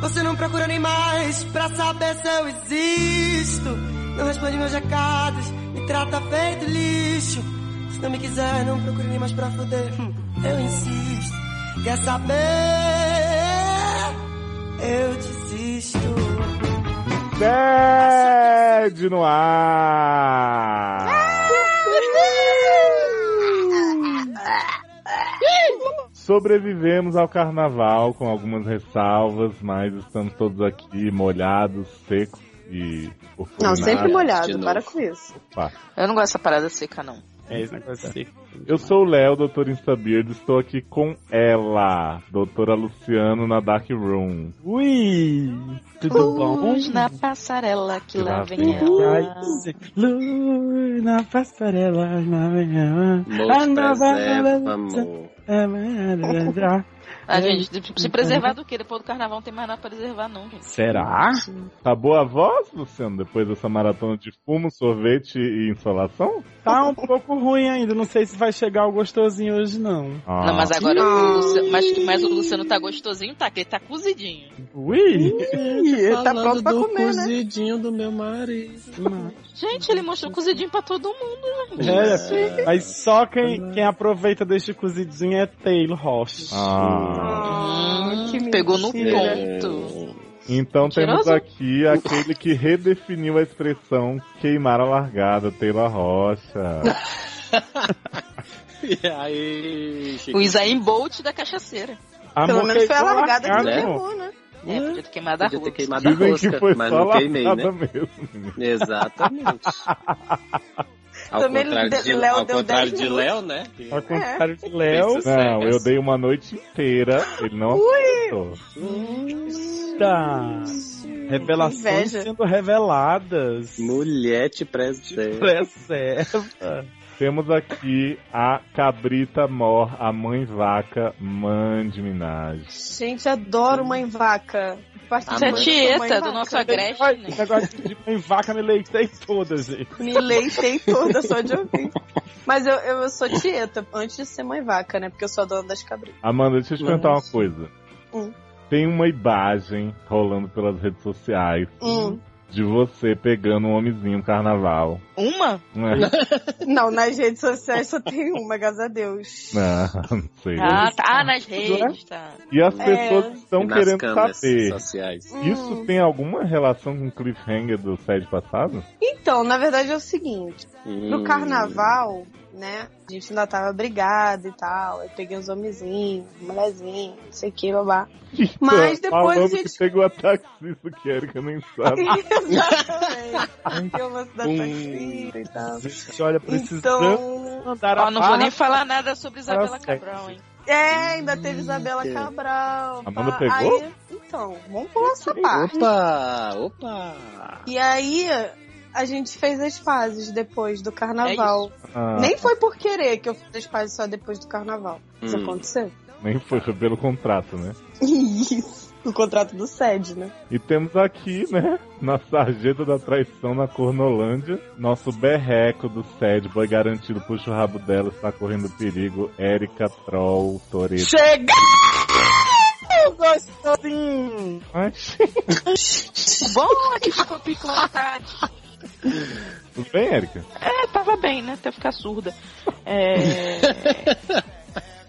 Você não procura nem mais pra saber se eu existo. Não responde meus recados, me trata feito lixo. Se não me quiser, não procure nem mais pra foder. Eu insisto, quer saber? Eu desisto. Bad no ar! Sobrevivemos ao carnaval com algumas ressalvas, mas estamos todos aqui molhados, secos e Não, perfumados. sempre de molhado, novo. para com isso. Pá. Eu não gosto dessa parada seca, não. É esse negócio assim. Eu sou o Léo, doutor Instabird, estou aqui com ela, doutora Luciano, na Dark Room. Ui! Tudo bom? Luz na passarela que Lá lá vem vem Ai, ela. Luz na passarela, na manhã. Ah, A nova é preserva, balança, amor. a manhã. Ah, gente, de- se preservar do quê? Depois do carnaval não tem mais nada pra preservar, não, gente. Será? Tá boa a voz, Luciano, depois dessa maratona de fumo, sorvete e insolação? Tá um pouco ruim ainda, não sei se vai chegar o gostosinho hoje não. Ah, Não, mas agora Não. o Luciano, mas, mas o Luciano tá gostosinho, tá? Que ele tá cozidinho. Ui! Ele tá pronto pra do comer, né? cozidinho do meu marido. Gente, ele mostrou cozidinho pra todo mundo. assim. É, mas só quem, quem aproveita deste cozidinho é Taylor Roche. Ah. Ah, que Hum, pegou no mentira. ponto. Então temos Mentiroso? aqui aquele que redefiniu a expressão queimar a largada, Taylor Rocha. E aí, Chico? O Isaim Bolt da cachaceira. Pelo menos foi a queimou largada que largada, né? levou, né? É, podia ter queimado a Podia ter rua. queimado a Dizem que foi Ah, rosca, mas só a não queimei, né? largada mesmo. Exatamente. Ao Também contrário de- de, Léo ao deu contrário dez de minutos. Léo, né? É. Ao contrário de Léo, Pensa Não, sério. eu dei uma noite inteira, ele não aceitou. tá. Revelações Inveja. sendo reveladas. é Mulher te preserva. Preserva. Temos aqui a cabrita mor, a mãe vaca, mãe de Minaj. Gente, adoro mãe vaca. Partiu Isso é da mãe tieta do vaca. nosso agreste, Ai, né? esse negócio de mãe vaca me leitei toda, gente. Me leitei toda só de ouvir. Mas eu, eu sou tieta, antes de ser mãe vaca, né? Porque eu sou a dona das cabritas. Amanda, deixa eu te perguntar uma coisa. Hum. Tem uma imagem rolando pelas redes sociais Hum. de você pegando um homenzinho no carnaval. Uma? Não, é? Não, nas redes sociais só tem uma, graças a Deus. É. não, não sei. Ah, tá ah, nas redes, tá. E as É. pessoas estão nas querendo câmeras saber. sociais. Isso Hum. tem alguma relação com o cliffhanger do sede passado? Então, na verdade é o seguinte. No Hum. carnaval, né? A gente ainda tava brigada e tal. Eu peguei uns homenzinhos, mulherzinhos, não sei o que, babá. Mas Então, depois a falando que gente- pegou a taxista que Erika nem sabe. Exatamente. Tem uma cidade taxista e tal. Gente, olha, precisamos Então, mandar Ó, a não vou nem barra. falar nada sobre Isabela Nossa, Cabral, hein? é, ainda teve Isabela Cabral. pá. Hum, Amanda pegou? Aí, então, vamos pular essa parte. Opa, opa. E aí, a gente fez as fases depois do carnaval. Ah, Nem foi por querer que eu fiz as fases só depois do carnaval. Isso Hum. aconteceu? nem foi, foi pelo contrato, né? Isso. O contrato do SED, né? E temos aqui, né, na sarjeta da traição na Cornolândia, nosso berreco do sede, boy garantido, puxa o rabo dela, está correndo perigo, Erika Troll Toreto. Chega! Gostosinho! Mas, O bom é que ficou picotado. tudo bem, Erika? É, tava bem, né? Até ficar surda. É...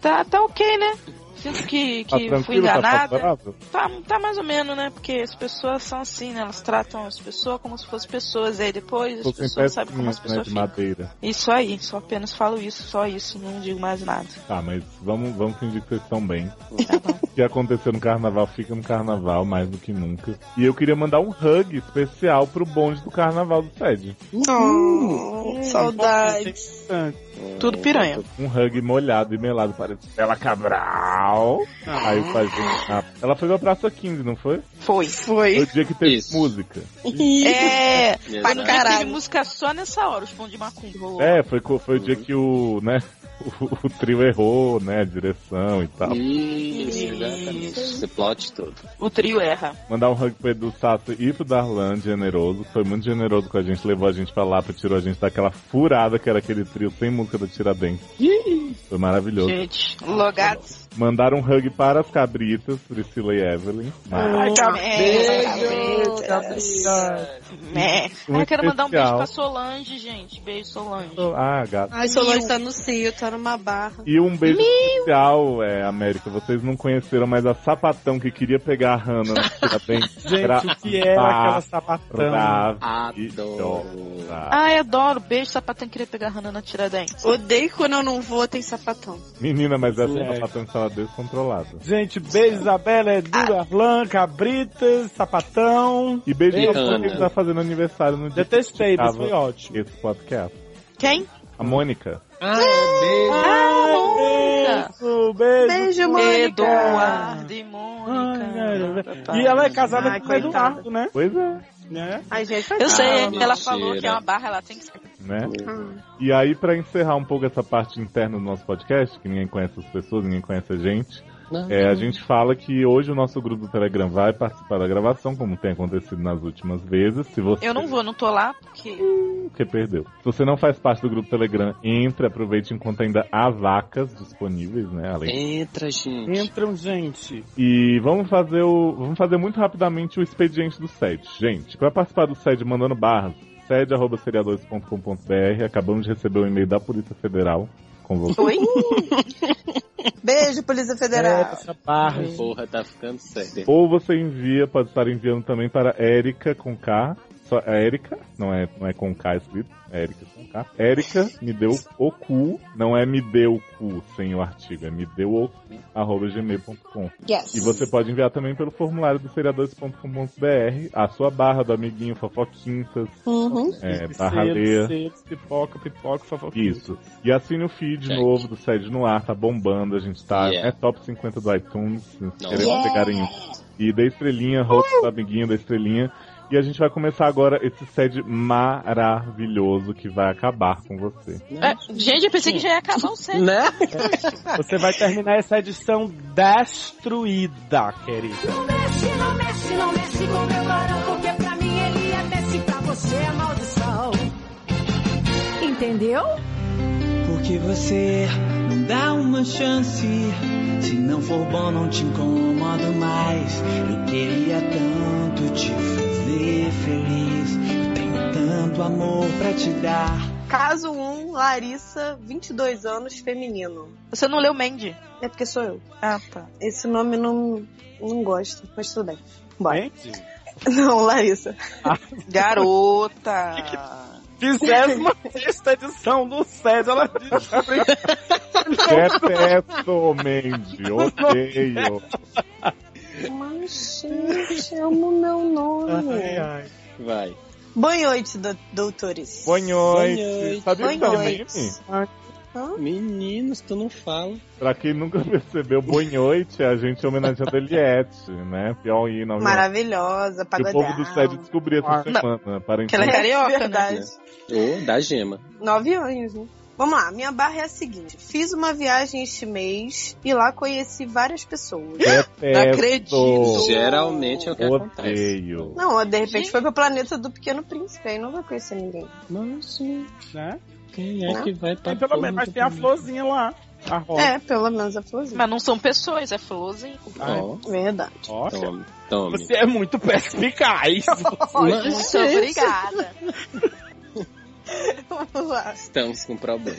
tá, tá ok, né? Sinto que, Tá que fui tranquilo? Tá enganada. favorável? Tá, tá mais ou menos, né? Porque as pessoas são assim, né? Elas tratam as pessoas como se fossem pessoas. Aí depois Tô as sem pessoas sabem como é as pecinhas, né, pessoas de ficam. madeira. Isso aí, só apenas falo isso, só isso, não digo mais nada. Tá, mas vamos, vamos fingir que vocês estão bem. Tá bom. O que aconteceu no carnaval fica no carnaval, mais do que nunca. E eu queria mandar um hug especial pro bonde do carnaval do sede. Oh, saudades. Interessante. Tudo piranha. um hug molhado e melado para Bela Cabral. Aí faz um. ah, Ela foi pra Praça 15, não foi? Foi. Foi Foi. o dia que teve Isso. música. É, Pra foi no dia que teve caralho. música só nessa hora, os pão de macumba. rolou. É, foi, co- foi o dia que o, né, o, o trio errou, né, a direção e tal. Isso, exatamente. Esse plot todo. O trio erra. Mandar um hug pro Edu Sato e pro Darlan, generoso. que Foi muito generoso com a gente, levou a gente pra lá, tirou a gente daquela furada que era aquele trio sem música do Tiradentes. Foi maravilhoso. Gente, logados. Mandaram um hug para as cabritas, Priscila e Evelyn. Mas Ai, tá Beijo, Cabrita. Né? Muito Ai, quero mandar um beijo especial. pra Solange, gente. Beijo, Solange. Ah, gato. Ai, Solange tá no cio, tá numa barra. E um beijo especial, é, América. Vocês não conheceram, mas a sapatão que queria pegar a Hannah tá bem Gente, o que Ah, é aquela sapatão? Adoro. Ai, adoro. Beijo, sapatão. Queria pegar a Hannah na Tiradentes. Odeio quando eu não vou, tem sapatão. Menina, mas essa Gente. sapatão estava descontrolada. Gente, beijo, Isabela, Edu, Arlan, Cabritas, Sapatão. E beijinho pra Hannah. você que tá fazendo aniversário no dia Detestei, mas Tava- foi ótimo. esse podcast. Quem? A Mônica. Ah, é, beijo. Ah, Beijo, beijo. Beijo, Mônica. Eduardo e Ai, cara, Mônica. velho. E ela é casada Ai, com o coitada. Eduardo, né? Pois é, Né? Ai, gente, Eu sei, Ah, ela mentira. falou que é uma barra, ela tem que ser. né? Ah, E aí, pra encerrar um pouco essa parte interna do nosso podcast, que ninguém conhece as pessoas, ninguém conhece a gente, Não. é, a gente fala que hoje o nosso grupo do Telegram vai participar da gravação, como tem acontecido nas últimas vezes. Se você Eu não vou, não tô lá, porque. porque perdeu. Se você não faz parte do grupo Telegram, entre, aproveite enquanto ainda há vacas disponíveis, né? Além. Entra, gente. Entram, gente. E vamos fazer o. Vamos fazer muito rapidamente o expediente do SED. Gente, para participar do SED mandando barras, sede.seriadores.com.br, acabamos de receber um e-mail da Polícia Federal convocando. Oi? Beijo, Polícia Federal. É, É. Essa barra. Porra, tá ficando sério. Ou você envia, pode estar enviando também para Erika com K. Só a Erika, não é, não é com K escrito, é Erika com K. Erika me deu o cu, não é me deu o cu sem o artigo, é me deu o cu, arroba gmail.com. Yes. E você pode enviar também pelo formulário do seriadores.com.br, a sua barra do amiguinho, fofoquintas, Uhum. é, Cedo, barra leia. cedo, Pipoca, pipoca, fofoca. Isso. E assine o feed Check. novo do Sede no Ar, tá bombando, a gente tá Yeah. é top 50 do iTunes, Nossa. queremos ter carinho. E dê estrelinha, roupa do amiguinho, dê estrelinha. E a gente vai começar agora esse Sede maravilhoso que vai acabar com você. É, gente, eu pensei que já ia acabar o set. Né? Você vai terminar essa edição destruída, querida. mexe, não mexe, não mexe com meu varão, porque pra mim ele é desce, pra você é maldição. Entendeu? Porque você não dá uma chance. Se não for bom, não te incomodo mais. Eu queria tanto te fazer feliz. Eu tenho tanto amor pra te dar. Caso 1, Larissa, 22 anos, feminino. Você não leu Mandy. É porque sou eu. Ah, tá. Esse nome eu não, não gosto, mas tudo bem. Bora. Gente, Não, Larissa. Garota. Vigésima sexta edição do SED, ela descobre Detesto, Mandy, odeio. Mas, gente, amo meu nome. Vai. Boa noite, do- doutores. Boa Boa noite. noite. Sabia que Boa era noite. meme? Meninos, tu não fala. Pra quem nunca percebeu, Boa Noite, a gente homenageando a Eliette, né? Piauí, Nova York. Maravilhosa, Que o pagodeira. povo do tá SED descobriu essa Ah, semana. Para Que ela é carioca, né? Verdade. Ô, da gema. Nove anos, né? Vamos lá, minha barra é a seguinte. Fiz uma viagem este mês e lá conheci várias pessoas. Não Detesto, acredito. Geralmente é o que acontece. odeio. Não, de repente Gente. foi pro planeta do Pequeno Príncipe, aí não vai conhecer ninguém. Mas sim, Né? quem Hum? é que vai pra Mas pelo menos mas tem a florzinha lá. A rosa. É, pelo menos a florzinha. Mas não são pessoas, é flores. Ó, Verdade. Nossa, tome, tome. Você é muito perspicaz. Mas Muito obrigada. Vamos lá, Estamos com problema.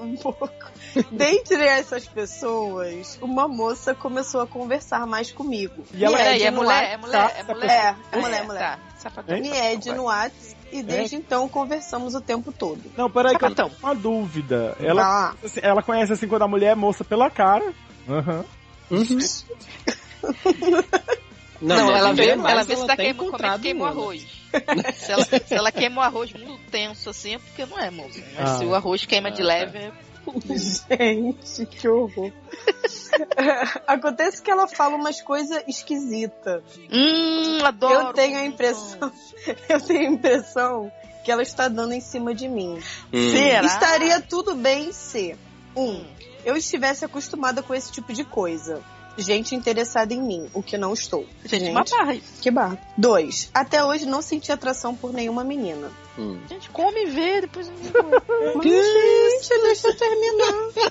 um pouco. Dentre essas pessoas, uma moça começou a conversar mais comigo. E ela- Peraí, Ed é no mulher, é Whats- mulher, é tá, mulher. É, é mulher, é mulher. Tá. Sapatão. Me é Ed no WhatsApp É. e desde então conversamos o tempo todo. Não, peraí, que eu Então. Sapatão. tenho uma dúvida. Ela, Ah, assim, ela conhece assim quando a mulher é moça pela cara. Aham. Não, ela vê veio, ela veio se tá queimando, como é que queimou arroz. se, ela, se ela queima o arroz muito tenso assim, é porque não é, moço. Mas Ah. se o arroz queima de Ah, leve, é Uhum. gente, que horror. Acontece que ela fala umas coisas esquisitas. Hum, adoro. Eu tenho a impressão, eu tenho a impressão que ela está dando em cima de mim. Hum, Será? Estaria tudo bem se um, Hum. eu estivesse acostumada com esse tipo de coisa. Gente interessada em mim, o que não estou. Gente, uma barra. isso. que barra. Dois, até hoje não senti atração por nenhuma menina. hum. Gente, come e vê, depois... Mas, gente, deixa eu terminar.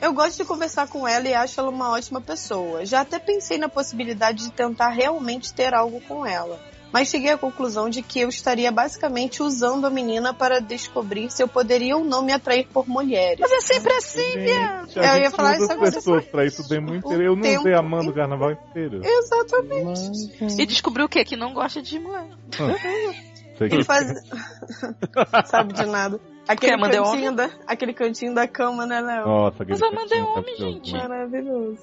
Eu gosto de conversar com ela e acho ela uma ótima pessoa. Já até pensei na possibilidade de tentar realmente ter algo com ela. Mas cheguei à conclusão de que eu estaria basicamente usando a menina para descobrir se eu poderia ou não me atrair por mulheres. Mas é sempre assim. Gente, Eu a ia gente falar isso usa as agora. pessoas pra isso o tempo inteiro. Eu não tempo usei a Amanda o inteiro. carnaval inteiro. Exatamente. E descobriu o quê? Que não gosta de mulher. Sei que Ele faz... Sabe de nada. Aquele Amanda é um? cantinho, da... Aquele cantinho da cama, né, Léo? Nossa, Mas aquele a Amanda cantinho é homem, maravilhoso, gente. né? Maravilhoso.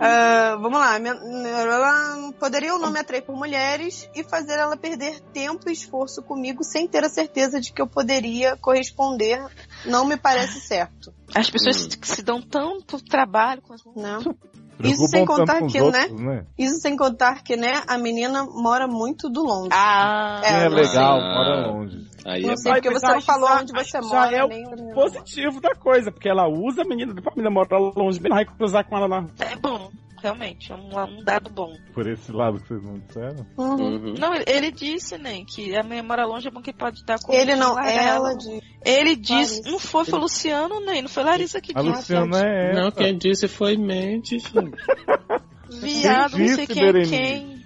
Ah, vamos lá. Minha- Ela poderia ou não me atrair por mulheres e fazer ela perder tempo e esforço comigo sem ter a certeza de que eu poderia corresponder não me parece certo, As pessoas se- se dão tanto trabalho com as mulheres. né? Preocupam Isso sem tanto contar com os que, né? outros, né? Isso sem contar que, né, a menina mora muito do longe. Ah, É, não legal, sei. mora longe. Aí Não é sei Vai porque você pensar não que falou já- onde você já mora. é o nem... Positivo da coisa, porque ela usa a menina, depois a menina mora longe, bem, vai cruzar com ela na rua. é bom. Realmente, é um, um dado bom. Por esse lado que vocês não disseram. Uhum. Uhum. Não, ele, ele disse, né, que a minha mora longe é bom que pode dar com Ele não, é largar ela de... Ele disse, Larissa. não foi, foi Luciano, nem, não foi Larissa que A disse. Luciana é. Não, essa. quem disse foi Mendes. Viado, não sei quem é é Berenice? quem.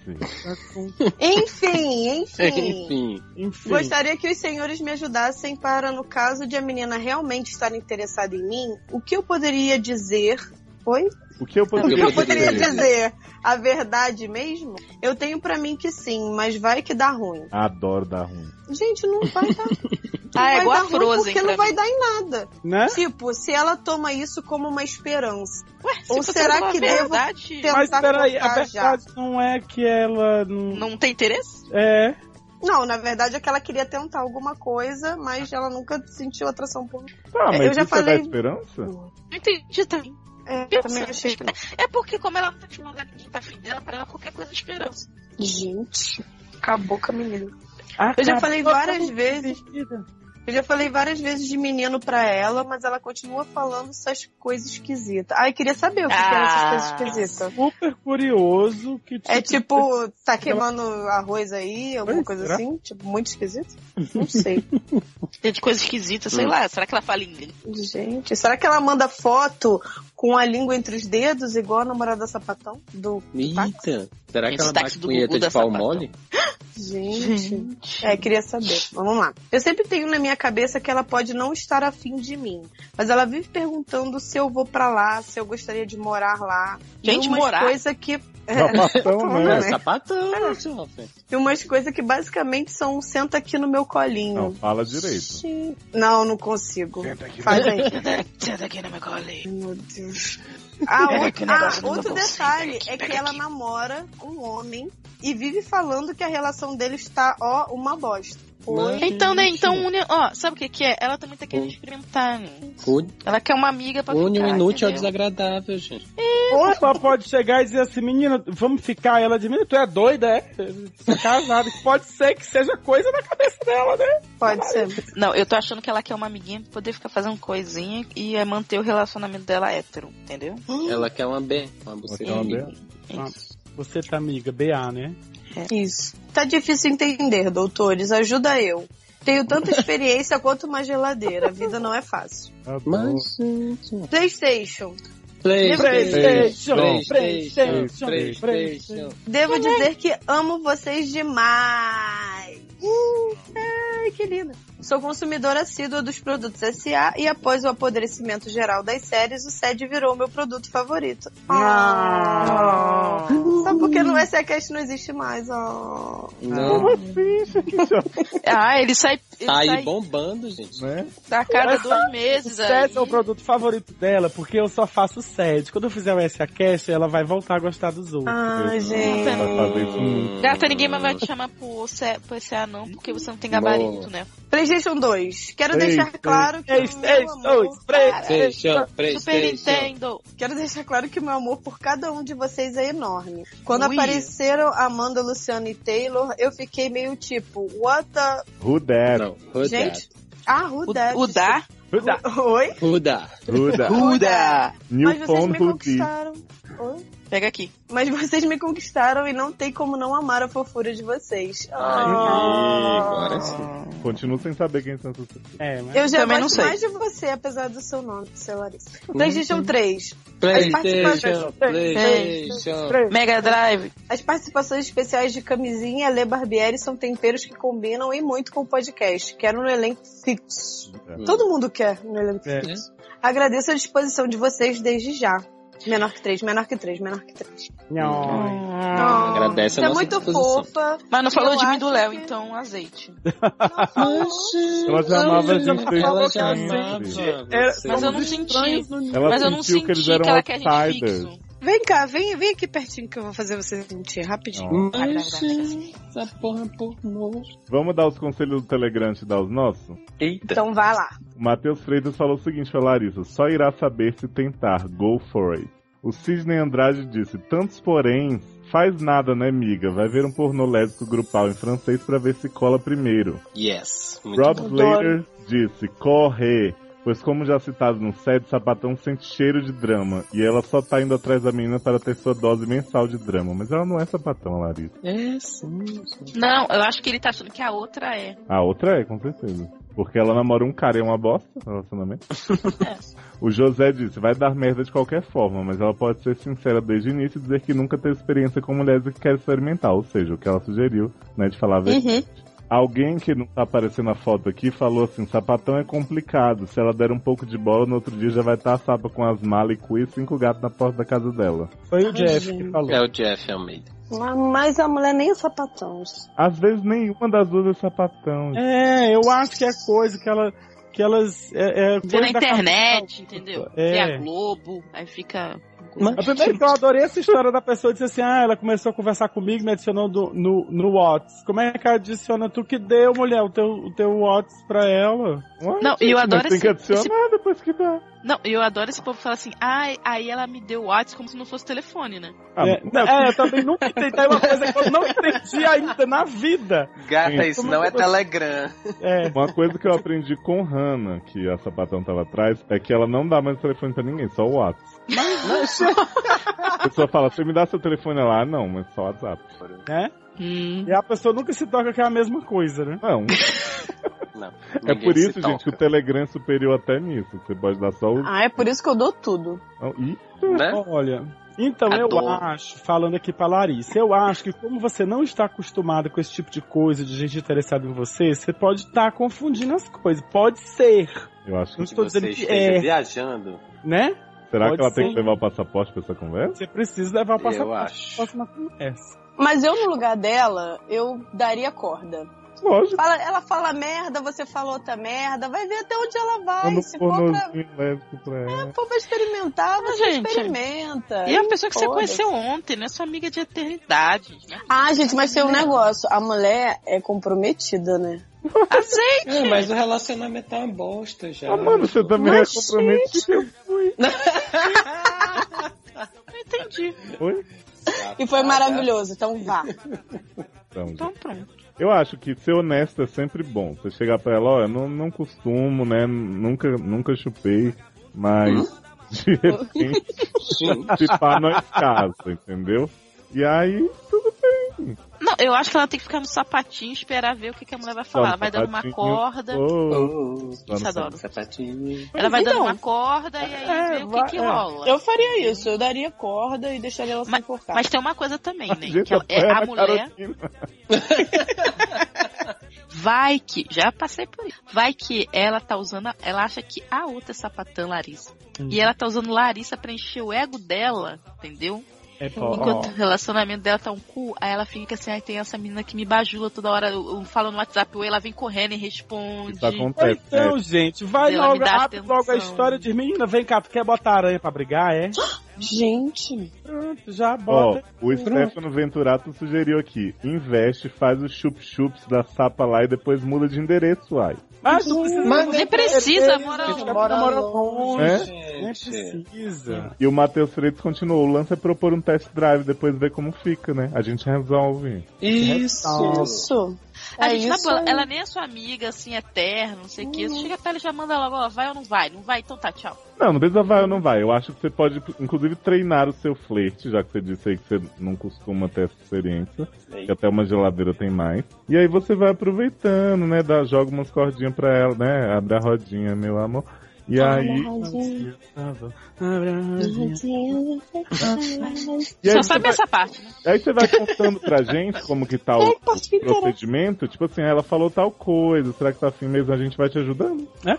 Enfim, enfim. Enfim. Enfim. Gostaria que os senhores me ajudassem para, no caso de a menina realmente estar interessada em mim, o que eu poderia dizer? Oi? O que eu O que poderia eu Eu poderia poderia dizer? A verdade mesmo? Eu tenho pra mim que sim, mas vai que dá ruim. Adoro dar ruim. Gente, não vai dar. não Ah, é vai dar igual a ruim Frozen. porque não pra vai mim. dar em nada. Né? Tipo, se ela toma isso como uma esperança. Ué, se Ou você será falar a que devo verdade, ter- Mas tentar peraí, a cortar tá já. verdade não é que ela um não. não tem interesse? É. Não, na verdade é que ela queria tentar alguma coisa, mas ela nunca sentiu atração por mim. Tá, mas Eu já isso falei- é da esperança? Não entendi também. É, Eu também sei. achei que não. É porque como ela não tá te mandando ninguém tá afim dela, pra ela qualquer coisa é esperança. Gente, acabou com a menina. Eu Acabou já falei várias com a vezes. vida. Eu já falei várias vezes de menino pra ela, mas ela continua falando essas coisas esquisitas. Ai, queria saber o que, que eram Ah. essas coisas esquisitas. Super curioso que É tipo, tá queimando arroz aí, alguma Oi, coisa será? assim? Tipo, muito esquisito? Não sei. Tem É de coisa esquisita, Hum. sei lá. Será que ela fala inglês? Gente, será que ela manda foto com a língua entre os dedos, igual a namorada da sapatão? Do Eita. Será que Esse ela táxi bate do punheta Gugu da de pau Sapatão. mole? Gente. É, queria saber. Vamos lá. Eu sempre tenho na minha cabeça que ela pode não estar afim de mim. Mas ela vive perguntando se eu vou pra lá, se eu gostaria de morar lá. Gente, e umas morar? coisa que. Sapatão, Claro, né? É sapatão, jovem. E umas coisas que basicamente são um senta aqui no meu Não, colinho. fala direito. É. Não, não consigo. Faz aí. Senta aqui na minha colinha. Meu Deus. Ah, Pega outro- aqui o É, negócio ah, do meu outro bolsinho, detalhe pega aqui, é que pega ela aqui. namora um homem e vive falando que a relação dele está, ó, uma bosta. Oi? Então, né? Então, une... ó, sabe o que que é? Ela também tá Hum. querendo experimentar, né? Une Ela quer uma amiga pra une ficar, o inútil ao entendeu? desagradável, gente. Ou ela pode chegar e dizer assim, menina, vamos ficar. Ela diz, menina, tu é doida, é? Você é casada. Pode ser que seja coisa na cabeça dela, né? Pode ser. Não, eu tô achando que ela quer uma amiguinha pra poder ficar fazendo coisinha e é, manter o relacionamento dela hétero, entendeu? Ela quer uma B, uma buceta Uma B. amiga. Você tá amiga, BA, né? Isso. Tá difícil entender, doutores. Ajuda eu. Tenho tanta experiência quanto uma geladeira. A vida não é fácil. Adoro. Mas, gente... PlayStation. PlayStation, PlayStation, PlayStation, PlayStation. PlayStation. Devo dizer que amo vocês demais. Uh, ai, que linda. Sou consumidora assídua dos produtos SA e após o apodrecimento geral das séries, o SED virou meu produto favorito. Ah. Só porque no SACast não existe mais. Ah. Não. Ah, ele sai, ele Tá Hum. aí sai bombando, gente. Né? a cada Mas dois O meses. SED é o Aí. produto favorito dela, porque eu só faço SED. Quando eu fizer o SA Cash, ela vai voltar a gostar dos outros. Ah, gente. Vai fazer um isso nunca. Gata, ninguém mais vai te chamar pro CE pro CA não, porque você não tem gabarito, Boa. né? PlayStation 2. Quero Três, deixar três, claro que. Três, o meu três, amor- dois, três, três. PlayStation, Super PlayStation. Nintendo! Quero deixar claro que o meu amor por cada um de vocês é enorme. Quando Ui. apareceram Amanda, Luciana e Taylor, eu fiquei meio tipo, what the... Who that? Não, Ruda. Gente, ah, who O, that? o Dá? Ah, Who that? Oi? Ruda. Who that? Who that? New Mas vocês phone me who this? conquistaram. Oi? Pega aqui. Mas vocês me conquistaram e não tem como não amar a fofura de vocês. Ah. Ai, né? agora sim. Continuo sem saber quem são essas pessoas. É, mas... Eu já Também gosto não sei. mais de você, apesar do seu nome, seu Larissa. PlayStation 3. PlayStation, participações- PlayStation. Mega Drive. As participações especiais de Camisinha e Lê Barbieri são temperos que combinam e muito com o podcast. Quero no elenco fixo. É. Todo mundo quer no elenco É. fixo. Agradeço a disposição de vocês desde já. Menor que três, menor que três, menor que três. Não. Ah. Oh, você agradece a é nossa muito disposição. fofa. Mas não falou Eu de mim acho do Léo, que- então azeite. Ela já amava a gente desde Ela já sempre. amava Era- você. Mas eu não senti. Ela Mas eu sentiu não senti que eles eram ela quer a gente outsiders. fixo. Vem cá, vem, vem aqui pertinho que eu vou fazer você sentir rapidinho. Não. Mas, gente, essa porra é pornô. Vamos dar os conselhos do Telegram e dar os nossos? Eita. Então vai lá. O Matheus Freitas falou o seguinte, ô Larissa, só irá saber se tentar. Go for it. O Sidney Andrade disse, tantos porém, faz nada, né, miga? Vai ver um pornô lésbico grupal em francês pra ver se cola primeiro. Yes. Muito Rob bom. Slater disse, corre. Pois como já citado no set, Sapatão sente cheiro de drama. E ela só tá indo atrás da menina para ter sua dose mensal de drama. Mas ela não é Sapatão, Larissa. É, sim. sim. Não, eu acho que ele tá achando que a outra é. A outra é, com certeza. Porque ela namora um cara e é uma bosta, relacionamento. É. o José disse, vai dar merda de qualquer forma, mas ela pode ser sincera desde o início e dizer que nunca teve experiência com mulheres e que quer experimentar. Ou seja, o que ela sugeriu, né, de falar a verdade. Alguém que não tá aparecendo a foto aqui falou assim, sapatão é complicado. Se ela der um pouco de bola, no outro dia já vai estar a sapa com as malas e cu e cinco gatos na porta da casa dela. Foi o Jeff que falou. É o Jeff Almeida. Mas a mulher nem é sapatão. Às vezes nenhuma das duas é sapatão. É, eu acho que é coisa que ela. Que elas. É, é Vê coisa na da internet, cabeça. entendeu? Vê a É. Globo, aí fica. A primeira É que eu adorei essa história da pessoa disse assim: Ah, ela começou a conversar comigo, me adicionou do- no, no Whats. Como é que ela adiciona tu que deu, mulher, o teu, o teu Whats pra ela? Ué, Não, e Então, eu mas adoro Tem que esse- adicionar depois que dá. Não, eu adoro esse povo falar assim, ai, aí ela me deu o WhatsApp como se não fosse telefone, né? Ah, é, não, é, eu também nunca entendi. É uma coisa que eu não entendi ainda na vida. Sim. Gata, isso não é Telegram. É. Uma coisa que eu aprendi com Hannah, que a sapatão tava atrás, é que ela não dá mais o telefone pra ninguém, só o WhatsApp. A pessoa fala, você me dá seu telefone ela, "Ah, não, mas só WhatsApp. Hum. né? E a pessoa nunca se toca que é a mesma coisa, né? Não. É Ninguém por se isso, toca. gente, que o Telegram é superior até nisso. que Você pode dar só o. Ah, é por isso que eu dou tudo. não, Ih, Né? Olha, então eu Adoro. acho, falando aqui pra Larissa, eu acho que como você não está acostumada com esse tipo de coisa, de gente interessada em você, você pode estar confundindo as coisas. Pode ser, eu acho Não que. Se Tipo, estou você dizendo que esteja é. viajando, né? Será que pode ela tem ser. que levar o passaporte pra essa conversa? Você precisa levar o eu passaporte pra acho. próxima conversa. Mas eu, no lugar dela, eu daria corda. Lógico. Fala- ela fala merda, você fala outra merda, vai ver até onde ela vai. Quando Se o for é pra, pornozinho lésbico pra ela. for pra experimentar, você gente. experimenta. E a pessoa que você Foda-se. conheceu ontem, né? Sua amiga de eternidade. Né? Ah, gente, mas tem um negócio. A mulher é comprometida, né? Azeite! É, mas o relacionamento tá uma bosta já. Ah, mano, você também Mas, é comprometido. Não entendi. Oi? E foi maravilhoso, então vá. Então, gente. Então pronto. Eu acho que ser honesto é sempre bom. Você chegar pra ela, olha, não, não costumo, né? Nunca, nunca chupei, mas Hum? de repente Sim. se pá nós casa, entendeu? E aí, Não, eu acho que ela tem que ficar no sapatinho, esperar ver o que, que a mulher vai falar. Ela vai dando uma sapatinho, corda. ô, Oh, Isso adoro. sapatinho. Ela vai dando então. uma corda e aí É, vê o vai- que, que é. rola. Eu faria isso, eu daria corda e deixaria ela se enforcar. Mas tem uma coisa também, a né? gente Que ela- é apanha a na mulher Carolina. vai que. Já passei por isso. Vai que ela tá usando. a- Ela acha que a outra é sapatã Larissa. E ela tá usando Larissa pra encher o ego dela, entendeu? É, pô, Enquanto o relacionamento dela tá um cu, aí ela fica assim, ai, tem essa menina que me bajula toda hora, eu, eu falo no WhatsApp, ou ela vem correndo e responde. Isso acontece. né? Então, gente, vai Ela me logo, dá abre logo a atenção. história de menina. Vem cá, tu quer botar aranha pra brigar, é? Gente, Pronto, já Ó, bota. o Stefano Venturato sugeriu aqui: investe, faz os chup-chups da sapa lá e depois muda de endereço, uai. Mas Ah, não precisa. Mas Nem precisa, moral. Gente, mora longe. É? Nem Gente. precisa. E o Matheus Freitas continuou: o lance é propor um test drive, depois ver como fica, né? A gente resolve. Isso. isso. A É gente na isso boa, aí. Uhum. ela nem é sua amiga, assim, eterna, não sei o que. Você chega pra ela e já manda logo, ó, vai ou não vai? Não vai, então tá, tchau. Não, não precisa vai ou não vai. Eu acho que você pode, inclusive, treinar o seu flerte, já que você disse aí que você não costuma ter essa experiência. Ei. Que até uma geladeira tem mais. E aí você vai aproveitando, né? Dá, joga umas cordinhas pra ela, né? Abre a rodinha, meu amor. E aí. E aí Só você sabe vai- essa parte, né? Aí você vai contando pra gente como que tá o, É, Ai, posso o ficar. procedimento. Tipo assim, ela falou tal coisa, será que tá afim mesmo? A gente vai te ajudando. É.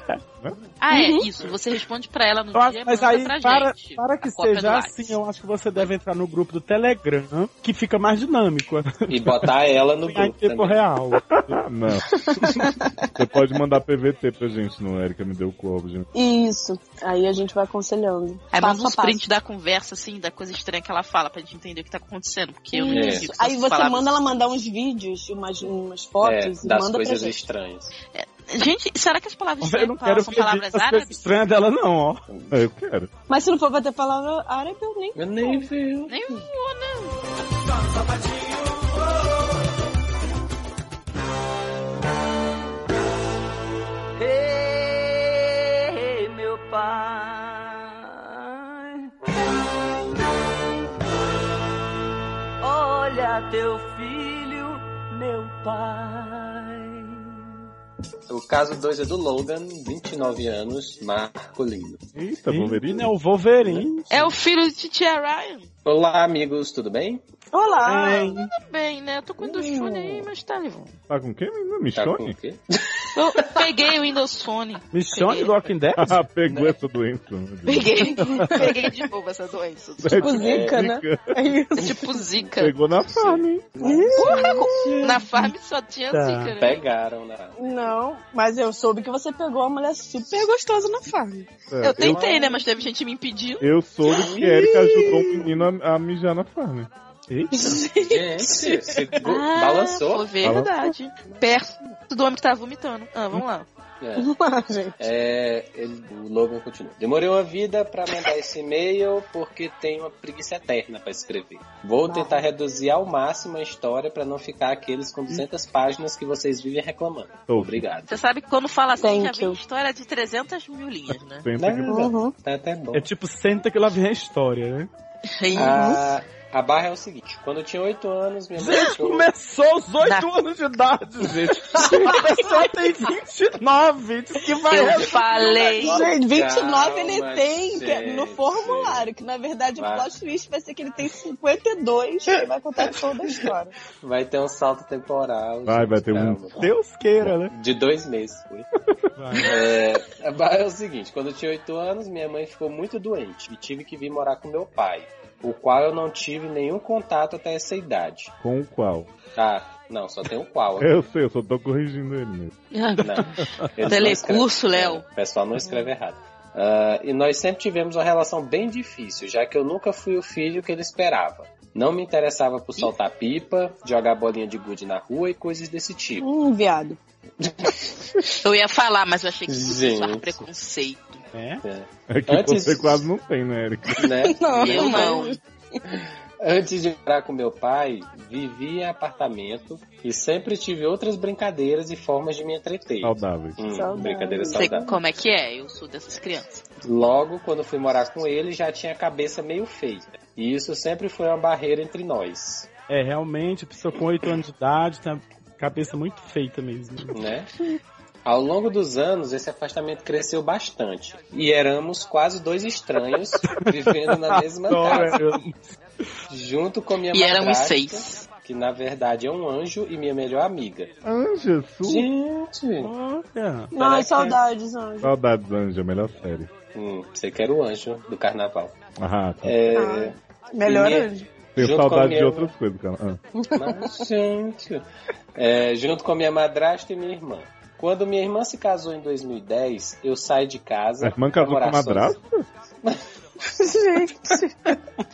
Ah, Uhum. é, isso. Você responde pra ela no Eu acho- dia, mas manda aí, pra para, gente. para que a cópia do seja Whats. assim, eu acho que você deve entrar no grupo do Telegram, que fica mais dinâmico, assim, E botar ela no em grupo tempo também. real. Ah, não. você pode mandar PVT pra gente no Erika Me Deu Corvo, gente. Isso. Aí a gente vai aconselhando. É Aí Passo manda a uns passo. prints da conversa, assim, da coisa estranha que ela fala, pra gente entender o que tá acontecendo, porque eu não Isso. entendi. o que Aí essas você palavras- manda ela mandar uns vídeos, umas, umas É, fotos e das manda pra coisas gente. estranhas. Gente, será que as palavras Eu não que falam quero são ver palavras as coisas árabes? estranhas dela, não, ó. Ah, Eu quero. Mas se não for bater palavra árabe, eu nem. Eu nem vi. Nem o Ei, meu pai, olha teu filho, meu pai. O caso 2 é do Logan, 29 anos, masculino. Eita, Wolverine. É o Wolverine. É o filho de Tia Ryan. Olá, amigos, tudo bem? Ah, Olá! É. Bem, né? Eu tô com o Windows Phone aí, Hum. mas tá levando. Tá com quem? menina? Tá com Michone? o quê? Eu peguei o Windows Phone. Michonne do Walking Dead? Ah, pegou essa doença. meu Deus. Peguei. peguei de novo essa doença. Tipo zica, né? É isso. É tipo zica. Pegou na farm, hein? Na farm só tinha Tá. zica, né? É, Pegaram na. Não, mas eu soube que você pegou uma mulher super gostosa na farm. É, Eu tentei, né? Mas teve gente que me impediu. Eu soube que Erika ajudou um menino a, a mijar na farm. Gente, se go- Ah, balançou. Foi verdade. Perto do homem que tava vomitando. Ah, vamos lá. É. Ah, Gente. É, ele- o Logan continua. Demorei uma vida pra mandar esse e-mail porque tenho uma preguiça eterna pra escrever. Vou tentar reduzir ao máximo a história pra não ficar aqueles com 200 páginas que vocês vivem reclamando. Tô. Obrigado. Você sabe que quando fala assim, Thank já vem you. história de 300 mil linhas, né? Senta que- um Não, Uhum. Uhum. Tá até bom. É tipo, senta que lá vem a história, né? Ah. A, a barra é o seguinte: quando eu tinha 8 anos, minha mãe Gente, é? achou- começou aos 8 Na- anos de idade, gente. A pessoa tem 29, diz que vai... Eu falei. Gente, 29 Calma, ele tem que- é no gente. formulário, que na verdade Vai. o plot twist vai ser que ele tem 52 e vai contar toda a história. Vai ter um salto temporal. Vai, gente, vai ter um- calma. Deus queira, né? De dois meses, foi. É, a barra é o seguinte, quando eu tinha 8 anos, minha mãe ficou muito doente e tive que vir morar com meu pai, o qual eu não tive nenhum contato até essa idade. Com o qual? Ah, não, só tem o qual. Eu sei, eu só tô corrigindo ele mesmo. Não, eles não escrevem- É, Telecurso, Léo. O pessoal não escreve errado. Ah, e nós sempre tivemos uma relação bem difícil, já que eu nunca fui o filho que ele esperava. Não me interessava por soltar pipa, jogar bolinha de gude na rua e coisas desse tipo. Hum, viado. Eu ia falar, mas eu achei que Gente. isso era preconceito. É. É que Antes- você quase não tem, né, Erika? Né? Não, Eu não. Antes de morar com meu pai, vivi em apartamento e sempre tive outras brincadeiras e formas de me entreter. Saudáveis. Hum, Saudade. brincadeira Sei saudável. como é que é, eu sou dessas crianças. Logo, quando fui morar com ele, já tinha a cabeça meio feita. E isso sempre foi uma barreira entre nós, É, realmente, a pessoa com 8 anos de idade tem a cabeça muito feita mesmo. né? Ao longo dos anos, esse afastamento cresceu bastante. E éramos quase dois estranhos vivendo na mesma Adoro, casa, eu- junto com minha E éramos madrasta, seis. que na verdade é um anjo e minha melhor amiga. Anja, sua. Gente, Olha. Ai, Caraca. saudades, anjo. Saudades, Anja, melhor série. Hum, você quer o anjo do carnaval. Ah, tá. É, Ah. Melhor Minha- anjo. Tenho junto com a saudade minha- de outras coisas, cara. Ah, mas, gente. É, junto com a minha madrasta e minha irmã. Quando minha irmã se casou em 2010, eu saí de casa. A irmã casou com pra morar madrasta? Gente,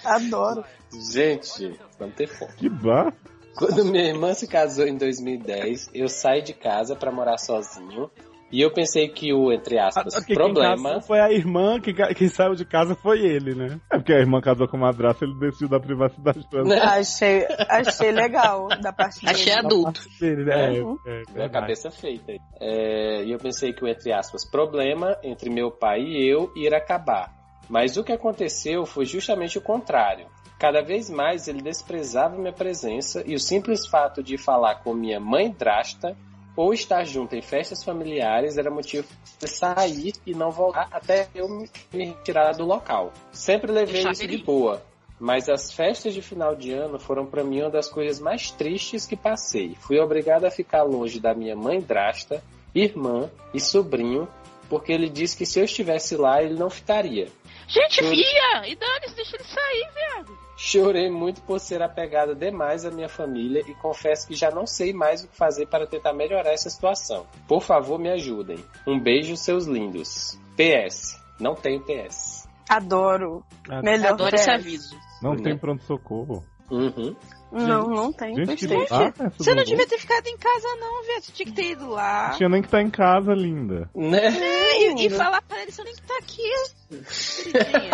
adoro. sozinha. Gente, vamos ter fome. Que bar? Quando minha irmã se casou em 2010, eu saí de casa pra morar sozinho. E eu pensei que o, entre Ah, aspas, Até porque quem é problema. casou foi a irmã, que ca- quem saiu de casa foi ele, né? É porque a irmã casou com o madrasto, ele decidiu dar privacidade pra Né? ela. Achei, achei legal da parte dele. Achei adulto. Ele- é, é Minha verdade. cabeça feita. aí. É, E eu pensei que o, entre aspas, problema entre meu pai e eu ir acabar. Mas o que aconteceu foi justamente o contrário. Cada vez mais ele desprezava minha presença e o simples fato de falar com minha mãe drasta ou estar junto em festas familiares era motivo de sair e não voltar até eu me me retirar do local. Sempre levei Deixar isso de ele ir. boa. Mas as festas de final de ano foram para mim uma das coisas mais tristes que passei. Fui obrigado a ficar longe da minha mãe drasta, irmã e sobrinho, porque ele disse que se eu estivesse lá ele não ficaria. Gente, via! E dane-se, deixa ele sair, viado. Chorei muito por ser apegada demais à minha família e confesso que já não sei mais o que fazer para tentar melhorar essa situação. Por favor, me ajudem. Um beijo, seus lindos. PS. Não tenho PS. Adoro. Ah, Melhor Adoro PS. esse aviso. Não tem pronto-socorro. Uhum. Não, não tem. Gente, que Gostei. lugar é essa Você do não Uhum. mundo? devia ter ficado em casa, não, viado. Você tinha que ter ido lá. Não tinha nem que estar em casa, linda. Né? É, E, e falar pra ele, você nem que tá aqui.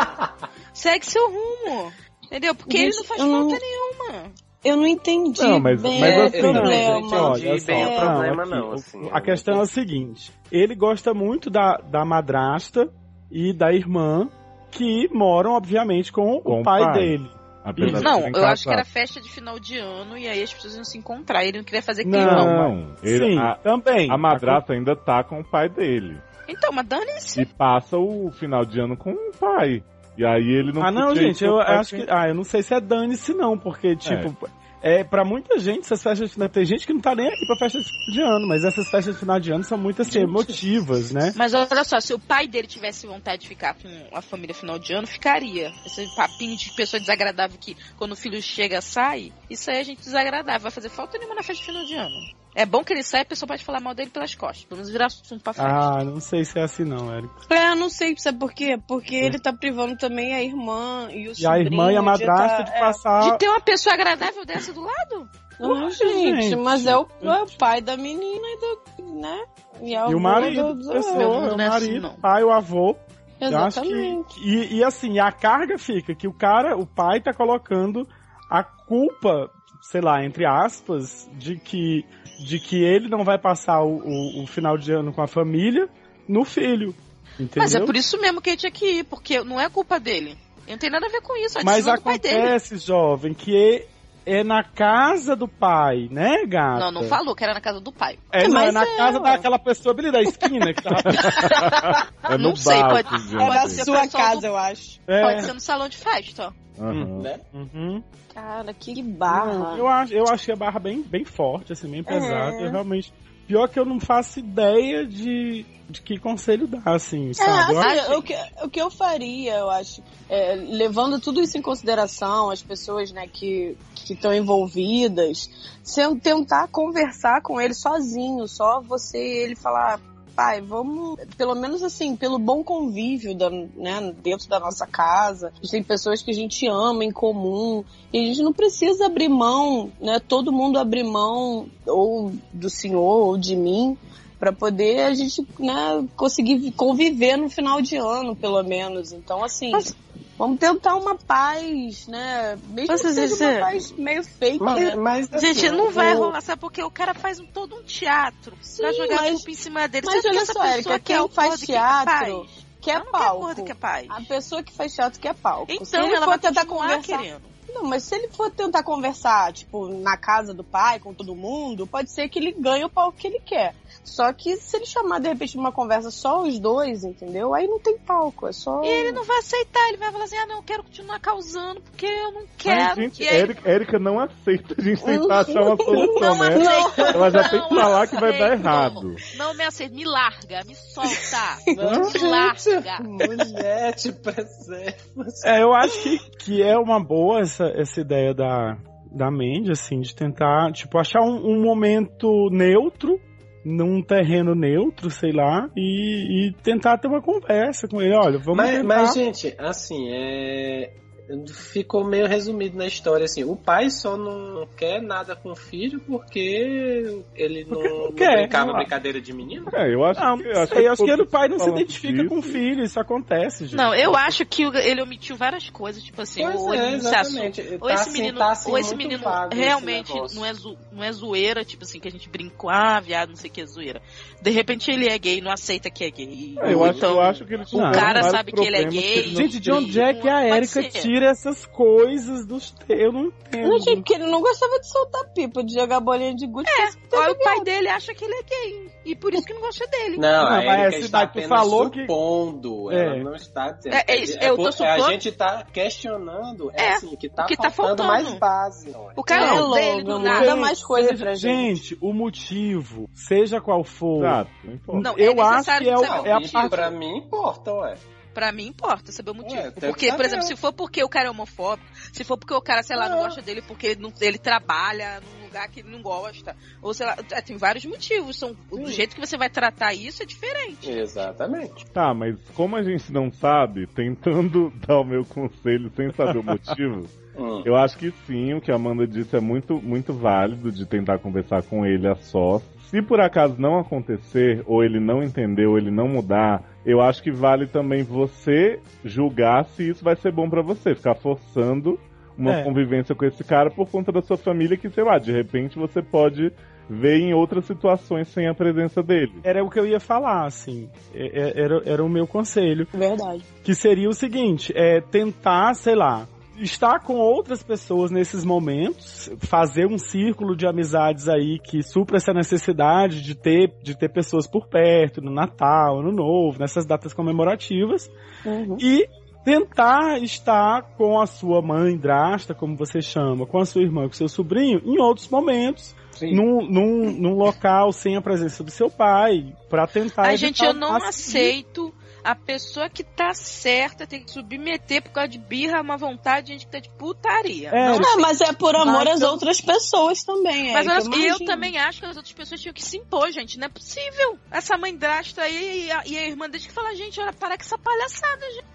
segue seu rumo. Entendeu? Porque Gente, ele não faz eu não- falta nenhuma. Eu não entendi. Não, mas- bem mas o assim, problema. gente, olha só. bem o problema, não, o- assim, a eu- questão é o seguinte: ele gosta muito da, da madrasta e da irmã que moram, obviamente, com, Com o o pai, pai. dele. Tá Apesar de Não, serem eu acho que era casados. festa de final de ano e aí as pessoas iam se encontrar. Ele não queria fazer Não. quilombo. Não, ele- Sim, a, também. a madrasta ainda tá com o pai dele. Então, mas dane-se. E passa o final de ano com o pai. E aí ele não ah, não, podia ir gente, eu pro pai acho sem- que. Ah, eu não sei se é dane-se, não, porque, tipo. É. pra muita gente, essas festas de final Tem gente que não tá nem aqui pra festa de final de ano, mas essas festas de final de ano são muito assim, emotivas, né? Mas olha só, se o pai dele tivesse vontade de ficar com a família final de ano, ficaria. Esse papinho de pessoa desagradável que quando o filho chega, sai, isso aí a gente desagradável. Vai fazer falta nenhuma na festa de final de ano. É bom que ele saia, a pessoa pode falar mal dele pelas costas. Pelo menos virar assunto pra frente. Ah, não sei se é assim, não, Érico. É, eu não sei, sabe por quê? Porque ele tá privando também a irmã e o É. E a irmã e a madrasta de passar. é De ter uma pessoa agradável dessa do lado? Não, É. Uhum, gente, mas é o, é o pai da menina e do. né? é E o avô marido do- da do- Meu pessoa, mundo o não é assim, marido, não. o pai, o avô. Eu acho Exatamente. que, e, e assim, a carga fica que o cara, o pai tá colocando a culpa, sei lá, entre aspas, de que, de que ele não vai passar o, o- o final de ano com a família no filho. Entendeu? Mas é por isso mesmo que ele tinha que ir, porque não é culpa dele. Ele Não tem nada a ver com isso, é a Mas decisão do pai dele. acontece, jovem, que é, é na casa do pai, né, gata? Não, não falou que era na casa do pai. É, não, é Mas na é, casa ué. daquela pessoa ali da esquina que tá. É Ah, não no assim. sei, barco, pode- gente. Era Era Entendi. sua casa, eu acho. É. Pode ser no salão de festa, ó. Aham. Né? Uhum. Cara, que barra. Eu, acho, eu achei a barra bem, bem forte, assim, bem pesada. É. Eu realmente. Pior que eu não faço ideia de, de que conselho dar, assim, É, sabe? Eu assim, o, que, o que eu faria, eu acho, é, levando tudo isso em consideração, as pessoas né, que que estão envolvidas, se eu tentar conversar com ele sozinho, só você e ele falar, pai, vamos, pelo menos assim, pelo bom convívio da, né, dentro da nossa casa, a gente tem pessoas que a gente ama em comum, e a gente não precisa abrir mão, né, todo mundo abrir mão ou do senhor ou de mim, Pra poder a gente né, conseguir conviver no final de ano, pelo menos. Então, assim, Mas- vamos tentar uma paz, né? Mesmo Mas, é- que seja Zezé, uma paz meio feita, Mas, né? mas, assim, Gente, não vai o- rolar, sabe? Porque o cara faz um, todo um teatro pra Sim, jogar a mas- culpa em cima dele. mas Sabe que olha essa só, pessoa Érica, quer é quem o faz gordo que teatro quer paz? quer Ela não quer palco. gordo que é paz. A pessoa que faz teatro quer palco. Se Então ele ela for vai tentar tentar conversar. querendo. Não, mas se ele for tentar conversar, tipo, na casa do pai, com todo mundo, pode ser que ele ganhe o palco que ele quer. Só que se ele chamar, de repente, uma conversa só os dois, entendeu? Aí não tem palco, é só. E ele não vai aceitar, ele vai falar assim, ah não, eu quero continuar causando porque eu não Mas, quero. gente, E aí- Érica, Érica não aceita a gente tentar achar uma solução, não né? aceito, Ela já tem que não falar que vai dar aceito. errado. Não me aceita, me larga, me solta, Não, me larga. Mulher, te preserva. É, eu acho que, que é uma boa essa, essa ideia da, da Mandy, assim, de tentar, tipo, achar um, um momento neutro, num terreno neutro, sei lá, e, e tentar ter uma conversa com ele. Olha, vamos Mas, tentar. mas, gente, assim, é... ficou meio resumido na história, assim. O pai só não quer nada com o filho porque ele não, Porque não não quer, brincava não. brincadeira de menino. É, eu acho Não, que. eu acho que, acho que todos o pai não se falam identifica disso. com o filho, isso acontece, gente. Não, eu acho que o- ele omitiu várias coisas, tipo assim, ou é, é, ele não se assume. Tá Ou Tá assim, esse assim, menino, ou esse menino realmente não, é zo- não é zoeira, tipo assim, que a gente brincou, ah, viado, não sei o que é zoeira. De repente ele é gay, não aceita que é gay. É, Eu Ou acho, então, eu acho que ele o cara sabe que ele é gay. Gente, de onde Não é que a pode Erika ser. tira essas coisas dos te- Eu não um Não entendo. tinha, porque ele não gostava de soltar pipa, de jogar bolinha de gude. Olha, o pai dele acha que ele é gay. E por isso que não gosta dele. Não, Não, a mas a Erika está cidade, tu apenas falou que- supondo. É. Ela não está dizendo. É, é isso, eu tô por- supondo- A gente está questionando. É, É, assim, que tá, o que tá faltando, faltando. mais base. olha. O É, cara Não, dele logo, do né? não. nada. Dá mais coisa seja- pra gente. o motivo, seja qual for. Exato, não importa. Não, eu é acho necessário que é, o, saber é a Isso parte. pra mim importa, ué. Pra mim importa saber o motivo. É, tem que porque, por saber. exemplo, se for porque o cara é homofóbico, se for porque o cara, sei lá, não gosta dele porque ele, não- ele trabalha num lugar que ele não gosta, ou sei lá, é, tem vários motivos. São, o jeito que você vai tratar isso é diferente. Exatamente. Tá, mas como a gente não sabe, tentando dar o meu conselho sem saber o motivo, Hum. eu acho que sim, o que a Amanda disse é muito, muito válido de tentar conversar com ele a sós. Se por acaso não acontecer, ou ele não entender, ou ele não mudar, eu acho que vale também você julgar se isso vai ser bom pra você, ficar forçando uma É. convivência com esse cara por conta da sua família, que sei lá, de repente você pode ver em outras situações sem a presença dele. Era o que eu ia falar, assim. É- é- Era, era o meu conselho. Verdade. Que seria o seguinte: é tentar, sei lá, estar com outras pessoas nesses momentos, fazer um círculo de amizades aí que supra essa necessidade de ter, de ter pessoas por perto, no Natal, Ano Novo, nessas datas comemorativas. É. Uhum. e tentar estar com a sua mãe drasta, como você chama, com a sua irmã, com seu sobrinho, em outros momentos, num, num, num local sem a presença do seu pai, pra tentar. Ai, evitar gente, eu o não máximo de- aceito. A pessoa que tá certa tem que submeter por causa de birra, má vontade, gente que tá de putaria. É, Não Ah, mas é por amor Mas às eu- outras pessoas também. Mas é, então olha, que eu, imagino. também acho que as outras pessoas tinham que se impor, gente. Não é possível. Essa mãe drasta aí e a, e a irmã dele que fala, gente, olha, para com essa palhaçada, gente.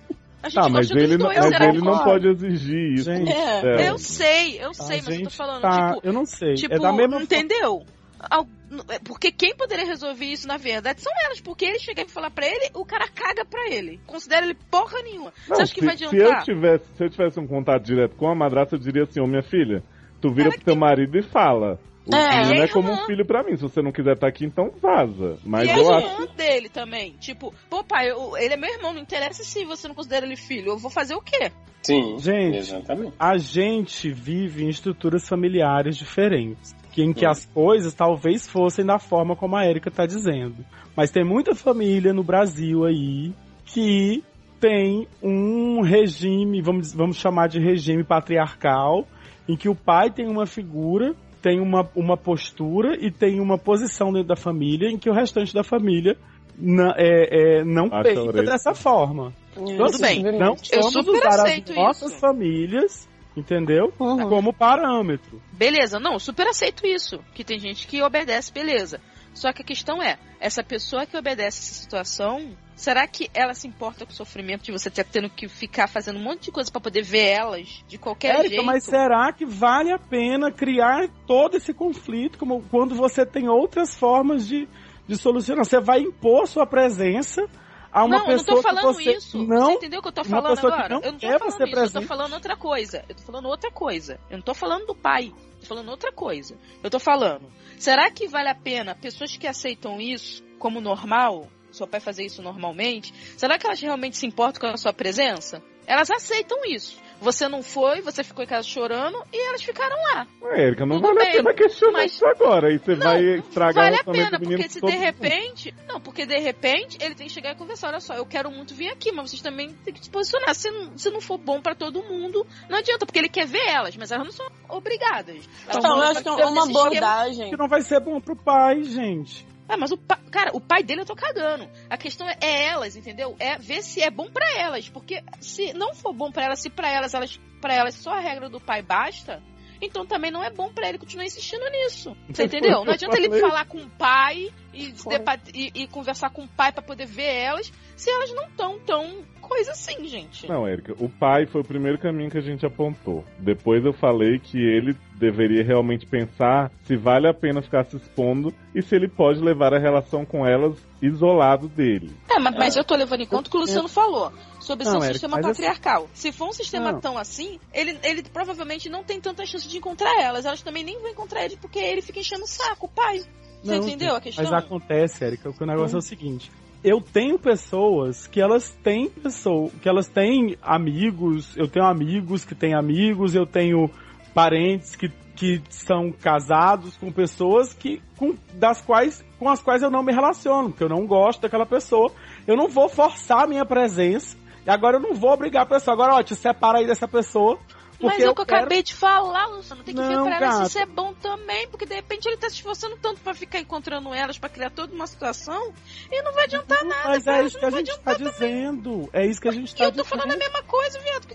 A gente Tá, mas gosta dos ele, não- dois, mas será ele que é não rola? pode exigir isso. Gente, É. Então, É. Eu sei, eu sei, a mas eu tô gente falando, tá- tipo, eu não sei. tipo é da mesma entendeu? Al- é Porque quem poderia resolver isso, na verdade, são elas. Porque ele chega e fala pra ele, o cara caga pra ele. Considera ele porra nenhuma. Não, Você acha que se, vai se eu adiantar? tivesse, se eu tivesse um contato direto com a madrasta, eu diria assim, ô minha filha, tu vira pro teu marido e fala. O É, menino e é a como irmã? um filho pra mim. Se você não quiser estar aqui, então vaza. Mas e a eu irmã acho. dele também. Tipo, pô, pai, eu- ele é meu irmão, não interessa se você não considera ele filho. Eu vou fazer o quê? Sim, Gente. exatamente. a gente vive em estruturas familiares diferentes, que em que as coisas talvez fossem da forma como a Erika tá dizendo. Mas tem muita família no Brasil aí que tem um regime, vamos, dizer- vamos chamar de regime patriarcal, em que o pai tem uma figura, tem uma, uma postura e tem uma posição dentro da família, em que o restante da família na- é- é, não Baixa a peita orelha. dessa forma. Então, Tudo bem. Não Eu vamos super usar as aceito nossas isso. famílias, entendeu? Uhum. Como parâmetro. Beleza, não, super aceito isso. Que tem gente que obedece, beleza. Só que a questão é, essa pessoa que obedece essa situação, será que ela se importa com o sofrimento de você ter tendo que ficar fazendo um monte de coisa pra poder ver elas de qualquer Érica, jeito? mas será que vale a pena criar todo esse conflito como quando você tem outras formas de, de solucionar? Você vai impor sua presença a uma não, eu não pessoa tô falando que você isso. você não é entendeu o que eu tô uma falando pessoa que agora? não eu não tô quer falando você isso, eu tô presente. falando outra coisa. Eu tô falando outra coisa. Eu não tô falando do pai. Tô falando outra coisa. Eu tô falando. Será que vale a pena pessoas que aceitam isso como normal, seu pai fazer isso normalmente, será que elas realmente se importam com a sua presença? Elas aceitam isso. Você não foi, você ficou em casa chorando e elas ficaram lá. Ué, Erika, não Tudo vale bem, a pena questionar mas- isso agora. Aí você Não, vai estragar vale o a relacionamento pena, do menino porque se todo de repente. Não, porque de repente ele tem que chegar e conversar. Olha só, eu quero um muito vir aqui, mas vocês também têm que se posicionar. Se não, se não for bom pra todo mundo, não adianta, porque ele quer ver elas, mas elas não são obrigadas. Elas Então, eu não acho que é participam uma desse esquema. abordagem. que não vai ser bom pro pai, gente. Ah, mas o pai. Cara, o pai dele eu tô cagando. A questão é, é elas, entendeu? É ver se é bom pra elas. Porque se não for bom pra elas, se pra elas, elas para elas só a regra do pai basta, então também não é bom pra ele continuar insistindo nisso. Você entendeu? Não adianta ele falar com o pai, e, se depa- e- e conversar com o pai pra poder ver elas, se elas não tão tão coisa assim, gente. Não, Érica, o pai foi o primeiro caminho que a gente apontou. Depois eu falei que ele deveria realmente pensar se vale a pena ficar se expondo e se ele pode levar a relação com elas isolado dele. É, mas, mas eu tô levando em conta o que o Luciano falou sobre ser Não, um Érica, sistema mas assim- patriarcal. Se for um sistema Não. tão assim, ele, ele provavelmente não tem tanta chance de encontrar elas. Elas também nem vão encontrar ele porque ele fica enchendo o saco, o pai. Você Não, entendeu a questão? Mas acontece, Érica, que o negócio é Hum. o seguinte. Eu tenho pessoas que elas têm pessoa, que elas têm amigos, eu tenho amigos que têm amigos, eu tenho parentes que, que são casados com pessoas que com, das quais com as quais eu não me relaciono, porque eu não gosto daquela pessoa. Eu não vou forçar a minha presença. E agora eu não vou obrigar a pessoa. Agora, ó, te separa aí dessa pessoa. Porque Mas é eu o que eu quero... acabei de falar, Luciano. Tem que ver Não, pra elas se gata. isso é bom também, porque de repente ele tá se esforçando tanto pra ficar encontrando elas, pra criar toda uma situação, e não vai adiantar nada. Mas pra um é elas isso que não a vai gente tá dizendo. É isso que a gente E tá eu dizendo. tô falando a mesma coisa, viado, que tu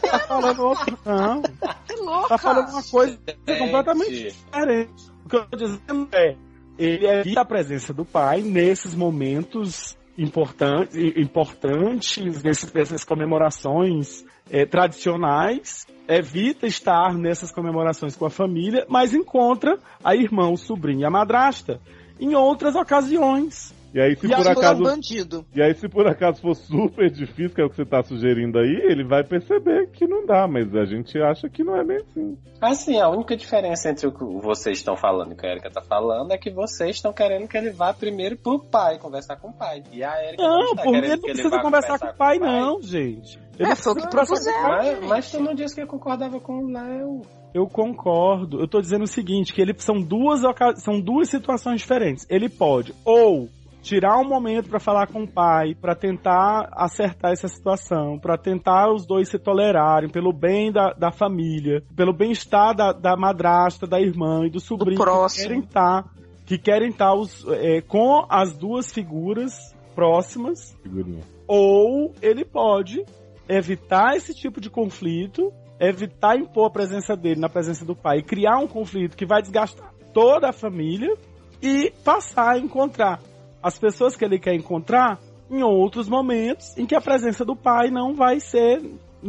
tá Tá falando outra. Não, que louca. tá falando uma coisa Gente, é completamente diferente. O que eu tô dizendo é, ele evita a presença do pai nesses momentos importantes, importantes nesses, nessas comemorações eh, tradicionais, evita estar nessas comemorações com a família, mas encontra a irmã, o sobrinho e a madrasta em outras ocasiões. E aí, se E por acho que é um acaso. bandido. E aí, se por acaso for super difícil, que é o que você tá sugerindo aí, ele vai perceber que não dá, mas a gente acha que não é bem assim. Assim, a única diferença entre o que vocês estão falando e o que a Erika tá falando é que vocês estão querendo que ele vá primeiro pro pai, conversar com o pai. E a Erika Não, está por mim querendo ele não que ele precisa vá conversar com o pai, não, gente. Ele É, foi o que propuseram. Mas, mas tu não disse que eu concordava com o Léo. Eu concordo. Eu tô dizendo o seguinte, que ele são duas oca- são duas situações diferentes. Ele pode ou tirar um momento pra falar com o pai, pra tentar acertar essa situação, pra tentar os dois se tolerarem pelo bem da, da família, pelo bem-estar da, da madrasta, da irmã e do sobrinho próximo. que querem estar que querem estar os, eh, com as duas figuras próximas Figurinha. ou ele pode evitar esse tipo de conflito, evitar impor a presença dele na presença do pai e criar um conflito que vai desgastar toda a família e passar a encontrar as pessoas que ele quer encontrar em outros momentos em que a presença do pai não vai ser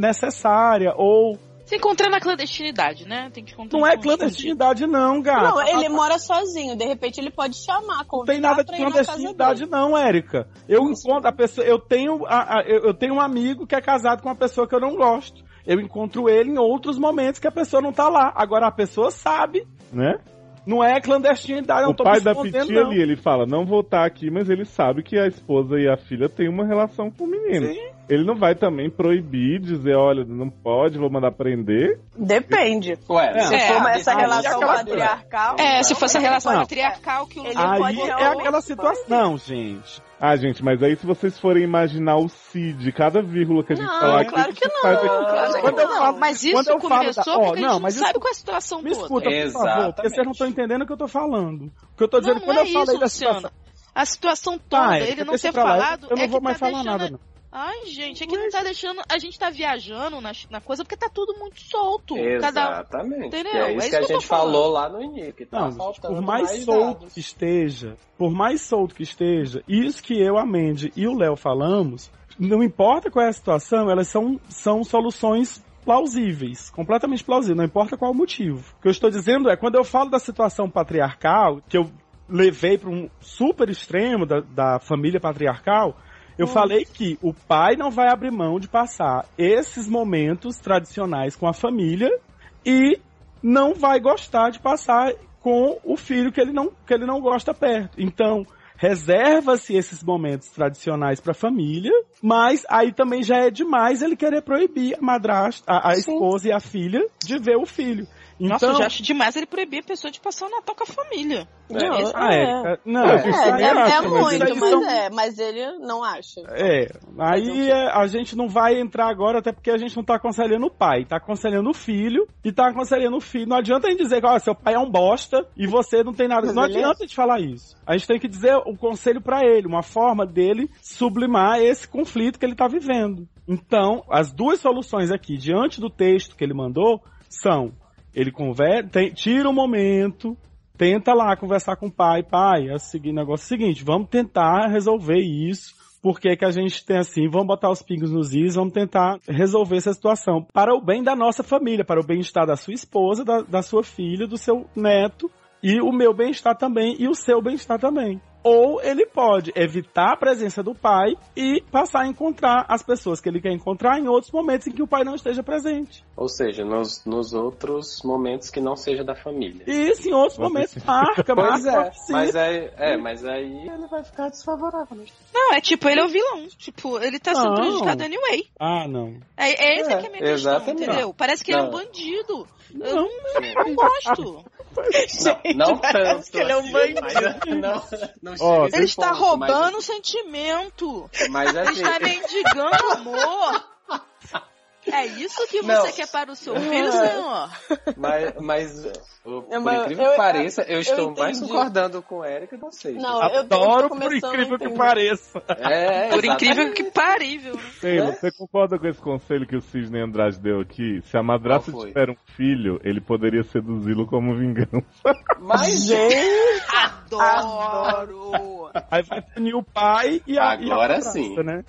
necessária ou Se encontrar na clandestinidade, né? Tem que encontrar não um é ponto escondido. clandestinidade não, gato. Não, é ele mora sozinho. De repente ele pode chamar, Não tem nada de clandestinidade, dele. não, Érica. Eu encontro a pessoa, eu tenho, a- a- eu eu tenho um amigo que é casado com uma pessoa que eu não gosto. Eu encontro ele em outros momentos que a pessoa não tá lá. Agora a pessoa sabe, Né? não é clandestinidade, eu não o tô me pai da Piti escondendo, não. ali, ele fala, não vou estar aqui, mas ele sabe que a esposa e a filha têm uma relação com o menino. Sim. Ele não vai também proibir, dizer, olha, não pode, vou mandar prender. Depende. Ué, É. Se for aí- essa aí relação acabou. patriarcal. É, se fosse a relação Não. patriarcal que um o Ele Luciano Aí pode um colocou, é aquela situação, não, gente. Ah, gente, mas aí se vocês forem imaginar o CID, cada vírgula que a gente Não, falar aqui, Ah, claro o que faz aqui? Claro que Quando eu não, falo- mas quando isso eu falo começou da- ó, porque a não, gente não mas sabe qual é a situação Me toda. escuta, por favor, Exatamente. porque vocês não estão entendendo o que eu tô falando. O que eu tô dizendo, não quando é eu falei isso, da Luciano. situação... A situação toda, Tá, Érica, ele não deixa ter pra lá, eu- falado eu não é vou que mais tá falar deixando... nada, não. Ai, gente, é que não tá deixando... A gente tá viajando na, na coisa porque tá tudo muito solto. Cada um... Exatamente. Entendeu? Que é isso que a eu tô gente falando. falou lá no início. Que tá Não, gente, faltando por mais, solto dados. que esteja, por mais solto que esteja, isso que eu, a Mandy e o Léo falamos, não importa qual é a situação, elas são, são soluções plausíveis, completamente plausíveis, não importa qual o motivo. O que eu estou dizendo é, quando eu falo da situação patriarcal, que eu levei para um super extremo da, da família patriarcal, Hum. eu falei que o pai não vai abrir mão de passar esses momentos tradicionais com a família e não vai gostar de passar com o filho que ele não, que ele não gosta perto. Então, reserva-se esses momentos tradicionais para a família, mas aí também já é demais ele querer proibir a madrasta, a, a esposa e a filha de ver o filho. Nossa, então, eu já acho demais ele proibir a pessoa de passar o Natal com a família. Não, Isso ah, é. Érica, não, É, isso aí É, é, eu é acho, mas isso muito, aí mas são- é, mas ele não acha. É, aí é, a gente não vai entrar agora, até porque a gente não tá aconselhando o pai, tá aconselhando o filho e tá aconselhando o filho. Não adianta a gente dizer que, ó, seu pai é um bosta e você não tem nada. Mas Não ele é. adianta a gente falar isso. A gente tem que dizer o conselho pra ele, uma forma dele sublimar esse conflito que ele tá vivendo. Então, as duas soluções aqui, diante do texto que ele mandou, são ele conver tem, tira um momento tenta lá conversar com o pai, pai, é o seguinte, negócio é o seguinte, vamos tentar resolver isso, porque é que a gente tem assim, vamos botar os pingos nos is, vamos tentar resolver essa situação para o bem da nossa família, para o bem-estar da sua esposa, da, da sua filha, do seu neto, e o meu bem-estar também, e o seu bem-estar também. Ou ele pode evitar a presença do pai e passar a encontrar as pessoas que ele quer encontrar em outros momentos em que o pai não esteja presente. Ou seja, nos, nos outros momentos que não seja da família. Isso, em outros momentos, marca, Pois marca, é, sim. mas aí, é, mas aí ele vai ficar desfavorável. né? Não, é tipo, ele é o vilão. Tipo, ele tá sendo Não. prejudicado anyway. Ah, não. É, é essa É, que é a minha questão, exatamente. entendeu? Parece que ele é Não. um bandido. Eu não, não gosto. Não, não parece tanto. que ele é um assim, bandido. mas Não, não Ó, chega Ele a esse está ponto, roubando o sentimento. Mas, mas Ele tá assim, está mendigando amor. É isso que Não. você quer para o seu filho, senhor? mas, mas ô, por É, mas incrível eu- que pareça, eu estou entendi. mais concordando com o Eric do que vocês. Não, eu tô- Adoro, eu tô por começando a incrível que entender. pareça. É, Por exatamente. incrível que parível. Ei, É? você concorda com esse conselho que o Sidney Andrade deu aqui? Se a madrasta Qual foi? tiver um filho, ele poderia seduzi-lo como vingança. Mas, Adoro. Aí vai unir o pai e a e a Agora madrasta, sim. Né?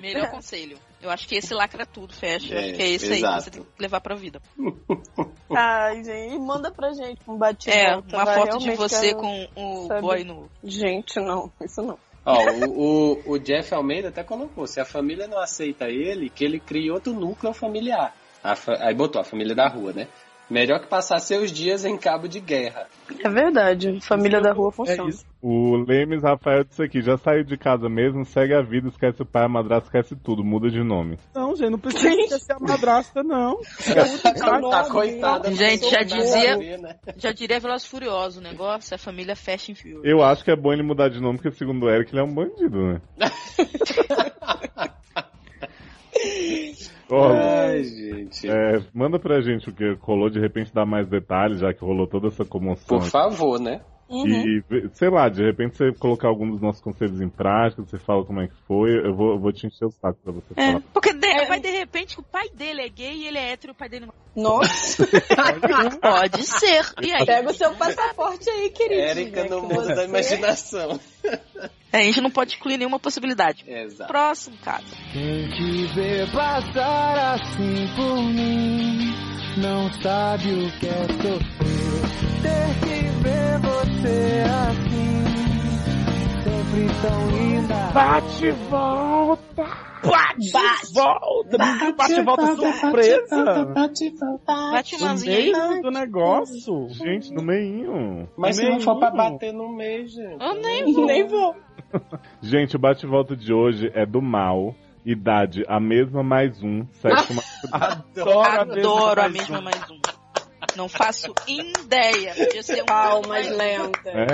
Melhor conselho. Eu acho que esse lacra tudo, fecha. Eu É, acho que é esse aí exato. que você tem que levar pra vida. Ai, gente, manda pra gente um bate-volta. É, uma vai, foto de realmente você quero- com o saber. boy no. Gente, não, isso não. ó, o, o, o Jeff Almeida até colocou, se a família não aceita ele, que ele crie outro núcleo familiar. A fa- Aí botou a família da rua, né? Melhor que passar seus dias em cabo de guerra. É verdade, família da rua É funciona. isso. O Lemes Rafael disse aqui, já saiu de casa mesmo, segue a vida, esquece o pai, a madrasta, esquece tudo, muda de nome. Não, gente, não precisa esquecer a madrasta, não. Tá coitada. da Gente, já pessoa, dizia- né, né? Já diria Veloz Furioso o negócio, a família fecha em fio. Eu acho que é bom ele mudar de nome, porque segundo o Eric, ele é um bandido, né? Ó, Ai, gente. é, manda pra gente o que rolou, de repente dá mais detalhes, já que rolou toda essa comoção. Por favor, né? Uhum. E, vê- sei lá, de repente você colocar algum dos nossos conselhos em prática, você fala como é que foi, eu vou, eu vou te encher o saco pra você É, falar. porque de, vai de repente que o pai dele é gay e ele é hétero e o pai dele não. Nossa, Pode ser. E aí? pega o seu passaporte aí, querido. Érica no mundo da imaginação. A gente não pode excluir nenhuma possibilidade. Exato. Próximo caso. Quem quiser passar assim por mim, não sabe o que é sofrer. Ter que ver você assim, sempre tão linda. Bate e volta! Bate, e volta! Bate, Tá e volta surpresa! Bate No umazinha aí. meio do negócio. Gente, no meinho. Mas se não for pra Menino. bater no meio, gente. Eu nem um. Nem vou. Gente, o bate-volta de hoje é do mal. Idade, a mesma mais um, sexo mais um, adoro a mesma mesma mais um. Não faço ideia. Podia ser um Palmas, mais- lenta. né?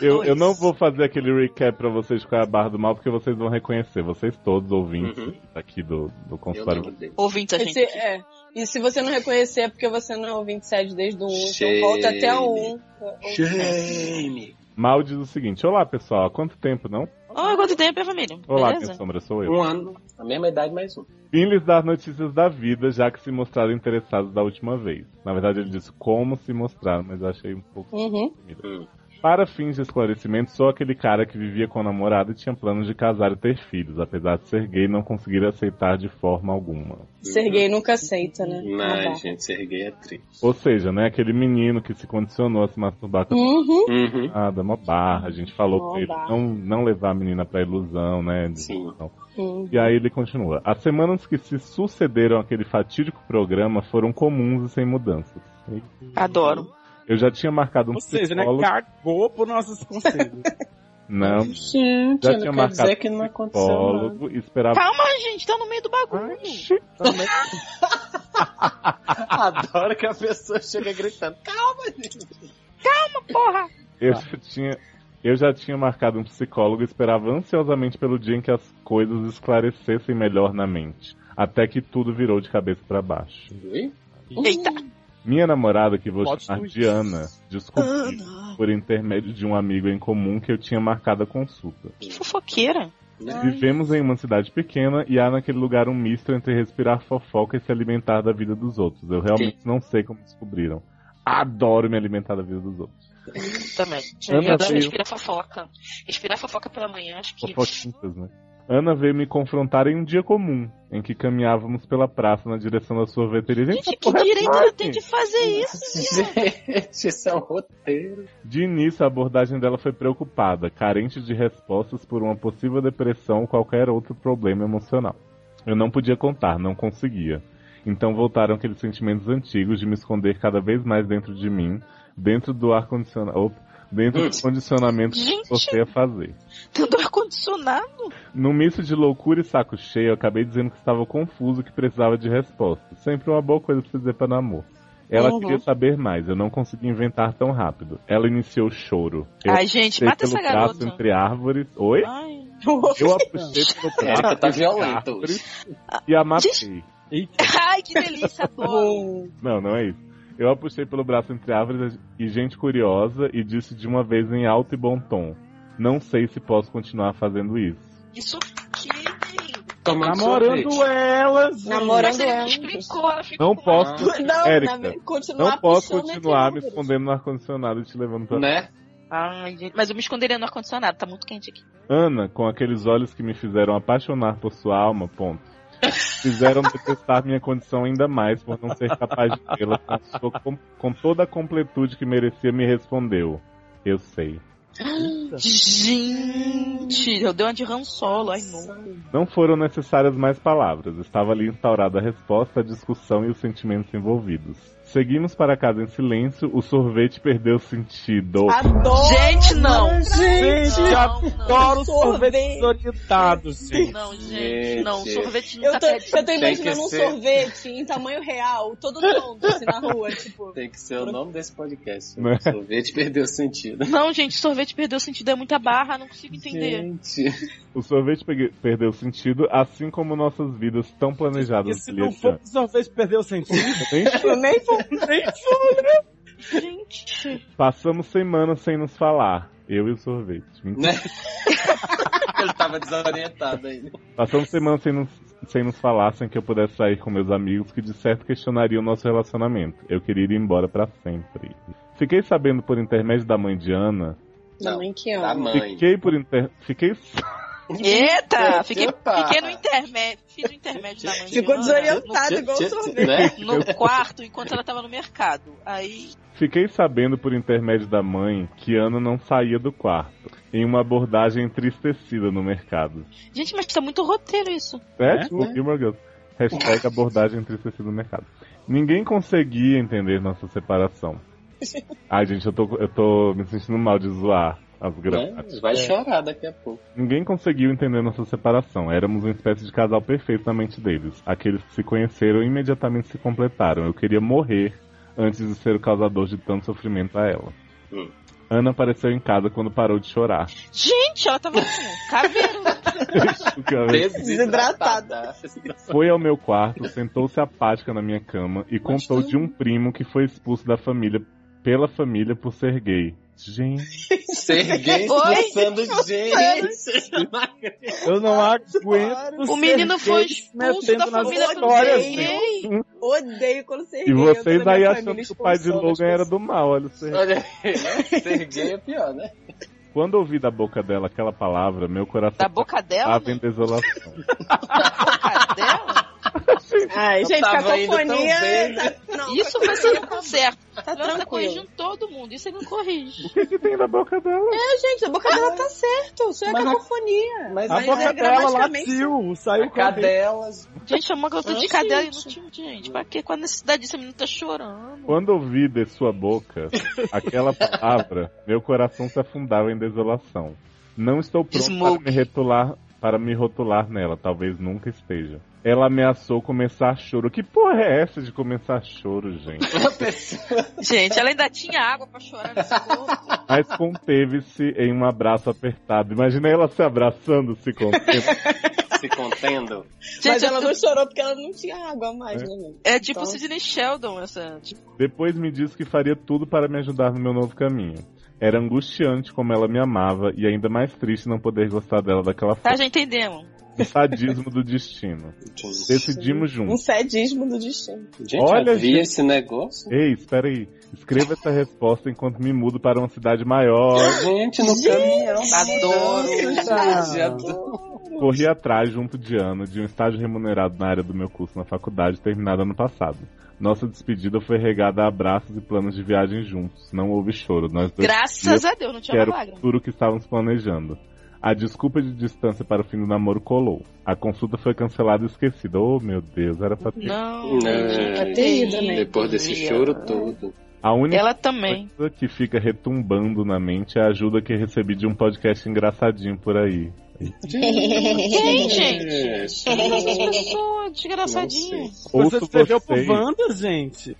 Eu, eu não vou fazer aquele recap pra vocês com a barra do mal, porque vocês vão reconhecer, vocês todos ouvintes Uhum. aqui do, do Eu consultório. lembro dele. Ouvinte, a gente. Esse- é. E se você não reconhecer, é porque você não é ouvinte 7 desde o 1. Então Shame. volta até o 1. Shame. Mal diz o seguinte: Olá pessoal, há quanto tempo não? Oh, quanto tempo, é família? Olá, minha Beleza? sombra, sou eu. Um ano. A mesma idade, mais um. Vim lhes dar notícias da vida, já que se mostraram interessados da última vez. Na verdade, ele disse como se mostraram, mas eu achei um pouco. Uhum. Para fins de esclarecimento, sou aquele cara que vivia com a namorada e tinha planos de casar e ter filhos, apesar de ser gay não conseguir aceitar de forma alguma. Serguei nunca aceita, né? Ai, Não dá. gente, ser gay é triste. Ou seja, né, aquele menino que se condicionou a se masturbar com Uhum. Uhum. a dama barra, a gente falou Mó pra ele barra. não, não levar a menina pra ilusão, né? de- Sim. não. Uhum. E aí ele continua. As semanas que se sucederam àquele fatídico programa foram comuns e sem mudanças. Adoro. Eu já tinha marcado um Ou seja, né? psicólogo. Cagou por nossos conselhos. Não, Gente, Já tinha eu não quero marcado um dizer que não aconteceu. nada. psicólogo, esperava. Calma, gente, tá no meio do bagulho. Ai, xi, também. Adoro que a pessoa chega gritando. Calma, gente. Porra. Eu já tinha. Eu já tinha marcado um psicólogo e esperava ansiosamente pelo dia em que as coisas esclarecessem melhor na mente. Até que tudo virou de cabeça pra baixo. Ui, Eita. Minha namorada, que vou Plot chamar twist. de Ana, descobriu por intermédio de um amigo em comum que eu tinha marcado a consulta. Que fofoqueira. Vivemos em uma cidade pequena e há naquele lugar um misto entre respirar fofoca e se alimentar da vida dos outros. Eu realmente não sei como descobriram. Adoro me alimentar da vida dos outros. Também. Ana Eu adoro veio- respirar fofoca. Respirar fofoca pela manhã, acho que. Fofoquinhas, né? Ana veio me confrontar em um dia comum, em que caminhávamos pela praça na direção da sua veterinária. Gente, essa que porra é direito fácil. ela tem de fazer isso? Gente, isso é um roteiro. De início, a abordagem dela foi preocupada, carente de respostas por uma possível depressão ou qualquer outro problema emocional. Eu não podia contar, não conseguia. Então voltaram aqueles sentimentos antigos de me esconder cada vez mais dentro de mim, dentro do ar condicionado, opa, dentro do condicionamento que Gente. você ia fazer. Tudo ar-condicionado? Num misto de loucura e saco cheio, eu acabei dizendo que estava confuso e que precisava de resposta. Sempre uma boa coisa pra se dizer pra namor. Ela Uhum. queria saber mais, eu não consegui inventar tão rápido. Ela iniciou o choro. Eu Ai, gente, puxei mata pelo essa braço garota. entre árvores. Oi? Ai. Eu a puxei pelo braço Érica tá entre violenta hoje. árvores Ah, e a matei. Ai, que delícia, adoro. Não, não é isso. Eu a puxei pelo braço entre árvores e gente curiosa e disse de uma vez em alto e bom tom: Não sei se posso continuar fazendo isso. Isso que lindo. Tomando Namorando um sorvete. ela. Namorando Mas ele não ela. explicou, ela ficou Não com posso raiva. Não, Érica, na- continuar Não posso né, puxando entre continuar me árvores. escondendo no ar-condicionado e te levando pra. Né? Ai, gente. Mas eu me esconderia no ar-condicionado, tá muito quente aqui. Ana, com aqueles olhos que me fizeram apaixonar por sua alma, ponto. Fizeram detestar minha condição ainda mais por não ser capaz de vê-la com, a sua com- com toda a completude que merecia, me respondeu. Eu sei. Gente, eu dei uma de Han Solo, ai, não. Não foram necessárias mais palavras, estava ali instaurada a resposta, a discussão e os sentimentos envolvidos. Seguimos para casa em silêncio, o sorvete perdeu sentido. Ah. Adoro! Gente, não. Gente, Não, não, adoro sorvetes orientados, gente. não, gente, não. Gente. Sorvete Eu nunca tô, perde. eu tô Tem que imaginando um ser. sorvete em tamanho real, todo tonto, assim, na rua, tipo... Tem que ser o nome desse podcast. Né? O sorvete perdeu sentido. Não, gente, sorvete perdeu sentido, é muita barra, não consigo entender. Gente. O sorvete pegue- perdeu sentido, assim como nossas vidas tão planejadas Tá se pelo não for pro sorvete perder o sentido, Eu nem vou... nem Gente. Passamos semanas sem nos falar. Eu e o sorvete. Mentira. Né? Ele tava desorientado ainda. Passamos semanas sem nos, sem nos falar, sem que eu pudesse sair com meus amigos, que de certo questionariam o nosso relacionamento. Eu queria ir embora pra sempre. Fiquei sabendo por intermédio da mãe de Ana. Não, Mãe que Da ama. mãe. Fiquei por inter... Fiquei. Eita, fiquei, Epa. fiquei no intermédio. Fiz o intermédio da mãe. de Ficou Ana desorientado, igual o sorvete. Né? No quarto, enquanto ela tava no mercado. Aí. Fiquei sabendo por intermédio da mãe que Ana não saía do quarto. Em uma abordagem entristecida no mercado. Gente, mas tá muito roteiro isso. É, Né? tipo, Gilmore Girls. Hashtag abordagem entristecida no mercado. Ninguém conseguia entender nossa separação. Ai, gente, eu tô, eu tô me sentindo mal de zoar as gravatas. Né? Vai chorar daqui a pouco. Ninguém conseguiu entender nossa separação. Éramos uma espécie de casal perfeito na mente deles. Aqueles que se conheceram imediatamente se completaram. Eu queria morrer antes de ser o causador de tanto sofrimento a ela. Hum. Ana apareceu em casa quando parou de chorar. Gente, ela tava com caveiro. Desidratada. Foi ao meu quarto, sentou-se apática na minha cama e contou de um primo que foi expulso da família pela família por ser gay. Gente, Serguei Oi? expulsando gente. Eu não aguento. O menino foi Serguei se expulso metendo da nas família do histórias, gay. gente. Odeio quando você ri, e eu vocês toda aí minha achando família que o pai de é expulsou Logan das era do mal, olha o ser- Olha aí, né? Serguei é pior, né? Quando ouvi da boca dela aquela palavra, meu coração Da boca dela? né? estava em desolação. boca dela? pessoas. Ai, gente, tava indo tão cacofonia... bem, né? tá- Não, Isso um você não conserta. tá Ela tá tranquilo. corrigindo todo mundo. Isso aí não corrige. O que, que tem da boca dela? Gente, a boca dela tá certo, isso é Mas- cacofonia. Mas A Mas boca é dela gramaticamente- latiu, a saiu com a dente. cadelas. Gente, chamou a garota de Ai, cadela e não gente. tinha gente. Pra quê? Qual a necessidade disso? A menina tá chorando. Quando ouvi de sua boca aquela palavra, meu coração se afundava em desolação. Não estou pronto Smoke. para me rotular para me rotular nela, talvez nunca esteja. Ela ameaçou começar choro. Que porra é essa de começar choro, gente? A pessoa Gente, ela ainda tinha água pra chorar nesse corpo. Mas conteve-se em um abraço apertado. Imagina ela se abraçando, se contendo. se contendo. Gente, Mas ela eu tô- não chorou porque ela não tinha água a mais, É. né, amiga? é tipo Então- Sidney Sheldon, essa. Tipo, Depois me disse que faria tudo para me ajudar no meu novo caminho. Era angustiante como ela me amava e ainda mais triste não poder gostar dela daquela forma. tá, já entendemos. Um sadismo do destino. Decidimos Um juntos. sadismo do destino. Gente, Olha, eu vi gente. esse negócio. Ei, espera aí. Escreva essa resposta enquanto me mudo para uma cidade maior. Gente, no caminhão. Adoro. gente, adoro. Corri atrás, junto de ano, de um estágio remunerado na área do meu curso na faculdade, terminado ano passado. Nossa despedida foi regada a abraços e planos de viagem juntos. Não houve choro. Nós dois Graças a Deus, não que tinha era uma o lágrima. futuro que estávamos planejando. A desculpa de distância para o fim do namoro colou. A consulta foi cancelada e esquecida. Oh, meu Deus, era pra ter. Não, É, Depois desse choro todo. A única Ela também. coisa que fica retumbando na mente é a ajuda que recebi de um podcast engraçadinho por aí. Quem, gente? Gente, Essas pessoas, desgraçadinha. Você Ouço escreveu por vocês. Wanda, gente?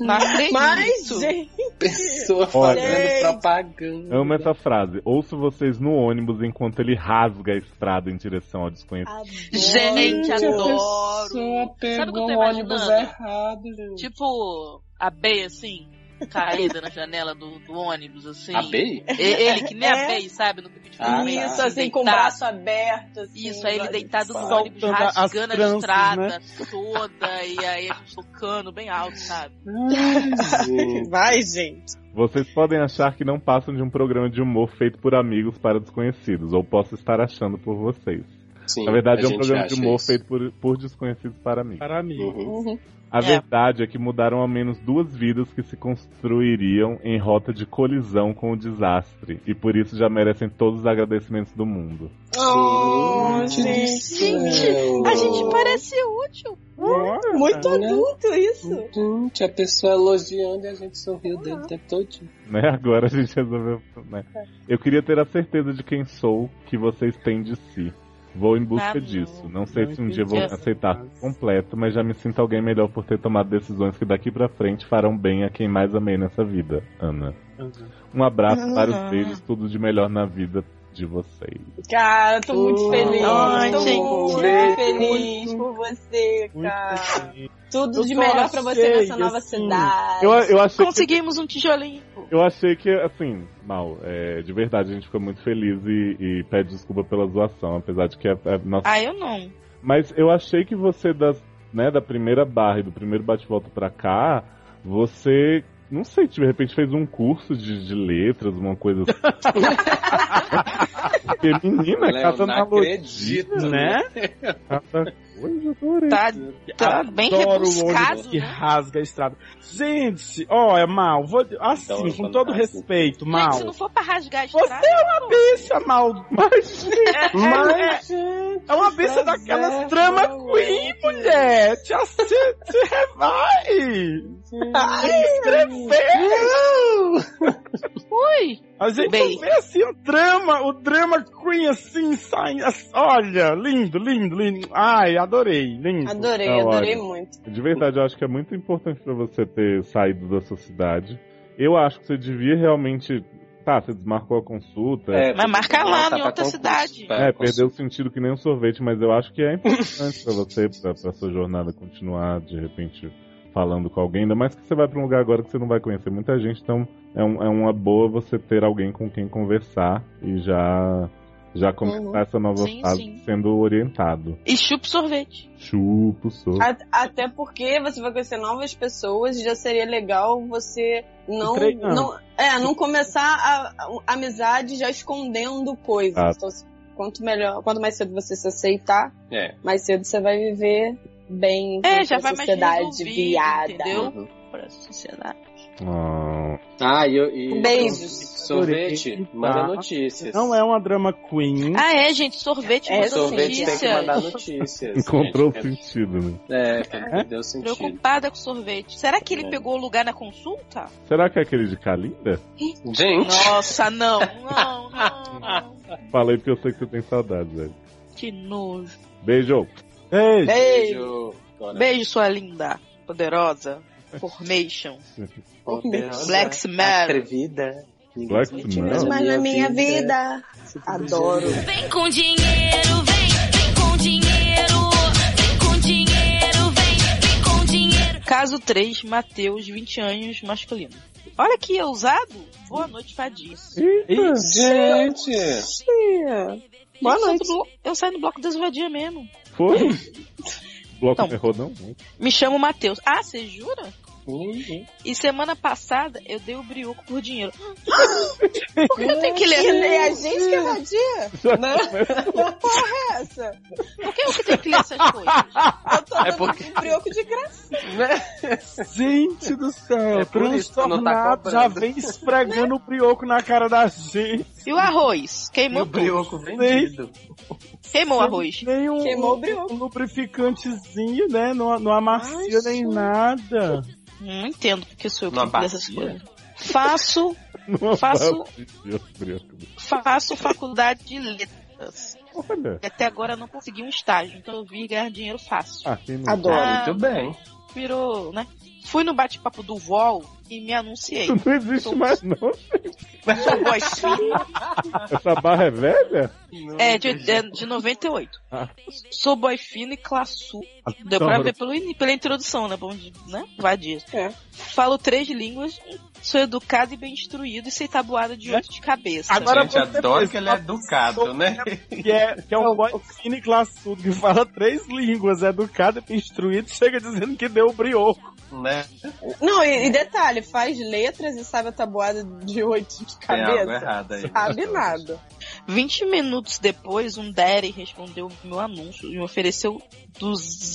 Não acredito. Mas, gente, pessoa Olha. É fazendo propaganda. Amo essa frase. Ouço vocês no ônibus enquanto ele rasga a estrada em direção ao desconhecido. Gente, A adoro. pessoa Sabe o que pegou eu o tô ônibus imaginando? errado, gente. Tipo, a B assim, caída na janela do, do ônibus, assim. A Bey? E- Ele que nem É. a Bey, sabe? No cockpit do Ah, meio, tá. isso, assim, com o deitado. braço aberto. Assim, Isso, aí ele olha, deitado no Soltando ônibus, as rasgando a tranças, né? estrada toda, e aí a gente tocando bem alto, sabe? Gente. Vai, gente. Vocês podem achar que não passam de um programa de humor feito por amigos para desconhecidos, ou posso estar achando por vocês. Sim, Na verdade, a é um gente programa de acha humor isso. feito por, por desconhecidos para amigos. Para mim. Uhum. Uhum. A É. verdade é que mudaram ao menos duas vidas que se construiriam em rota de colisão com o desastre, e por isso já merecem todos os agradecimentos do mundo. Oh, Gente gente. do céu. A gente parece útil. Bora. Muito Olha. adulto isso. Né? Gente, a pessoa elogiando e a gente sorriu dele o tempo todo. Né? Agora a gente resolveu. Né? É. Eu queria ter a certeza de quem sou, que vocês têm de si. Vou em busca Ah, não. disso. Não sei Não se um dia vou entendi essa aceitar frase. completo, mas já me sinto alguém melhor por ter tomado decisões que daqui pra frente farão bem a quem mais amei nessa vida, Ana. Um abraço, Ana. vários beijos, tudo de melhor na vida de vocês. Cara, tô muito Oh, feliz. ai, tô gente. muito Muito, feliz por você, Muito cara. bem. Tudo Eu de só melhor pra você achei, nessa nova assim, cidade. Eu, eu achei que Conseguimos um tijolinho. Eu achei que, assim, mal, é, de verdade, a gente ficou muito feliz e, e pede desculpa pela zoação, apesar de que é, é nossa. Ah, eu não. Mas eu achei que você, das, né, da primeira barra e do primeiro bate-volta pra cá, você, não sei, de repente fez um curso de, de letras, uma coisa assim. Porque, menina, Léo, cada não analogia, acredito, Né? cada coisa, adorei. Tá, tá bem Adoro o rebuscado, ônibus que né? rasga a estrada. Gente, ó, é mal. Vou, assim, Adoro com falar todo assim. respeito, Gente, mal. se não for pra rasgar a Você é estrada, bicha mal. Mas, é, mas é uma bicha daquelas é, trama não queen, mulher. Te, ass- te, te revai. Escrever. ui! A gente Bem. vê assim o drama, o drama queen assim, sai, as- olha, lindo, lindo, lindo. Ai, adorei, lindo. Adorei, Tá adorei ótimo. muito. De verdade, eu acho que é muito importante pra você ter saído da sua cidade. Eu acho que você devia realmente. Tá, você desmarcou a consulta. É, Mas marca lá, voltar em pra outra concurso, cidade. pra é, perdeu o sentido que nem um sorvete, mas eu acho que é importante pra você, pra, pra sua jornada continuar, de repente, falando com alguém. Ainda mais que você vai pra um lugar agora que você não vai conhecer muita gente, então é, um- é uma boa você ter alguém com quem conversar e já. Já começar Uhum. essa nova Sim, fase sim. sendo orientado. E chupa o sorvete. Chupo, sou. A- Até porque você vai conhecer novas pessoas e já seria legal você não, Treinar. não, é, não começar a, a amizade já escondendo coisas. Ah. Então, se- quanto melhor, quanto mais cedo você se aceitar, É. mais cedo você vai viver bem É, junto já com a vai mais sociedade resolvido, viada. entendeu? Uhum. Pra sociedade. Ah, Ah, e, e Beijos. sorvete, manda notícias. Não é uma drama queen. Ah, é, gente, sorvete É, manda sorvete tem que notícia. mandar notícias. encontrou o gente. sentido, né? É, perdeu o sentido. Preocupada com sorvete. Será que ele É. pegou o lugar na consulta? Será que é aquele de Kalinda? Gente, Nossa, não, não, não. Falei porque eu sei que você tem saudade, velho. Que nojo. Beijo. Ei, Beijo. beijo. né? Agora, Beijo, sua linda, poderosa. Formation. poderosa, Black Smear. Atrevida. Black Mas Não, mais na é minha vida. Adoro. Vem com dinheiro, vem, vem com dinheiro, vem com dinheiro, vem, vem com dinheiro. Caso 3, Matheus, 20 anos, masculino. Olha que É ousado. Boa noite, Fadis. Gente, Ih, Boa eu, saio noite. do blo- eu saio no bloco das vadias mesmo. Foi? Bloco Então. ferrou, não? Me chamo Matheus. Ah, você jura? E semana passada eu dei o brioco por dinheiro. Por que eu tenho que ler? E a gente que é vadia? Não. Que porra é essa? Por que eu que tenho que ler essas coisas? Eu tô É dando porque- um brioco de graça. Gente do céu, É por isso que tu não tá transtornado já cobrando. vem esfregando o brioco na cara da gente. E o arroz? Meu Queimou tudo. brioco vendido. Queimou o arroz. Nem um, Queimou o brioco. um lubrificantezinho, né? Não, não amacia Ai, nem gente. nada. Não entendo porque sou eu que Numa tenho que ler essas bacia? coisas. Faço, Não Faço- Meu Deus, faço faculdade de letras. Olha. E até agora eu não consegui um estágio, então eu vim ganhar dinheiro fácil. Ah, quem não Adoro. Ah. Muito bem. Virou, né? Fui no bate-papo do VOL e me anunciei. Isso não existe mais, não. Sou um voz fina. Essa barra é velha? É, de, de, de 98. Ah. Sou boy fino e classu. Deu pra Adoro. ver pelo, ini- pela introdução, né? Bom, de- né? Vadia. É. Falo três línguas, sou educado e bem instruído e sei tabuada de oito de cabeça. Agora gente, você adoro fez que ele é uma educado, pessoa- né? Que é, que é um boy fino e classudo que fala três línguas, é educado e instruído, chega dizendo que deu o brioco. né? Não, e, e detalhe, faz letras e sabe a tabuada de oito É, de Tem algo cabeça. errado aí. Sabe nada. 20 minutos depois, um Derry respondeu o meu anúncio e me ofereceu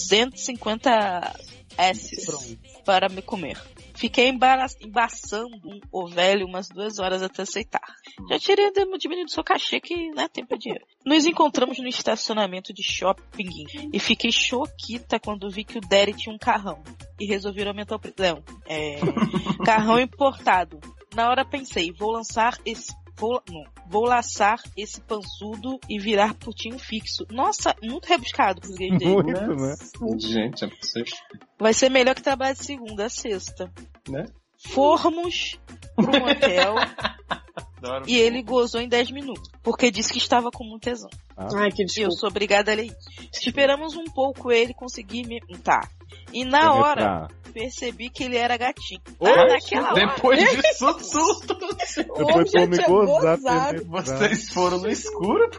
250 S para me comer. Fiquei embara- embaçando o velho umas duas horas até aceitar. Já tirei o diminuído do seu cachê, que né, tempo é dinheiro. Nos encontramos no estacionamento de shopping e fiquei choquita quando vi que o Derry tinha um carrão. E resolveram aumentar o preço. Não, é... carrão importado. Na hora pensei, vou lançar esse. Vou, não, vou laçar esse pançudo e virar putinho fixo. Nossa, muito rebuscado o português dele. Muito, né? Gente, é possível. Vai ser melhor que trabalhar de segunda a sexta. Né? Formos pra um hotel Adoro. e ele gozou em 10 minutos. Porque disse que estava com muito tesão. Ai, que E eu desculpa. sou obrigada a ler isso. Esperamos um pouco ele conseguir me. Tá. E na Penetrar. hora, percebi que ele era gatinho. Oi? Ah, naquela hora. Depois disso tudo, Depois Ô, tu gente, me é gozar, gozado. penetrar. vocês foram no escuro.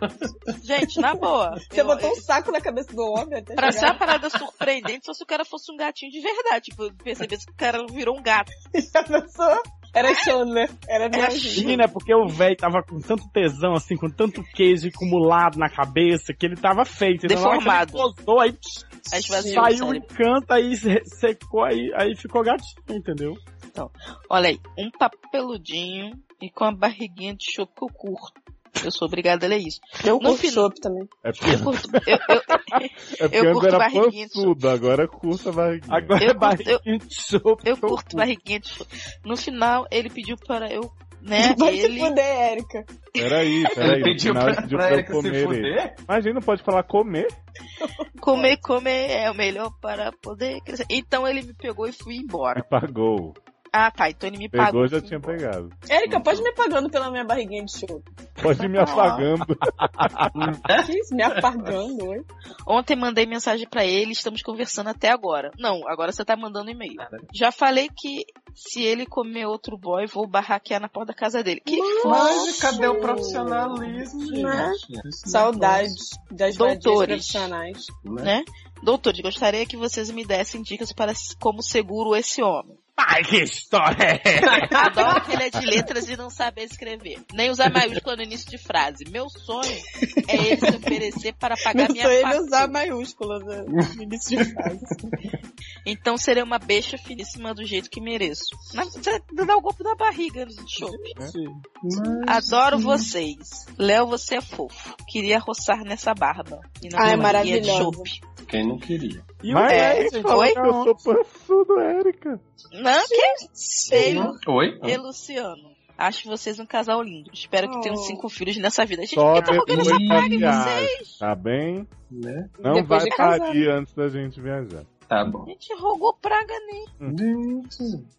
Gente, na boa. Você eu- botou um saco na cabeça do homem até Pra ser chegar. uma parada surpreendente, só se o cara fosse um gatinho de verdade. Tipo, eu percebesse que o cara virou um gato. Já pensou? É. Era Chandler. Era nojinho. Imagina, É porque o velho tava com tanto tesão, assim, com tanto queijo acumulado na cabeça, que ele tava feito. Então, na hora que ele Deformado. Gozou, aí Aí tipo assim, esvaziou o saiu o cérebro. encanto, aí se- secou, aí, aí ficou gatinho, entendeu? Hum. Olha aí, um papeludinho e com a barriguinha de choco curto. Eu sou obrigada a ler isso. Eu No curto final- chopp também. É Eu porque, curto, eu, eu, é porque eu antes curto era barriguinha de pançudo, agora curta a barriguinha. Agora Eu é curto- barriguinha de sopa. eu curto barriguinha de choco. No final, ele pediu para eu, né, Vai se ele... fuder, Érica. Peraí, peraí. Ele no pediu final pra, ele pediu pra pra eu Erika se comer ele. fuder. Imagina, não pode falar comer. Comer, comer é o melhor para poder crescer. Então ele me pegou e fui embora. E pagou. Ah, tá. Então ele me pagou. Pegou, e já fui tinha embora. pegado. Érica, pode me apagando pela minha barriguinha de chopp. Pode ir me afagando. Que isso? Me apagando, oi? Ontem mandei mensagem pra ele, estamos conversando até agora. Não, agora você tá mandando e-mail. Já falei que se ele comer outro boy, vou barraquear na porta da casa dele. Que fofo. Mas cadê o profissionalismo, Né? gente? Saudades das vadias Doutores. profissionais. né? Doutor, gostaria que vocês me dessem dicas para s- como seguro esse homem. Ai, que história é Ah, tá. Adoro que ele é de letras e não saber escrever. Nem usar maiúscula no início de frase. Meu sonho é ele se oferecer para pagar Não minha sou ele fatura. usar maiúscula né, no início de frase. Então serei uma beixa finíssima do jeito que mereço. Na- Você dá o golpe na barriga antes do show. Adoro vocês. Léo, você é fofo. Queria roçar nessa barba. E na Ah, é barriguinha de maravilhosa. chope. Quem não queria? E Mas velho, é, gente, oi? tá Eu sou pançudo, Érica. Não, que? Ei, Oi? e Luciano. Acho vocês um casal lindo. Espero que Oh. tenham cinco filhos nessa vida. Gente, Só por que eu tô roubando essa depois praga da em vocês? viagem, tá bem? Né? Não Depois vai de casar. parir antes da gente viajar. Tá bom. A gente rogou praga nem.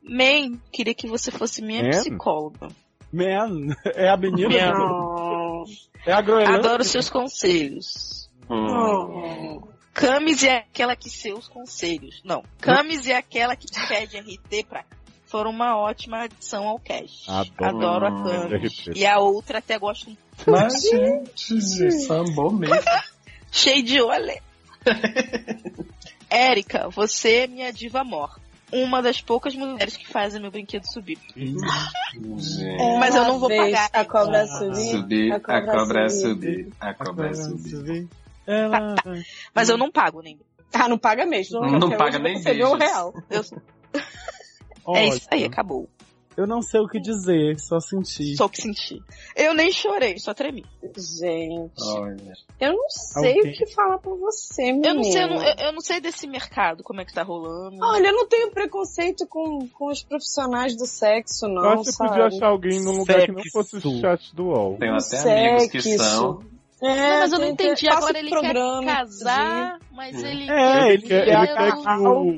Man, queria que você fosse minha Man? psicóloga. Man, é a menina? Man. Oh, É a Groenlândia? Adoro seus conselhos. Hum. oh. Camis é aquela que seus conselhos. Não. Camis é aquela que te pede RT pra foram uma ótima adição ao cast. Adoro, Adoro a Cami. RP. E é a outra até gosto um Mas, gente, sambou mesmo. cheio de olé. Érica, você é minha diva mor. Uma das poucas mulheres que fazem meu brinquedo subir. Gente. Mas eu não vou Uma vez pagar. A cobra subir. Ah, Subir, a a cobra cobra subir. subir, Ah, a é cobra subir. Ela... Mas eu não pago né? nem. Ah, não paga mesmo. Não porque paga hoje nem Recebeu um beijos. real. Eu- Olha, é isso aí, acabou. Eu não sei o que dizer, só senti. Só o que senti. Eu nem chorei, só tremi. Gente, Olha. eu não sei Alguém- o que falar pra você, menina. Eu não sei, eu não, eu- eu não sei desse mercado, como é que tá rolando. Olha, eu não tenho preconceito com, com os profissionais do sexo, não, Eu acho que eu sabe? podia achar alguém num lugar que não Sexo. fosse o chat do UOL. Tenho Não até sei amigos que que são. É, não, mas eu não tem- entendi. tem- faço Agora ele programa, quer casar, mas Sim. ele. É, ele, quer- quer, ele eu quer não-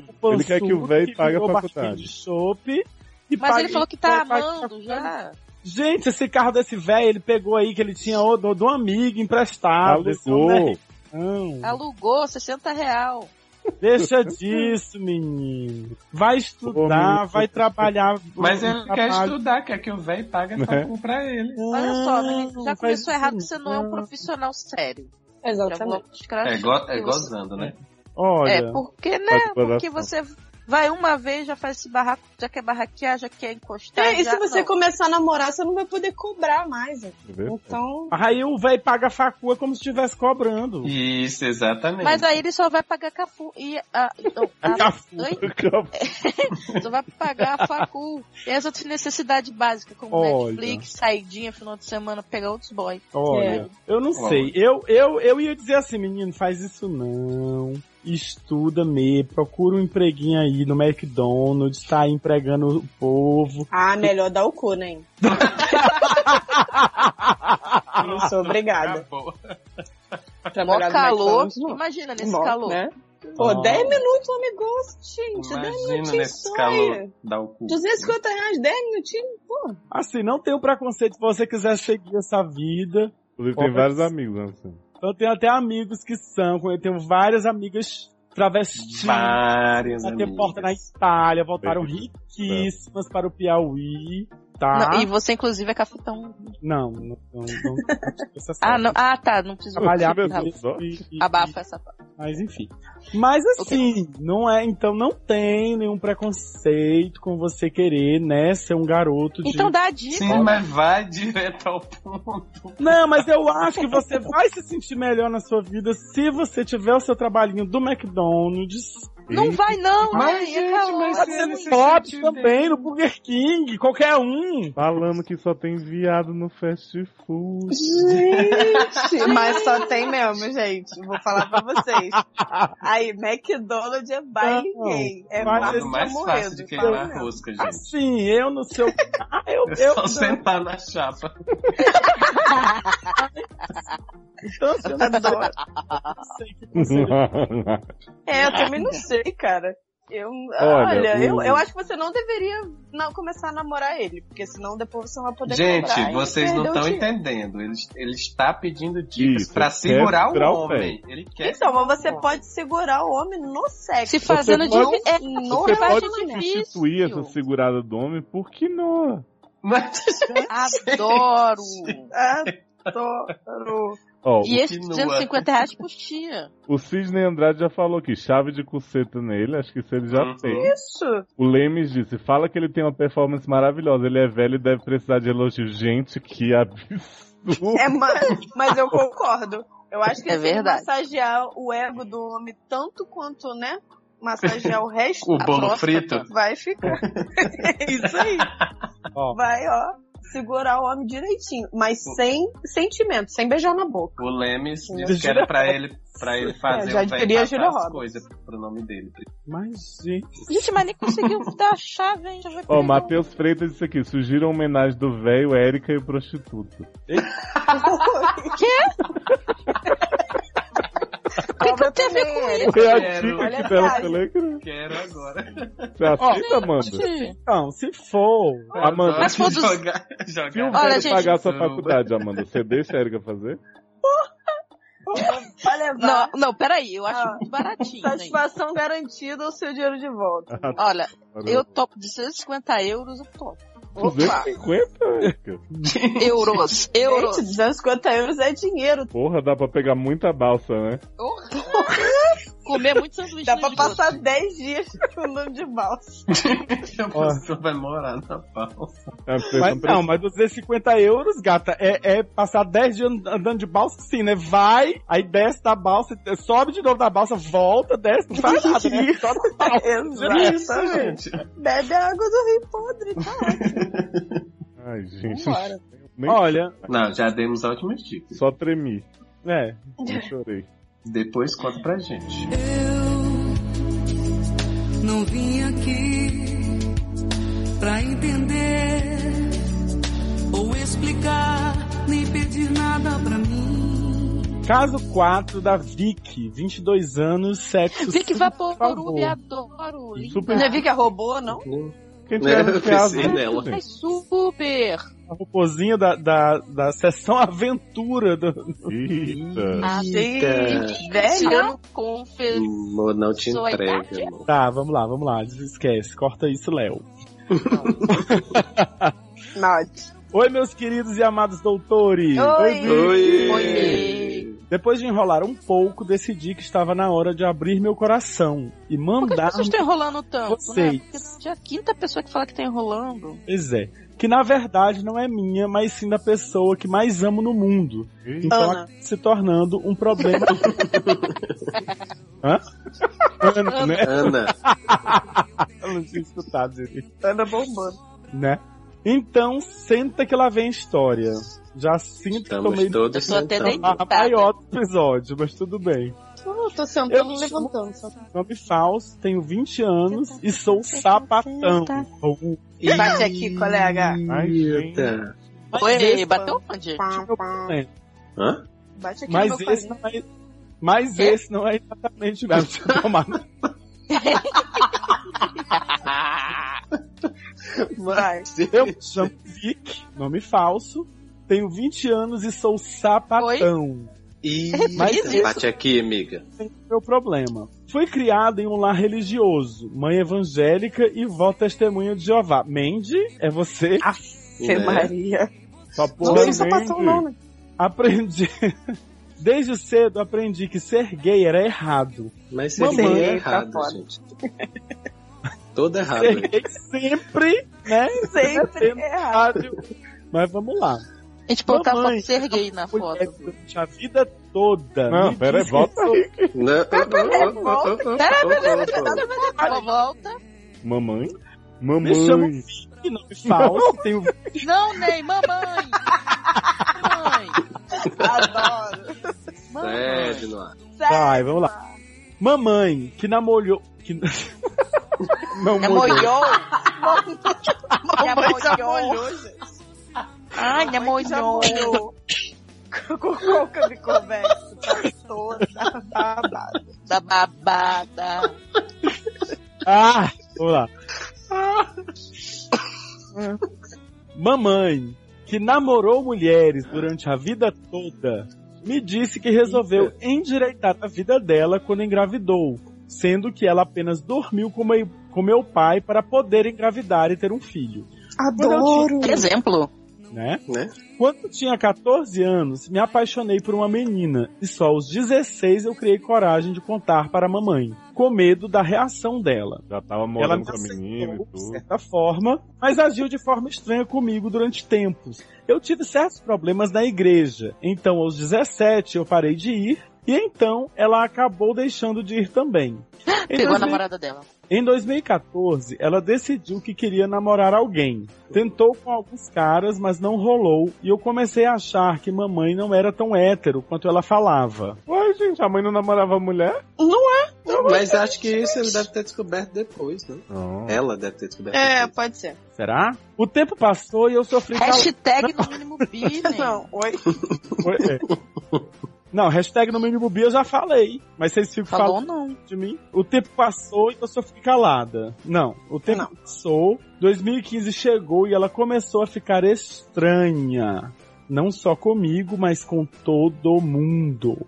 que o- ele quer que o véio pague a faculdade. Chope, e Mas pague- ele falou que tá pague- amando já. Gente, esse carro desse velho, ele pegou aí que ele tinha o do, do amigo Ah, emprestado. esse homem Alugou. é ricão. Alugou 60 real. Deixa disso, menino. Vai estudar, menino. vai trabalhar. Mas um ele quer trabalho. estudar, quer que o velho pague pra Né? comprar ele. Olha só, menino, já faz começou isso errado, não. você não é um profissional sério. Já Exatamente. vou É, escrachar. go- é gozando, né? Olha, É, porque, Faz né? exploração. Porque você vai uma vez, já faz esse barraco, já quer barraquear, já quer encostar. É, e já- se você não. começar a namorar, você não vai poder cobrar mais. né? entendeu? Então, aí o velho paga a facua como se estivesse cobrando. Isso, exatamente. Mas aí ele só vai pagar capu e a. não, a- Oi? Só vai pagar a facu. E as outras necessidades básicas, como Olha. Netflix, saidinha, final de semana, pegar outros boys. Olha, eu não sei. Eu, eu, eu ia dizer assim, menino, faz isso não. Estuda mesmo, procura um empreguinho aí no McDonald's, tá aí empregando o povo. ah, melhor dar o cu, né? hein? não sou Tá obrigada. Acabou. Mó Trabalhar no calor. McDonald's, não. Imagina nesse Bom, calor. Né? Pô, 10 minutos o homem gosta, gente. 10 Imagina minutinhos nesse só calor aí. dar o cu. 250 reais, 10 minutinhos. Assim, não tenho preconceito se você quiser seguir essa vida. Inclusive, Olha. tem vários amigos, né? Assim. Eu tenho até amigos que são, eu tenho várias amigas travestis. Várias Bater amigas. porta na Itália, voltaram Bem, riquíssimas para o Piauí, tá? Não, e você, inclusive, é cafetão. Não, não, não, não, essa Ah, não. Ah, tá. Não preciso tá, Trabalhar meu Deus. e- e- Abafa essa parte. Mas enfim. Mas assim, não é, então não tem nenhum preconceito com você querer, né, ser um garoto de Então dá a dica. Sim, mas vai direto ao ponto. Não, mas eu acho que você vai se sentir melhor na sua vida se você tiver o seu trabalhinho do McDonald's. Não vai não, Mas, né? E é gente, calor. mas Você Sim, não se pode sentir também no Burger King, qualquer um. Falando que só tem viado no fast food. Gente, mas só tem mesmo, gente. Vou falar pra vocês. Aí, McDonald's é baile Não, gay. É mas barco Lado tá mais fácil de morrendo. queimar fala a rosca, gente. Assim, eu no seu. Ah, eu, É eu, só sentar na chapa. então, assim, eu não adoro. Eu sei que você É, eu também não sei, cara. Eu, Olha, olha, o- eu, eu acho que você não deveria não começar a namorar ele, porque senão depois você não vai poder comprar Gente, e vocês não perdeu o estão dinheiro. entendendo. Ele, ele está pedindo dicas Isso, pra ele quer segurar o segurar o homem. Ele quer. Então, mas você pode segurar o homem no sexo. Se fazendo de. pode- É, no Você pode relacionamento. substituir essa segurada do homem por que não? Mas, adoro. Tipo, Adoro. Ó, E é- esse Continua. 250 reais custia. o, o Cisne Andrade já falou que chave de cuceta nele, acho que isso ele já Uhum. tem. Isso. O Lemes disse, fala que ele tem uma performance maravilhosa, ele é velho e deve precisar de elogios. Gente, que absurdo. É, ma- mas eu concordo. Eu acho que É se ele verdade. massagear o ego do homem tanto quanto, né? Massagear o resto, o A bolo próstata. frito. vai ficar. É isso aí. Ó. Vai, ó, segurar o homem direitinho. Mas sem sentimento, sem beijar na boca. O Lemes disse Júlio que era pra ele, pra ele fazer É, já o velho diria passar Júlio as Roberts. coisas pro nome dele. Mas, gente. Gente, mas nem conseguiu dar a chave, hein? Já vai Ó, pegar. Matheus Freitas disse aqui, surgiram homenagem do velho, Érica e o prostituto. O que, que eu tenho a ver com isso? Foi a quero. dica Olha a que deram viagem. pelo Ecrã. Quero agora. Você assina, Amanda? Então, se for. Amanda, Adoro Mas foi dos- jogar, jogar Se o Olha, velho gente- pagar a sua faculdade, Amanda, você deixa a Erika fazer? Pra levar. Não, não, peraí, eu acho muito baratinho. né? Satisfação garantida ou seu dinheiro de volta. Olha, Ah. eu topo de 150 euros, eu topo. Opa! 250, Érica? Euros, euros. Gente, 250 euros é dinheiro. Porra, dá pra pegar muita balsa, né? Comer muito sanduíche. Dá pra passar 10 dias com o nome de balsa. A pessoa vai morar na balsa. Ah, Mas não, mas os 250 euros, gata, é, é passar 10 dias andando de balsa sim, né? Vai, aí desce da balsa, sobe de novo da balsa, volta, desce, não faz nada, né? Só da balsa. Isso, Exatamente. gente. Bebe a água do rio podre, tá ótimo. Ai, gente. Vambora. Nem- Olha, Não, já demos a última dica. Só tremi. é. Não chorei. Depois conta pra gente. Não vim aqui pra entender ou explicar, nem pedir nada pra mim. Caso 4 da Vicky, 22 anos, sexo. Vic favor. Vaporub, eu adoro. linda. Super- Não vi que é robô, não? Quem Né, tiver eu que é pensei azul, nela. gente. Ai, super. A robozinha da, da, da sessão aventura do. Eita. Gente, Se eu velho. não confesso. Hum. Amor, não te Sou a entrega, idade? amor. Tá, vamos lá, vamos lá, esquece, corta isso, Léo. né? Not. Oi, meus queridos e amados doutores! Oi. Oi! Oi. Depois de enrolar um pouco, decidi que estava na hora de abrir meu coração e Por que mandar. as pessoas estão enrolando tanto, né? Vocês. Porque você é a quinta pessoa que fala que tá enrolando. Pois é. Que na verdade não é minha, mas sim da pessoa que mais amo no mundo. Eita. Então Ana. se tornando um problema. Hã? Ana, né? Ana, Eu não tinha escutado isso, Anda bombando. né? Então, senta que lá vem a história. Já sinto que estamos tomei todos Eu tô até sentando. a maior do episódio, mas tudo bem. Eu tô Eu sentando, levantando. só. Nome falso, tenho 20 anos e sou um sapatão. Ou- Bate tá aqui, colega. Ai, gente. Eita. Oi, esse- bateu onde? Pá, pá. Hã? Bate aqui no Mas meu esse colinho. não é. Mas Quê? esse não é exatamente o mesmo. Deixa tá eu tomar. Vai. Eu me chamo Vic, nome falso, tenho 20 anos e sou sapatão. Ih, Mas isso- bate aqui, amiga. Meu problema. Fui criado em um lar religioso, mãe evangélica e vó testemunha de Jeová. Mandy, é você? Fê é Maria. Sua Não porra sou sapatão, vende. não, né? é. Aprendi. Desde cedo aprendi que ser gay era errado. Mas Mamãe, seria tá errado, fora. gente. Todo errado. Peguei sempre, né? Sempre errado. Rádio. Mas vamos lá. A gente botar a foto Mamãe. de ser gay na Fui hétero foto. durante a vida toda. Não, Me pera aí, disse volta que sou- aí. Não, oh, oh, oh, oh, oh, oh, oh, Ela volta. Mamãe? Me chamo Mamãe. Vic, não me falso. um- Tenho... Não, Ney, mamãe. Mamãe. Adoro. oh. mamãe. É, de novo. Vai, vamos lá. Mamãe, que namorou... Que... Não É molhou. molhou. Mamãe já molhou. molhou, gente. Ai, é Já molhou. molhou. Cocô de conversa. Tá toda babada. Da babada. Ah, vamos lá. Ah. Mamãe, que namorou mulheres durante a vida toda, me disse que resolveu endireitar a vida dela quando engravidou, sendo que ela apenas dormiu com meu, com meu pai para poder engravidar e ter um filho, Adoro. Que exemplo. né? Né? Quando tinha 14 anos, me apaixonei por uma menina e só aos 16 eu criei coragem de contar para a mamãe, com medo da reação dela Já tava ela morando me com a menina e aceitou, de tudo. certa forma, mas agiu de forma estranha comigo durante tempos. Eu tive certos problemas na igreja, então aos 17 eu parei de ir, e então ela acabou deixando de ir também. Em Pegou a 2000 namorada dela. em 2014, ela decidiu que queria namorar alguém. Tentou com alguns caras, mas não rolou, e eu comecei a achar que mamãe não era tão hétero quanto ela falava. Ué, gente, a mãe não namorava a mulher? Mas acho que isso ele deve ter descoberto depois, né? Não. Ela deve ter descoberto É, depois. pode ser. Será? O tempo passou e eu sofri cal- Hashtag então, no mínimo bi, Ney. Não, oi. Foi- é. Não, hashtag no mínimo bi eu já falei. Mas vocês ficam Falou falando não. de mim. O tempo passou e eu só fiquei calada. Não, o tempo passou, 2015 chegou e ela começou a ficar estranha. Não só comigo, mas com todo mundo.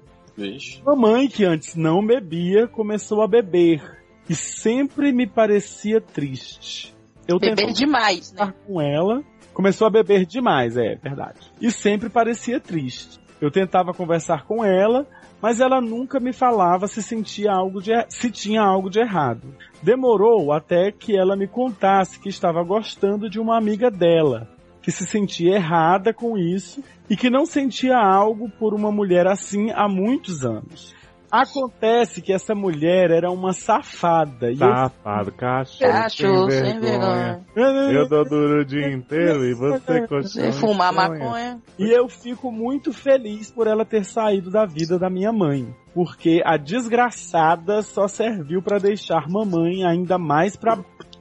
Mamãe, que antes não bebia, começou a beber. E sempre me parecia triste. Eu Beber tentava demais, né? conversar com ela. Começou a beber demais, é verdade. E sempre parecia triste. Eu tentava conversar com ela, mas ela nunca me falava se sentia algo de, er- se tinha algo de errado. Demorou até que ela me contasse que estava gostando de uma amiga dela, que se sentia errada com isso e que não sentia algo por uma mulher assim há muitos anos. Acontece que essa mulher era uma safada. e eu- Tá. Safado, cachorro, Cachorro sem sem vergonha. vergonha. Eu dou duro o dia inteiro e você continua. Fumar maconha. E eu fico muito feliz por ela ter saído da vida da minha mãe. Porque a desgraçada só serviu pra deixar mamãe ainda mais pra.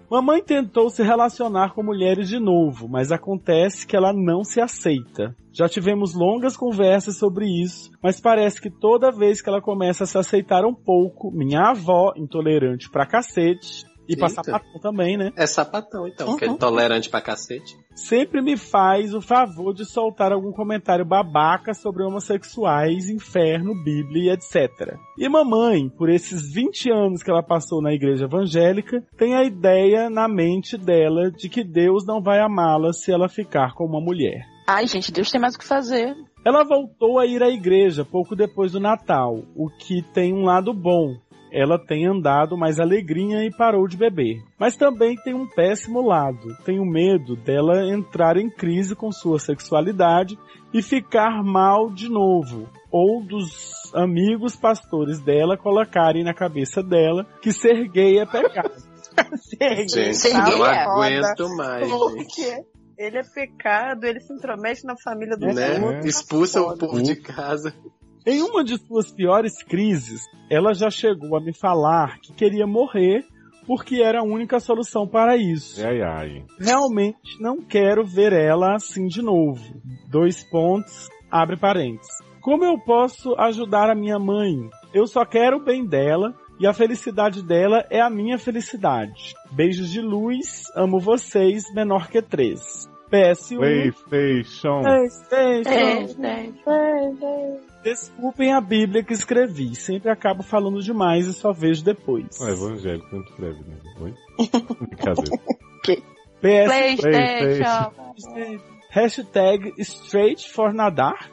Mamãe tentou se relacionar com mulheres de novo, mas acontece que ela não se aceita. Já tivemos longas conversas sobre isso, mas parece que toda vez que ela começa a se aceitar um pouco, minha avó, intolerante pra cacete, e pra Eita. sapatão também, né? É sapatão, então, que é Uhum. tolerante pra cacete. sempre me faz o favor de soltar algum comentário babaca sobre homossexuais, inferno, Bíblia e etc. E mamãe, por esses 20 anos que ela passou na igreja evangélica, tem a ideia na mente dela de que Deus não vai amá-la se ela ficar com uma mulher. Ai, gente, Deus tem mais o que fazer. Ela voltou a ir à igreja pouco depois do Natal, o que tem um lado bom. Ela tem andado mais alegrinha e parou de beber. Mas também tem um péssimo lado. Tenho medo dela entrar em crise com sua sexualidade e ficar mal de novo. Ou dos amigos pastores dela colocarem na cabeça dela que ser gay é pecado. Gente, Sem não guerra. aguento mais, gente. Porque ele é pecado, ele se intromete na família do outro. Né? Expulsa o povo de casa. Em uma de suas piores crises, ela já chegou a me falar que queria morrer porque era a única solução para isso. Ai, ai. Realmente não quero ver ela assim de novo. Dois pontos, abre parênteses. Como eu posso ajudar a minha mãe? Eu só quero o bem dela e a felicidade dela é a minha felicidade. Beijos de luz, amo vocês, menor que três. PS1. PlayStation. É É. PlayStation. Desculpem a Bíblia que escrevi, sempre acabo falando demais e só vejo depois. Não, É evangélico não escreve, né? Oi? Brincadeira. PS PlayStation. hashtag straight for nadar.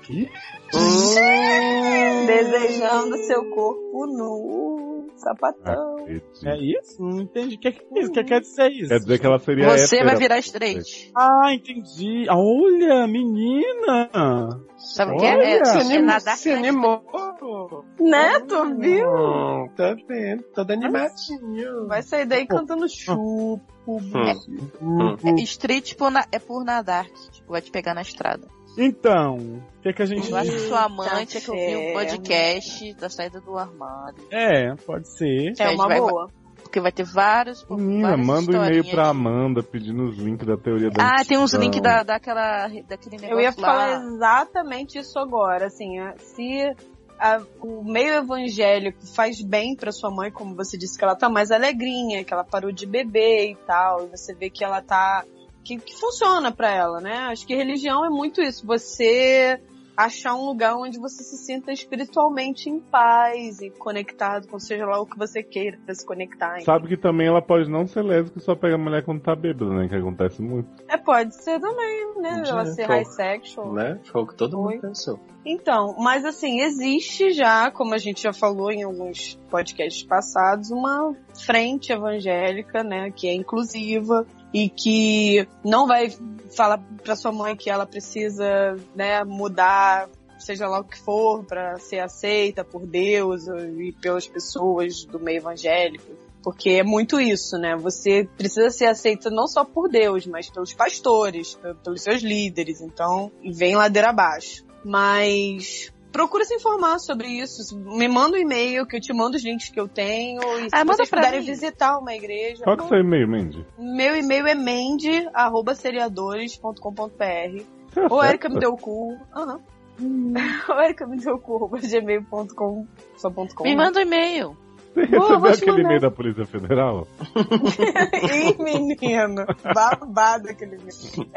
Desejando seu corpo nu, sapatão. É isso? Não entendi. O que, que é isso? O que quer dizer isso? Quer dizer que ela seria Você vai hétero. virar straight. Ah, entendi. Olha, menina! Sabe o que é? Olha, É, se é animou, nadar se com- animou. Né, tu viu? Hum, tá vendo? Todo animadinho. Vai sair daí cantando chupo. Uhum. É, Straight por na- é por nadar. Tipo, vai te pegar na estrada. Então, o que, que a gente. Eu acho que sua amante é que ouviu ferro. o podcast da saída do armário. É, pode ser. É uma Vai- boa. Porque vai ter vários. Menina, várias manda um e-mail historinhas pra então. de- Amanda pedindo os links da teoria da Ah, tem uns multidão. links da, daquela, daquele negócio Eu ia lá. falar exatamente isso agora, assim, a- se a- o meio evangélico faz bem pra sua mãe, como você disse que ela tá mais alegrinha, que ela parou de beber e tal, e você vê que ela tá que, que funciona pra ela, né? Acho que religião é muito isso, você achar um lugar onde você se sinta espiritualmente em paz e conectado com seja lá o que você queira pra se conectar. Sabe que também ela pode não ser lésbica e só pega a mulher quando tá bêbada, né? Que acontece muito. É, pode ser também, né? Ela ser Gente, high sexual. Né? Foi o que todo mundo pensou. Então, mas assim, existe já, como a gente já falou em alguns podcasts passados, uma frente evangélica, né, que é inclusiva e que não vai falar pra sua mãe que ela precisa, né, mudar, seja lá o que for, pra ser aceita por Deus e pelas pessoas do meio evangélico. Porque é muito isso, né? Você precisa ser aceita não só por Deus, mas pelos pastores, pe- pelos seus líderes. Então, vem ladeira abaixo. Mas procura se informar sobre isso. Me manda um e-mail que eu te mando os links que eu tenho. E se Ah, manda vocês pra puderem mim. visitar uma igreja. Qual que é o seu e-mail, Mandy? Meu e-mail é mende.seriadores.com.br Você ou acerta? Erika me deu o cu. Aham. Uhum. Ou Erika me deu o cu, arroba gmail.com. Só ponto com. Me manda um e-mail. Você Boa, vou recebeu te aquele mandar. e-mail da Polícia Federal? Ih, menino. Babado aquele menino.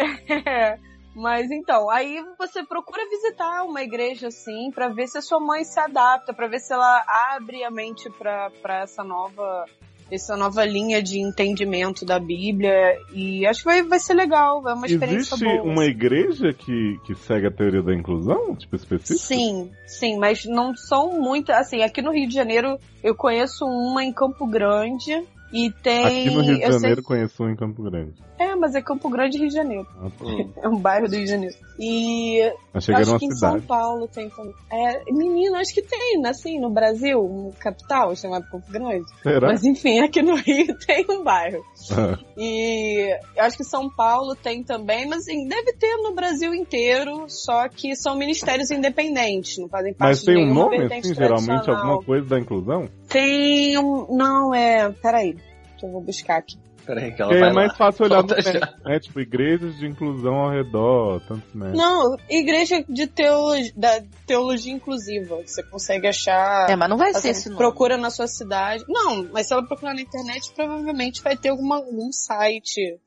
É. Mas então, aí você procura visitar uma igreja assim, pra ver se a sua mãe se adapta, pra ver se ela abre a mente pra, pra essa nova essa nova linha de entendimento da Bíblia e acho que vai, vai ser legal, é uma experiência Existe boa. uma igreja que, que segue a teoria da inclusão, tipo, específica? Sim, sim, mas não são muitas. Assim, aqui no Rio de Janeiro eu conheço uma em Campo Grande e tem. Aqui no Rio de eu sei- Janeiro conheço um em Campo Grande. É, mas é Campo Grande, Rio de Janeiro. Ah, tá. Hum. É um bairro do Rio de Janeiro. E Mas cheguei acho numa que em cidade. São Paulo tem também. É, menino, acho que tem, assim, no Brasil, um capital chamado Campo Grande. Será? Mas enfim, aqui no Rio tem um bairro. Ah. E eu acho que São Paulo tem também, mas assim, deve ter no Brasil inteiro, só que são ministérios independentes, não fazem parte Mas de tem um nenhuma nome, vertente assim, geralmente, tradicional. alguma coisa da inclusão? Tem um. Não, é. Peraí, que eu vou buscar aqui. Peraí, que Porque é mais fácil olhar no Volta já. pé. É tipo, igrejas de inclusão ao redor, tanto né? Não, igreja de teologia, da teologia inclusiva. que Você consegue achar. É, mas não vai assim, ser esse nome. Procura na sua cidade. Não, mas se ela procurar na internet, provavelmente vai ter alguma, algum site.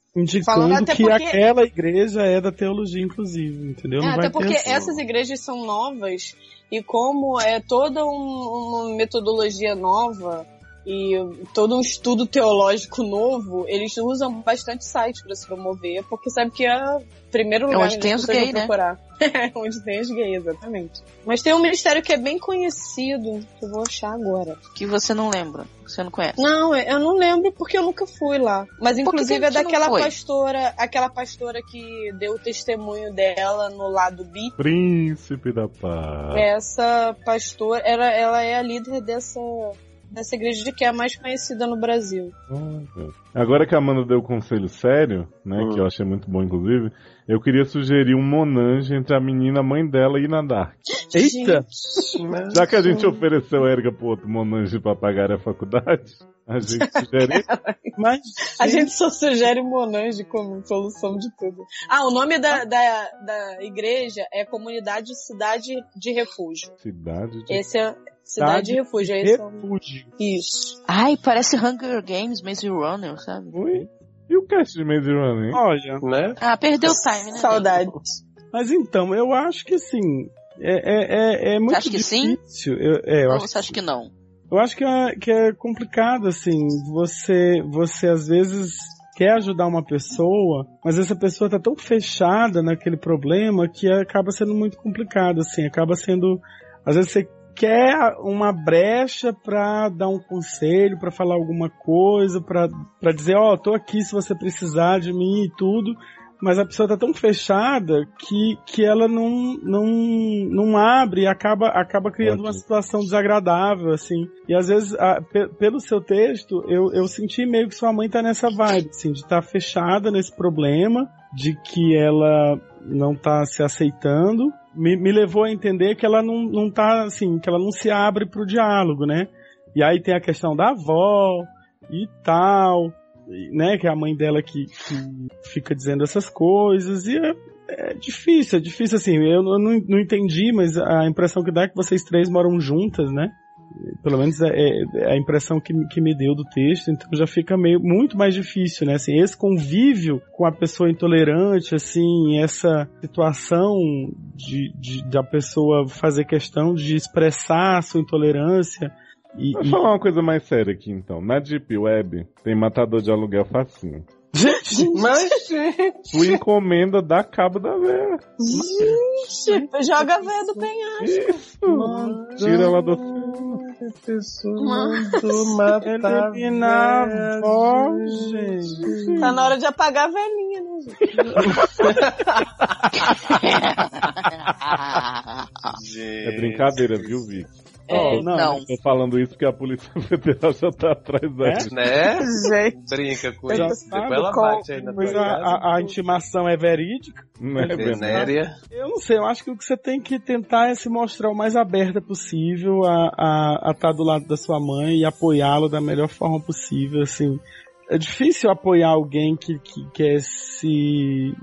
Falando Indicando até que porque- aquela igreja é da teologia, inclusive, entendeu? É, Não até vai porque ter assim. essas igrejas são novas e como é toda um- uma metodologia nova e todo um estudo teológico novo, eles usam bastante site pra se promover, porque sabe que é o primeiro É lugar onde né, tem que os vocês vão gay, né? procurar. É onde tem os gays, exatamente. Mas tem um ministério que é bem conhecido, que eu vou achar agora. Que você não lembra, que você não conhece. Não, é, eu não lembro porque eu nunca fui lá. Mas Por que inclusive que é tu não daquela foi? pastora, aquela pastora que deu o testemunho dela no lado bi, Príncipe da paz. É. essa pastora, ela, ela é a líder dessa, dessa igreja de que é a mais conhecida no Brasil. É. Agora que a Amanda deu um conselho sério, né, Hum. que eu achei muito bom, inclusive, eu queria sugerir um monange entre a menina, a mãe dela e Nadar. Eita! Já que a gente ofereceu a Erika pro outro monange pra pagar a faculdade, a gente sugeriu. Mas A gente só sugere Monange como solução de tudo. Ah, o nome da, da, da igreja é Comunidade Cidade de Refúgio. Cidade de... Esse é Cidade de Refúgio, esse é o refúgio. Isso. Ai, parece Hunger Games, Maze Runner, sabe? Ui. E o cast de Maze Runner, hein? Olha, Né? Ah, perdeu o time, né? Saudade. mas então, eu acho que assim. É, é, é, é muito acha que sim? difícil. Eu, é, eu Ou acho você acha que não? Eu acho que é, que é complicado, assim, você, você às vezes quer ajudar uma pessoa, mas essa pessoa tá tão fechada naquele problema que acaba sendo muito complicado, assim, acaba sendo, às vezes você quer uma brecha pra dar um conselho, pra falar alguma coisa, pra pra dizer, ó, tô aqui se você precisar de mim e tudo, mas a pessoa tá tão fechada que, que ela não, não, não abre e acaba, acaba criando Ótimo. uma situação desagradável, assim. E às vezes, a- pe- pelo seu texto, eu, eu senti meio que sua mãe tá nessa vibe, assim, de estar fechada nesse problema, de que ela não tá se aceitando. Me, me levou a entender que ela não, não tá, assim, que ela não se abre pro diálogo, né? E aí tem a questão da avó e tal, e, né? Que é a mãe dela que, que fica dizendo essas coisas. E é, é difícil, é difícil assim. Eu, não- não, não entendi, mas a impressão que dá é que vocês três moram juntas, né? Pelo menos é, é a impressão que, que me deu do texto, então já fica meio muito mais difícil, né? Assim, esse convívio com a pessoa intolerante, assim, essa situação de, de- da pessoa fazer questão de expressar a sua intolerância e, Vou e- falar uma coisa mais séria aqui, então. Na Deep Web tem matador de aluguel facinho. Gente, Mas, gente, Tu encomenda da cabo da velha. Gente, Tipo, joga a veia do penhasco. Isso! Tira ela do mandou matar. eliminar a avó, Tá gente. Tá na hora de apagar a velhinha, né, gente? É brincadeira, viu, Vic? É, Ó, não. não. Tô falando isso porque a Polícia Federal já tá atrás da É? gente. Né? Gente, Brinca com Já isso. sabe Depois ela qual- bate aí na tua Mas a, casa. a- a intimação é verídica? Né, É Bernardo? Venéria. Eu não sei, eu acho que o que você tem que tentar é se mostrar o mais aberta possível a estar a tá do lado da sua mãe e apoiá-la da melhor forma possível, assim. É difícil apoiar alguém que, que quer se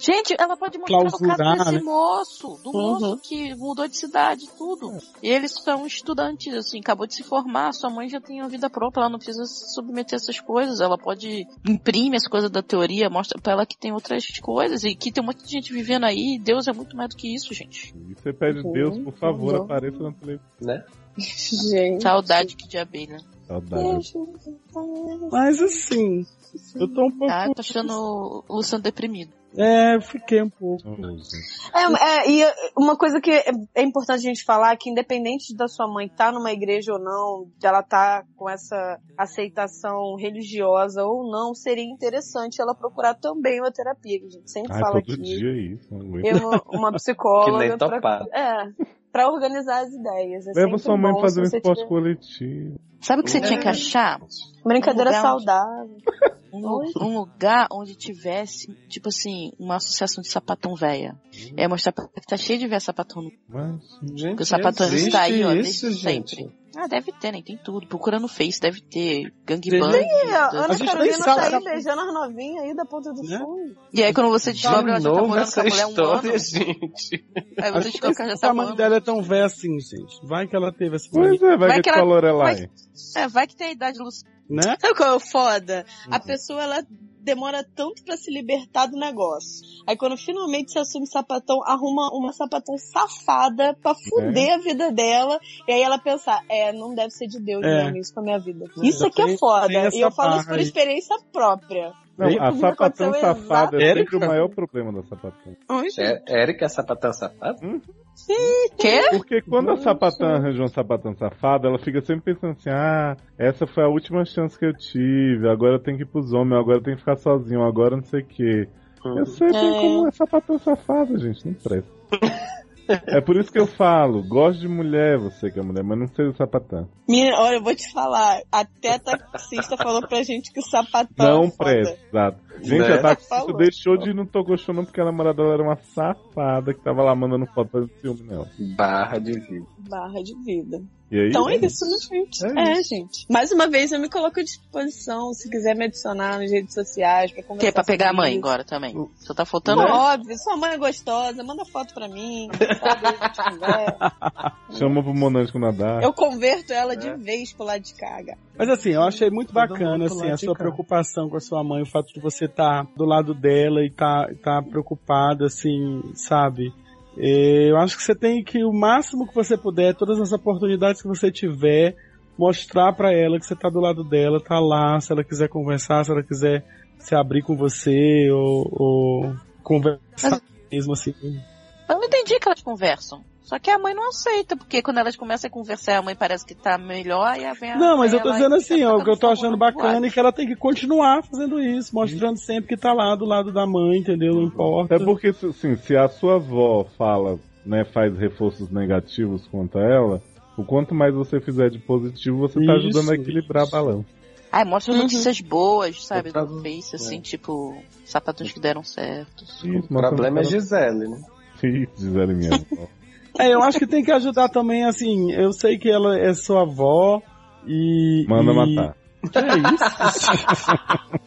Gente, ela pode mostrar o Clausurar, caso desse né? moço, do Uhum. É. moço que mudou de cidade e tudo. E eles são estudantes, assim, acabou de se formar, sua mãe já tem a vida própria, ela não precisa se submeter a essas coisas, ela pode imprime as coisas da teoria, mostra pra ela que tem outras coisas e que tem um monte de gente vivendo aí, Deus é muito mais do que isso, gente. E você pede, Deus, por favor, Uhum. apareça na televisão. Né? Gente. Saudade que de abelha. é Saudade. Mas assim, eu tô um pouco. Ah, tô achando o Luciano deprimido. É, eu fiquei um pouco. É, é, e é, uma coisa que é é importante a gente falar é que independente da sua mãe estar numa igreja ou não, dela tá com essa aceitação religiosa ou não, seria interessante ela procurar também uma terapia, que a gente sempre Ai, fala todo aqui. dia é isso. não aguento. Eu, uma psicóloga. Que nem pra- topar. é, pra organizar as ideias. É Leva sempre sua mãe bom fazer um se você esporte tiver- coletivo. Sabe o que você tinha que achar? Brincadeira Um lugar onde- saudável. Um, lu- um lugar onde tivesse, tipo assim, uma associação de sapatão véia. Hum. É mostrar pra que tá cheio de véia sapatão. no- Mas, Porque o sapatão existe está aí, ó, isso, desde gente? sempre. Ah, deve ter, né? Tem tudo. Procura no Face, deve ter Tem gangbang. aí, ó, tudo. É, Ana Carolina tá aí beijando as novinhas aí da ponta do Né? fundo. E aí quando você descobre, ela já tá morando com essa a mulher um ano. história, gente. Aí você descobre que ela já a tá mãe morando. dela é tão velha assim, gente. Vai que ela teve essa Pois é, vai, que, falou ela vai aí. É, vai que tem a idade Luciano. Né? Sabe qual é o foda? Uhum. A pessoa, ela demora tanto pra se libertar do negócio. Aí quando finalmente se assume sapatão, arruma uma sapatão safada pra É. fuder a vida dela. E aí ela pensar, é, não deve ser de Deus É. mesmo isso pra minha vida. Não, Isso já aqui é tem- tem foda. essa E eu falo isso barra por aí. experiência própria. Não, a Comigo sapatão aconteceu safada é sempre o exatamente- maior problema da sapatão. Oi, É, Érica é sapatão safado? Porque quando a sapatão arranja um sapatão safado, ela fica sempre pensando assim: ah, essa foi a última chance que eu tive, agora eu tenho que ir pros homens, agora eu tenho que ficar sozinho, agora não sei o quê. Eu sei bem É. como é sapatão safado, gente, não presta. É por isso que eu falo, gosto de mulher, você que é mulher, mas não seja sapatão. Menina, olha, eu vou te falar. Até a taxista falou pra gente que o sapatão Não é foda. presta. exato. Gente, Né? a taxista Falou. deixou de ir no Togosho não porque a namorada dela era uma safada que tava lá mandando foto fazendo ciúme nela. Barra de vida. Barra de vida. E aí? Então é isso, né, gente? É É, gente. Mais uma vez, eu me coloco à disposição, se quiser me adicionar nas redes sociais, pra conversar. Que é pra pegar a sobre mãe isso. agora também. Só tá Pô, Né? faltando. Óbvio, sua mãe é gostosa, manda foto pra mim, sabe? A gente conversa. Chama pro Monantico nadar. Eu converto ela de vez pro lado de caga. Mas assim, eu achei muito bacana mundo assim, lá a de sua cá. preocupação com a sua mãe, o fato de você estar do lado dela e tá, tá preocupado, assim, sabe? É, Eu acho que você tem que, o máximo que você puder, todas as oportunidades que você tiver, mostrar pra ela que você tá do lado dela, tá lá, se ela quiser conversar, se ela quiser se abrir com você, ou, ou conversar mesmo assim. Eu não entendi que elas conversam. Só que a mãe não aceita, porque quando elas começam a conversar, a mãe parece que tá melhor e a vem a- Não, mas eu tô ela- dizendo assim, ó, o que eu tô achando bacana é que ela tem que continuar fazendo isso, mostrando sempre que tá lá do lado da mãe, entendeu? Não importa. É porque, se- assim, se a sua avó fala, né, faz reforços negativos contra ela, o quanto mais você fizer de positivo, você tá Isso, ajudando a equilibrar a balança. Ai, mostra notícias boas, sabe? Do Face, é. assim, tipo, sapatões que deram certo. Isso, O problema é mostrando- Gisele, né? Sim, Gisele minha avó. É, eu acho que tem que ajudar também, assim, eu sei que ela é sua avó e... Manda e- matar. Que é isso? Eu sei que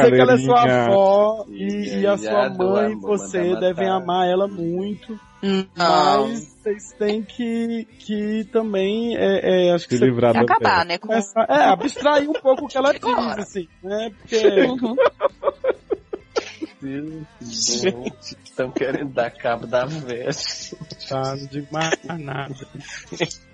Brincadeirinha. ela é sua avó e, e a sua do mãe, amor, você manda devem matar. amar ela muito. Não. Mas vocês têm que, que também, é, é, acho que Se livrar da Acabar, né, com- começar- é, abstrair um pouco o que ela diz, Agora. assim, né? Porque... Gente, estão querendo dar cabo da veste. Tá, não digo mais nada.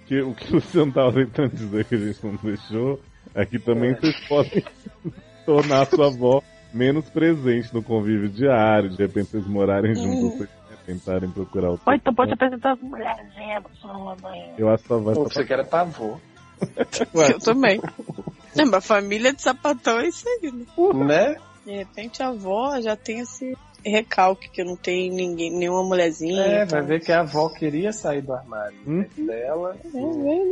Que, o que o Luciano tava tentando dizer que a gente não deixou é que também vocês podem tornar a sua avó menos presente no convívio diário, de repente vocês morarem juntos, vocês né, tentarem procurar o. Ou então pode apresentar as mulheres zebras pra uma mãe. Eu acho que só vai tá Pô, você quer pavô. Eu também. É, mas família de sapatão é isso aí, né? Né? De repente a avó já tem esse recalque que não tem ninguém, nenhuma mulherzinha. É, então. vai ver que a avó queria sair do armário né, Hum? dela. né? É verdade.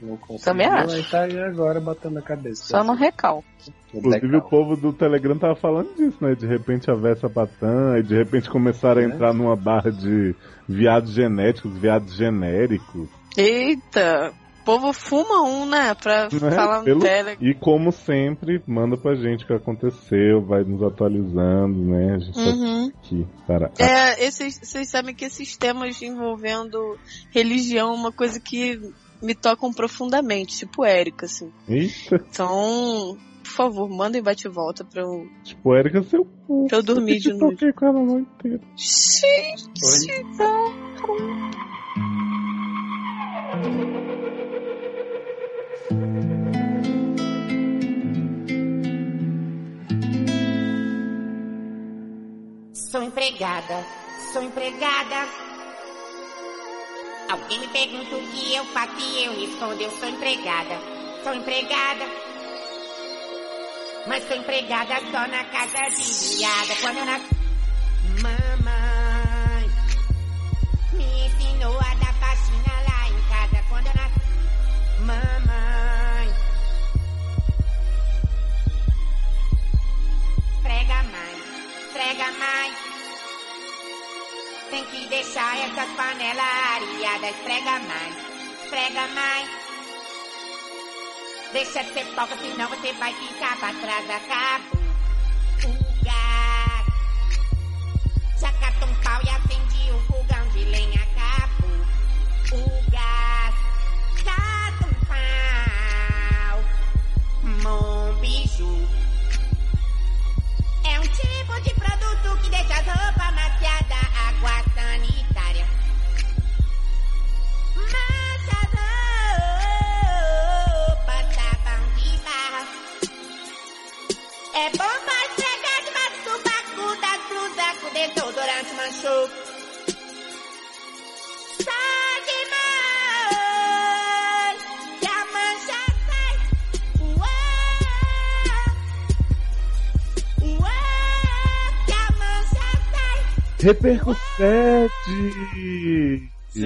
Não conseguiu, Hum. Também acho. Aí tá aí agora botando a cabeça. Só no recalque. Inclusive o povo do Telegram tava falando disso, né? De repente a Versa Patã, e de repente começaram É. a entrar numa barra de viados genéticos, viados genéricos. Eita! povo fuma um, né? Pra né? falar no Pelo- Telegram. E como sempre, manda pra gente o que aconteceu, vai nos atualizando, né? A gente tá Uhum. aqui para É, esses, vocês sabem que esses temas envolvendo religião é uma coisa que me tocam profundamente, tipo Érica, assim. Eita, Então, por favor, mandem bate e volta pra eu, tipo, Erika, seu pra eu dormir de novo. toquei com ela a noite inteira. Gente, Sou empregada, sou empregada. Alguém me pergunta o que eu faço e eu respondo, eu sou empregada, sou empregada. Mas sou empregada só na casa de viada. Quando eu nasci. Mamãe me ensinou a dar faxina lá em casa quando eu nasci. Mamãe esfrega mais, esfrega mais. Tem que deixar essas panelas areadas, esfrega mais, esfrega mais. Deixa de ser pouca, senão você vai ficar pra trás, acabou. O gás. Já catou um pau e acendi um fogão de lenha, acabou. O gás. Cata um pau. Mão biju. É um tipo de produto que deixa as roupas maciadas, água sanitária. Mancha as roupas, sabão de barra. É bom pra esfregar debaixo do baco da fruta com desodorante manchou. Sai demais, que a mancha sai. Uau, uau, que a mancha sai. Repercussete! É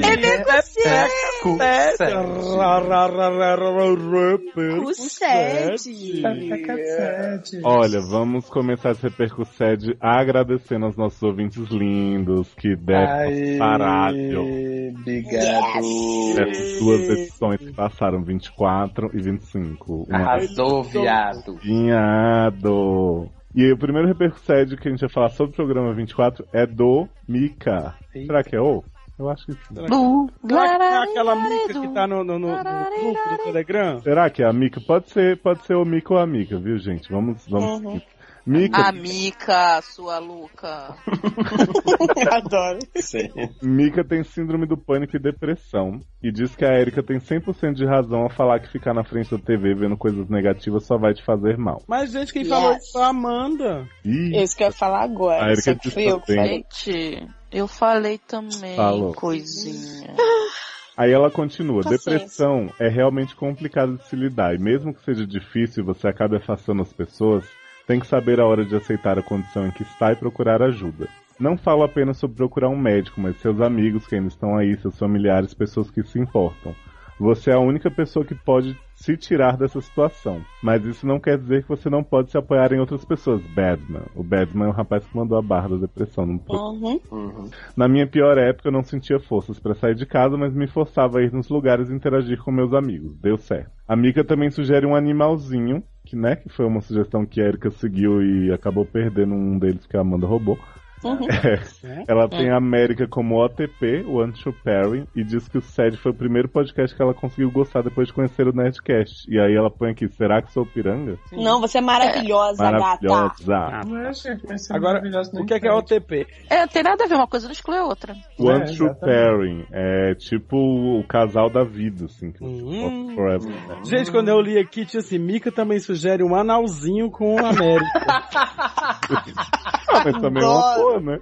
Olha, vamos começar esse repercussete agradecendo aos nossos ouvintes lindos que deram parável Obrigado. dessas duas edições que passaram, 24 e 25. Uma Ah, Arrasou, viado. Vinhado. E o primeiro repercussede que a gente vai falar sobre o programa 24 é do Mika. Será que é o? Eu acho que sim. Será que é aquela mica que tá no, no, no, no grupo do Telegram? Será que é a Mika? Pode ser, pode ser o Mika ou a Mika, viu, gente? Vamos, vamos. Uhum. Mika, Amica, sua louca. Adoro. Mika tem síndrome do pânico e depressão e diz que a Erika tem 100% de razão ao falar que ficar na frente da TV vendo coisas negativas só vai te fazer mal. Mas, gente, quem Yes. falou isso foi a Amanda. Ih, É Isso que eu ia falar agora. A Ah, Erika só que disse fui eu que também. falei. Gente, eu falei também, Falou. coisinha. Aí ela continua: Paciência. depressão é realmente complicado de se lidar, e mesmo que seja difícil e você acabe afastando as pessoas, tem que saber a hora de aceitar a condição em que está e procurar ajuda. Não falo apenas sobre procurar um médico, mas seus amigos que ainda estão aí, seus familiares, pessoas que se importam. Você é a única pessoa que pode se tirar dessa situação. Mas isso não quer dizer que você não pode se apoiar em outras pessoas. Badman. O Badman é o rapaz que mandou a barra da depressão. Não Uhum. na minha pior época, eu não sentia forças pra sair de casa, mas me forçava a ir nos lugares e interagir com meus amigos. Deu certo. A Mika também sugere um animalzinho, que né, que foi uma sugestão que a Erika seguiu e acabou perdendo um deles que a Amanda roubou. Uhum. É. Ela tem a América como OTP, o Ancho Perry, e diz que o SED foi o primeiro podcast que ela conseguiu gostar depois de conhecer o Nerdcast. E aí ela põe aqui, será que sou piranga? Não, você é maravilhosa, gata. Maravilhosa. Agora, o que é, que é OTP? É, tem nada a ver, uma coisa não exclui a outra. One É, True exatamente. Pairing. É tipo o casal da vida, assim. Que Hum. Forever, né? Gente, quando eu li aqui, tinha assim, Mica também sugere um analzinho com a América. Ah, mas também é uma Adoro. boa, né?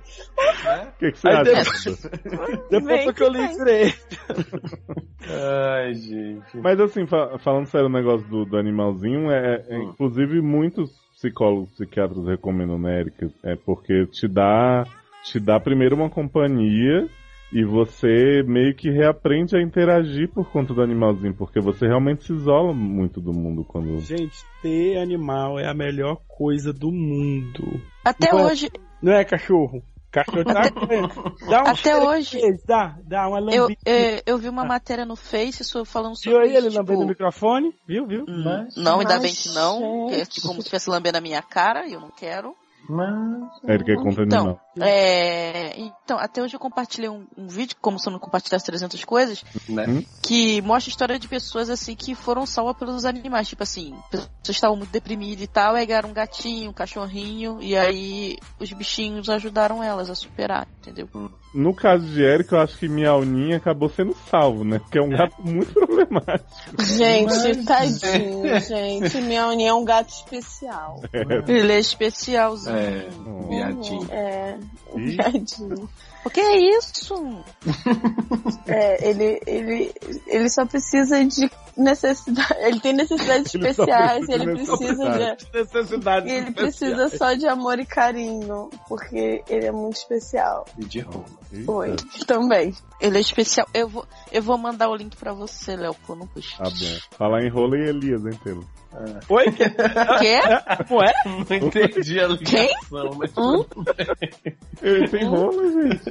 O que, que você É. Aí acha? Duda? Depois Vem que eu que li vem. isso aí. Ai, gente. Mas assim, fa- falando sério o negócio do, do animalzinho, é, é- Hum. inclusive muitos psicólogos, psiquiatras recomendam, né, Erika? É porque te dá, te dá primeiro uma companhia e você meio que reaprende a interagir por conta do animalzinho, porque você realmente se isola muito do mundo quando... Gente, ter animal é a melhor coisa do mundo. Até Ué. hoje, Não é, cachorro? Cachorro tá Dá um Até cheiro hoje. que fez, Dá, dá uma Eu, lambida. eu, eu vi uma matéria no Face so- falando Viu sobre aí isso, ele lambendo tipo, o microfone? Viu, viu? Não, ainda bem que não. que é tipo, como se estivesse lambendo a minha cara, e eu não quero. Érica é contaminada. Então, é, então, até hoje eu compartilhei um, um vídeo, como se eu não compartilhasse 300 coisas, Né? Hum? que mostra a história de pessoas assim que foram salvas pelos animais. Tipo assim, pessoas estavam muito deprimidas e tal, aí ganharam um gatinho, um cachorrinho, e aí os bichinhos ajudaram elas a superar, entendeu? No caso de Érica, eu acho que Miauninha acabou sendo salvo, né? Porque é um gato muito problemático. Gente, tadinho, gente. Minha união é um gato especial. Ele é especialzinho. É, viadinho. É, Ih. tadinho. O que é isso? É, ele, ele, ele só precisa de necessidade. Ele tem necessidades Ele só especiais e precisa de ele precisa necessidades. de. Necessidades E ele precisa especiais. só de amor e carinho, porque ele é muito especial. E de roupa. Oi, também. Ele é especial. Eu vou, eu vou mandar o link pra você, Léo, pô, não puxa. Tá bom. Falar em rola e Elias, hein, Pelo? Oi? Quê? Ué? Não entendi a ligação, mas Ele tem rola, gente.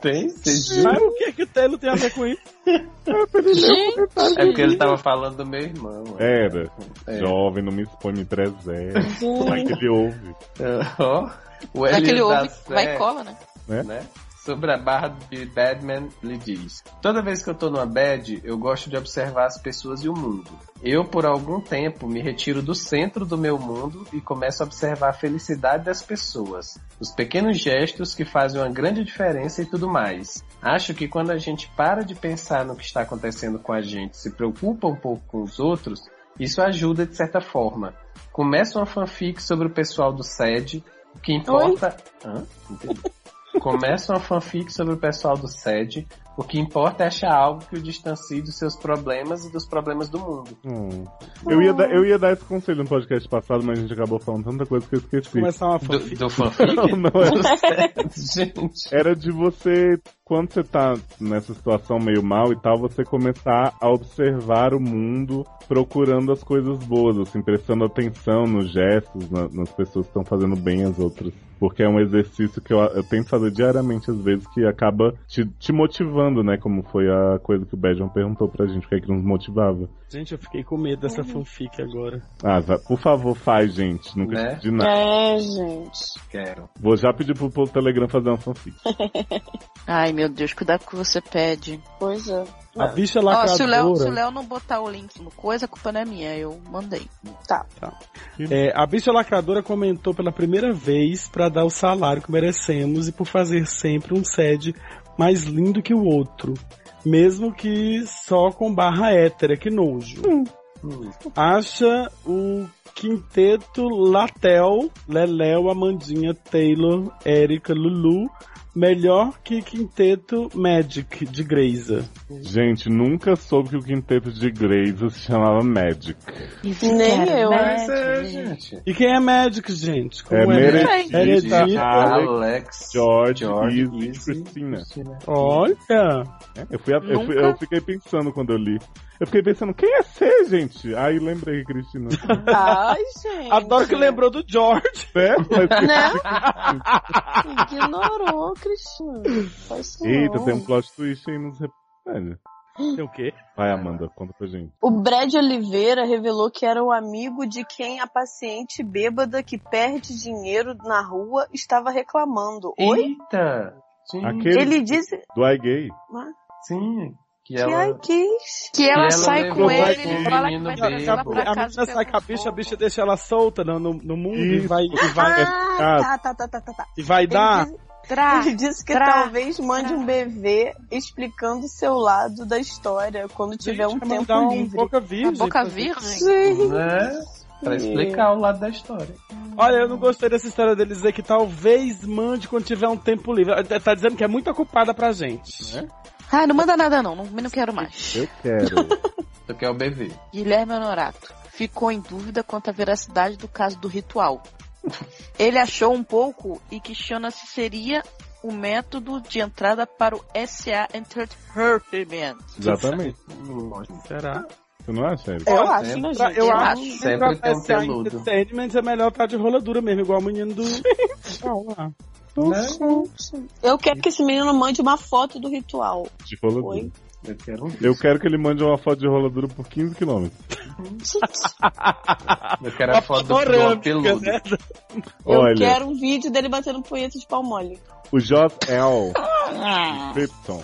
Tem? Entendi. Mas o que é que o Telo tem a ver com isso? É porque ele tava falando do meu irmão. né? Era. É. Jovem, não me expõe, me trezé. Como é que ele ouve? Ó, o É Elias aquele da ovo que vai Sé, e cola, né? né? Sobre a barra de Batman, ele diz: Toda vez que eu tô numa bad, eu gosto de observar as pessoas e o mundo. Eu, por algum tempo, me retiro do centro do meu mundo e começo a observar a felicidade das pessoas, os pequenos gestos que fazem uma grande diferença e tudo mais. Acho que quando a gente para de pensar no que está acontecendo com a gente, se preocupa um pouco com os outros, isso ajuda de certa forma. Começa uma fanfic sobre o pessoal do SED, o que importa. Hã? Entendi. Começa uma fanfic sobre o pessoal do SED. O que importa é achar algo que o distancie dos seus problemas e dos problemas do mundo. Hum. Eu, ia dar, eu ia dar esse conselho no podcast passado, mas a gente acabou falando tanta coisa que eu esqueci. Começar uma Do, fanfic. do fanfic? Não, não é. era. Gente. Era de você, quando você tá nessa situação meio mal e tal, você começar a observar o mundo procurando as coisas boas, assim, prestando atenção nos gestos, na- nas pessoas que estão fazendo bem às outras. Porque é um exercício que eu, eu tento fazer diariamente, às vezes, que acaba te, te motivando, né? Como foi a coisa que o Bejon perguntou pra gente, o que é que nos motivava. Gente, eu fiquei com medo dessa fanfic agora. Ah, va- por favor, faz, gente. Nunca Né? te pedi nada. É, gente. Quero. Vou já pedir pro povo do Telegram fazer uma fanfic. Ai, meu Deus, cuidado com o que você pede. Pois é. A bicha Ó, se o Léo se o lacradora. Léo não botar o link no coisa, a culpa não é minha, eu mandei. É, a bicha lacradora comentou pela primeira vez pra dar o salário que merecemos e por fazer sempre um sede mais lindo que o outro. Mesmo que só com barra hétera, que nojo. Acha o quinteto Latel, Leléu, Amandinha, Taylor, Érica, Lulu melhor que quinteto Magic de Greisa. Gente, nunca soube que o quinteto de Grey's se chamava Magic. Nem eu, Mas né? é, gente. E quem é Magic, gente? É Meredith, Meredith, Alex, Alex, George, George, Izzy, Izzy, Christina. Christina. Olha! É, Eu, fui a- eu, fui- Nunca. eu fiquei pensando quando eu li. Eu fiquei pensando, quem é C, gente? Aí lembrei, Cristina. Ai, gente. Adoro que lembrou do George. É, mas- Né? Ignorou, Cristina. Faz isso Eita, não. tem um plot twist aí nos reportagens. Tem o quê? Vai, Amanda, conta pra gente. O Brad Oliveira revelou que era o amigo de quem a paciente bêbada que perde dinheiro na rua estava reclamando. Oi? Eita! Sim, Aquele Ele disse do I Gay. sim. Que que ai ela... quis. Que ela, ela sai levou com ele, com ele o fala que menino vai A, trazer ela bêbado. pra casa. menina sai com a bicha, a bicha deixa ela solta no, no, no mundo e Isso. vai, e vai, Ah, Ah, tá, tá, tá, tá, tá. tá. e vai Ele dar. disse- é Tra, Ele disse que tra- talvez mande um BV explicando seu lado da história quando tiver um Gente, vai tempo mandar um livre. boca virgem. boca virgem. Né? Pra explicar o lado da história. Olha, eu não gostei dessa história dele dizer que talvez mande quando tiver um tempo livre. Tá- Tá dizendo que é muito ocupada pra gente. Ah, não manda nada não, não, não quero mais. eu quero. Tu quer o bebê. Guilherme Honorato ficou em dúvida quanto à veracidade do caso do ritual. Ele achou um pouco e questiona se seria o método de entrada para o SA Entertainment. Exatamente. Será? Você não acha, Eric? Eu Olha, acho, né, Pra- gente? eu eu acho acho. que Sempre pra tem um pensar em peludo. entertainment é melhor estar de roladura mesmo, igual o menino do. Não, lá. né? Eu quero que esse menino mande uma foto do ritual. De rola Oi? dura. Eu quero, um, que ele mande uma foto de rola dura por 15 quilômetros. Eu quero a foto do João peludo. Eu Olha, quero um vídeo dele batendo punheta de pau mole. o JL Krypton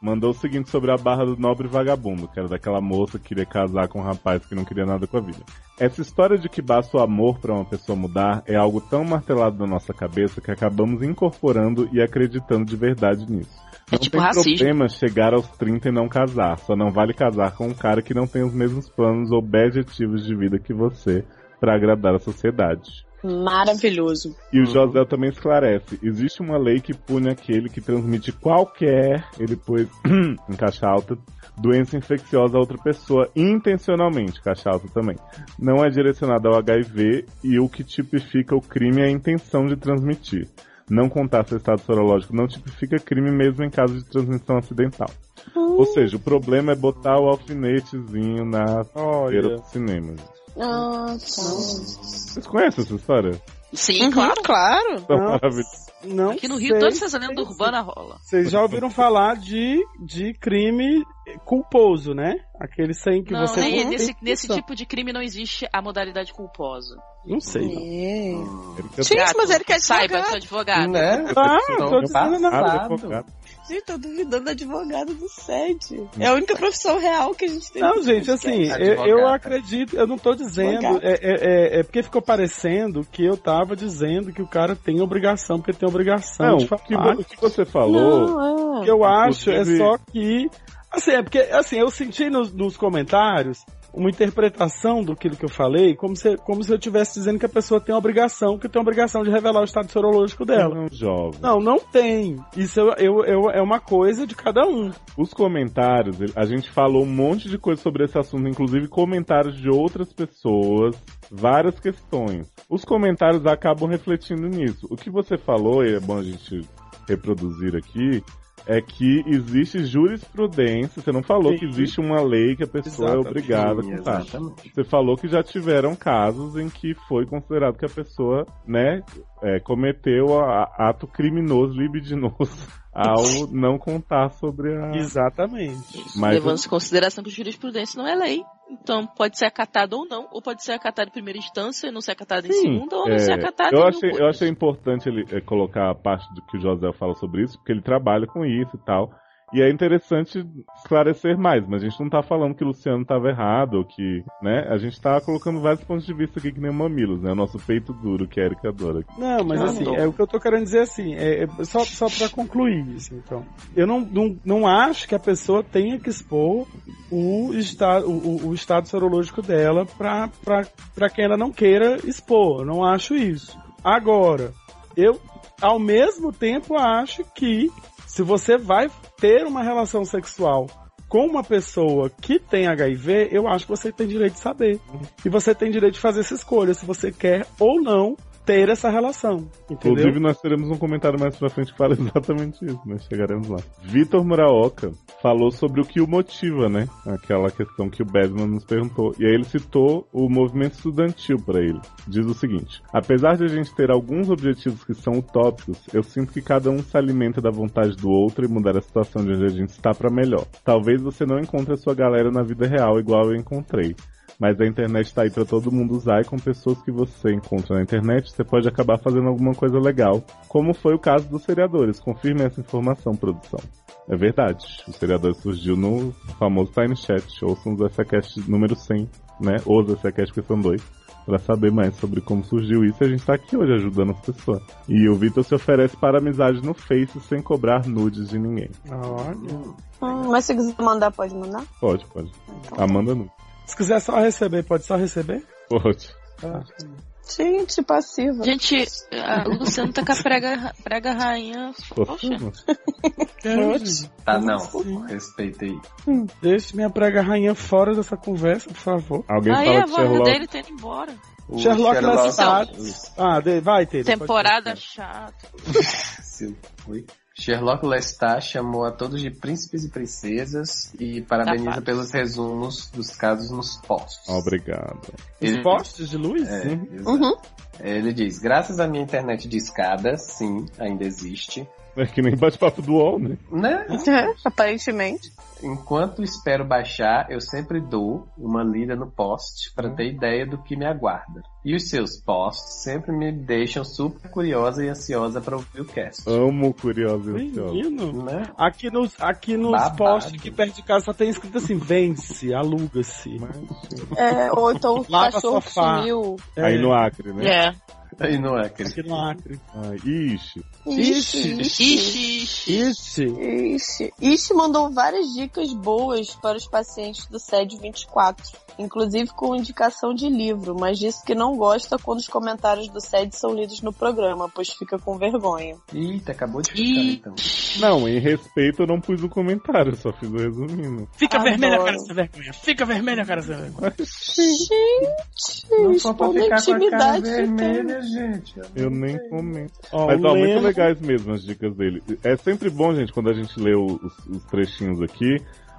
mandou o seguinte sobre a barra do nobre vagabundo, que era daquela moça que queria casar com um rapaz que não queria nada com a vida. Essa história de que basta o amor pra uma pessoa mudar é algo tão martelado na nossa cabeça que acabamos incorporando e acreditando de verdade nisso. Não tipo tem racismo. problema chegar aos 30 e não casar. Só não vale casar com um cara que não tem os mesmos planos ou objetivos de vida que você pra agradar a sociedade. Maravilhoso. E o José também esclarece: existe uma lei que pune aquele que transmite qualquer, ele pôs em caixa alta, doença infecciosa a outra pessoa intencionalmente, caixa alta também. Não é direcionada ao HIV e o que tipifica o crime é a intenção de transmitir. Não contar seu estado sorológico não tipifica crime mesmo em caso de transmissão acidental. Ah. Ou seja, o problema é botar o alfinetezinho na feira do cinema. Ah, Vocês conhecem essa história? Sim, claro, claro. Tão maravilhosa. Não Aqui no sei. Rio, todas essas lendas urbanas rola. Vocês já ouviram falar de, de crime culposo, né? Aquele sem que Não, você. nem- tem nesse, nesse culpa. tipo de crime não existe a modalidade culposa. Não sei. não. É. Gato, Saiba, advogado. sou advogado. Né? Ah, eu tô dizendo nada. Gente, tô duvidando da advogada do SED. É a única profissão real que a gente tem. Não, gente, assim, eu, eu Advogada. acredito, eu não tô dizendo. Advogada. É, é, é- é porque ficou parecendo que eu tava dizendo que o cara tem obrigação, porque tem obrigação Não, de o que, falar. o que você falou. Não, O que eu acho é Inclusive- só que. Assim, é porque assim, eu senti nos, nos comentários uma interpretação do que eu falei, como se, como se eu estivesse dizendo que a pessoa tem obrigação, que tem obrigação de revelar o estado sorológico dela. Não, é um jovem. Não, não tem. Isso eu, eu, eu- é uma coisa de cada um. Os comentários, a gente falou um monte de coisa sobre esse assunto, inclusive comentários de outras pessoas, várias questões. Os comentários acabam refletindo nisso. O que você falou, e é bom a gente reproduzir aqui, é que existe jurisprudência, você não falou Sim. que existe uma lei que a pessoa é obrigada a contar. Exatamente. Você falou que já tiveram casos em que foi considerado que a pessoa, né, é, cometeu a- a- ato criminoso, libidinoso, ao não contar sobre Ah. a. Exatamente. Mas Levando-se em consideração que jurisprudência não é lei. Então, pode ser acatado ou não, ou pode ser acatado em primeira instância e não ser acatado em segunda, ou não ser acatado é, eu, em achei, nenhuma. eu achei importante ele eh, colocar a parte do que o José fala sobre isso, porque ele trabalha com isso e tal. E é interessante esclarecer mais, mas a gente não tá falando que o Luciano estava errado, ou que, né? A gente tá colocando vários pontos de vista aqui que nem o Mamilos, né? O nosso peito duro, que é a Erika adora. Não, mas Ah, assim, não. é o que eu tô querendo dizer assim, é, é só, só pra concluir isso, então. Eu não, não, não acho que a pessoa tenha que expor o, esta, o, o- o estado serológico dela pra, pra, pra quem ela não queira expor. Eu não acho isso. Agora, eu, ao mesmo tempo, acho que se você vai ter uma relação sexual com uma pessoa que tem HIV, eu acho que você tem direito de saber. E você tem direito de fazer essa escolha, se você quer ou não ter essa relação. Entendeu? Inclusive, nós teremos um comentário mais pra frente que fala exatamente isso, mas chegaremos lá. Vitor Muraoka falou sobre o que o motiva, né? Aquela questão que o Bedman nos perguntou. E aí ele citou o movimento estudantil pra ele. Diz o seguinte: Apesar de a gente ter alguns objetivos que são utópicos, eu sinto que cada um se alimenta da vontade do outro e mudar a situação de onde a gente está pra melhor. Talvez você não encontre a sua galera na vida real igual eu encontrei. Mas a internet tá aí pra todo mundo usar e com pessoas que você encontra na internet, você pode acabar fazendo alguma coisa legal, como foi o caso dos seriadores. Confirme essa informação, produção. É verdade. O seriador surgiu no famoso Time Chat. Ouçam o SACast número 100, né? Ou o SACast que são dois. Pra saber mais sobre como surgiu isso, e a gente tá aqui hoje ajudando as pessoas. E o Vitor se oferece para amizade no Face sem cobrar nudes de ninguém. Ah, Olha. Hum, mas se quiser mandar, pode mandar. Pode, pode. Amanda não. Se quiser só receber, pode só receber? Pode. Tá. Gente, passiva. Gente, a Luciano tá com a prega, prega rainha. Poxa. Gente, Tá, não. Respeitei. Hum. Deixe minha prega rainha fora dessa conversa, por favor. Alguém Aí fala a de voz Sherlock. dele tá indo embora. O Sherlock, Sherlock Então, Ah, de- vai, Tere. pode- Então. temporada chata. Sil- Oi? Sherlock Lestat chamou a todos de príncipes e princesas e parabeniza Safados. pelos resumos dos casos nos postos. Obrigado. Os Ele- postes de luz? É, Uhum. exato. Ele diz, graças à minha internet de escada, sim, ainda existe, É que nem bate-papo do UOL, né? né? Então. Aparentemente. Enquanto espero baixar, eu sempre dou uma lida no post para ter ideia do que me aguarda. E os seus posts sempre me deixam super curiosa e ansiosa para ouvir o cast. Né? Amo curioso. e ansioso. Menino, aqui nos, aqui nos Babado. postes aqui perto de casa só tem escrito assim: vende-se, aluga-se. É, ou então o Lava cachorro que sofá. sumiu. É, Aí no Acre, né? Tá É. Aí no Acre. Aqui no Acre. Ai, ixi. Ixi, ixi, Ixi. Ixi mandou várias dicas boas para os pacientes do SED 24, inclusive com indicação de livro, mas disse que não gosta quando os comentários do SED são lidos no programa, pois fica com vergonha. Eita, acabou de ficar então. Não, em respeito eu não pus o comentário, só fiz o resumindo. Fica Adoro. vermelha, cara, essa vergonha. Fica vermelha, cara, essa vergonha. Gente, Não só pra esconde a ficar com a cara intimidade que vermelha, tem. gente. Eu nem comento. Ó, Mas é o ó, muito Leno- legais mesmo as dicas dele. É sempre bom, gente, quando a gente lê os, os trechinhos aqui,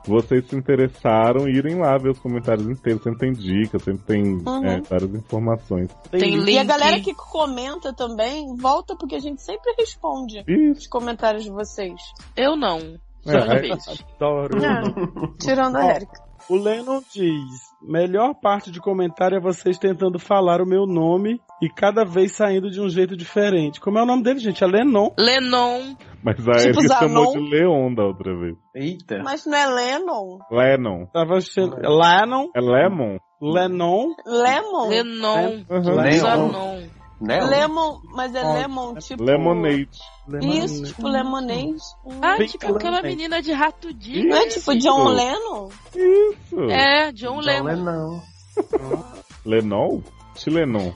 vocês se interessaram e irem lá ver os comentários inteiros. Sempre tem dicas, sempre tem Uhum. é, várias informações. E a galera que comenta também, volta porque a gente sempre responde os comentários de vocês. Eu não. É, é, adoro. É, Tirando a Ó, Erika. O Lennon diz: melhor parte de comentário é vocês tentando falar o meu nome e cada vez saindo de um jeito diferente. Como é o nome dele, gente? É Lennon. Lennon. Mas a Tipo Erika chamou Zanon. de Leon da outra vez. Eita. Mas não é Lennon? Lennon. Tava sendo. Lennon. É Lemon? Lennon. né? Lemon? Lennon. Uhum. Zanon. Né, Lemon, mas é Ó, lemon, tipo... Lemonade. Isso, tipo lemonade. Ah, Bem tipo aquela lemonade. menina de rato de. Não é tipo John Lennon? Isso. É, John Lennon. Lennon. Lenol? Tilenon.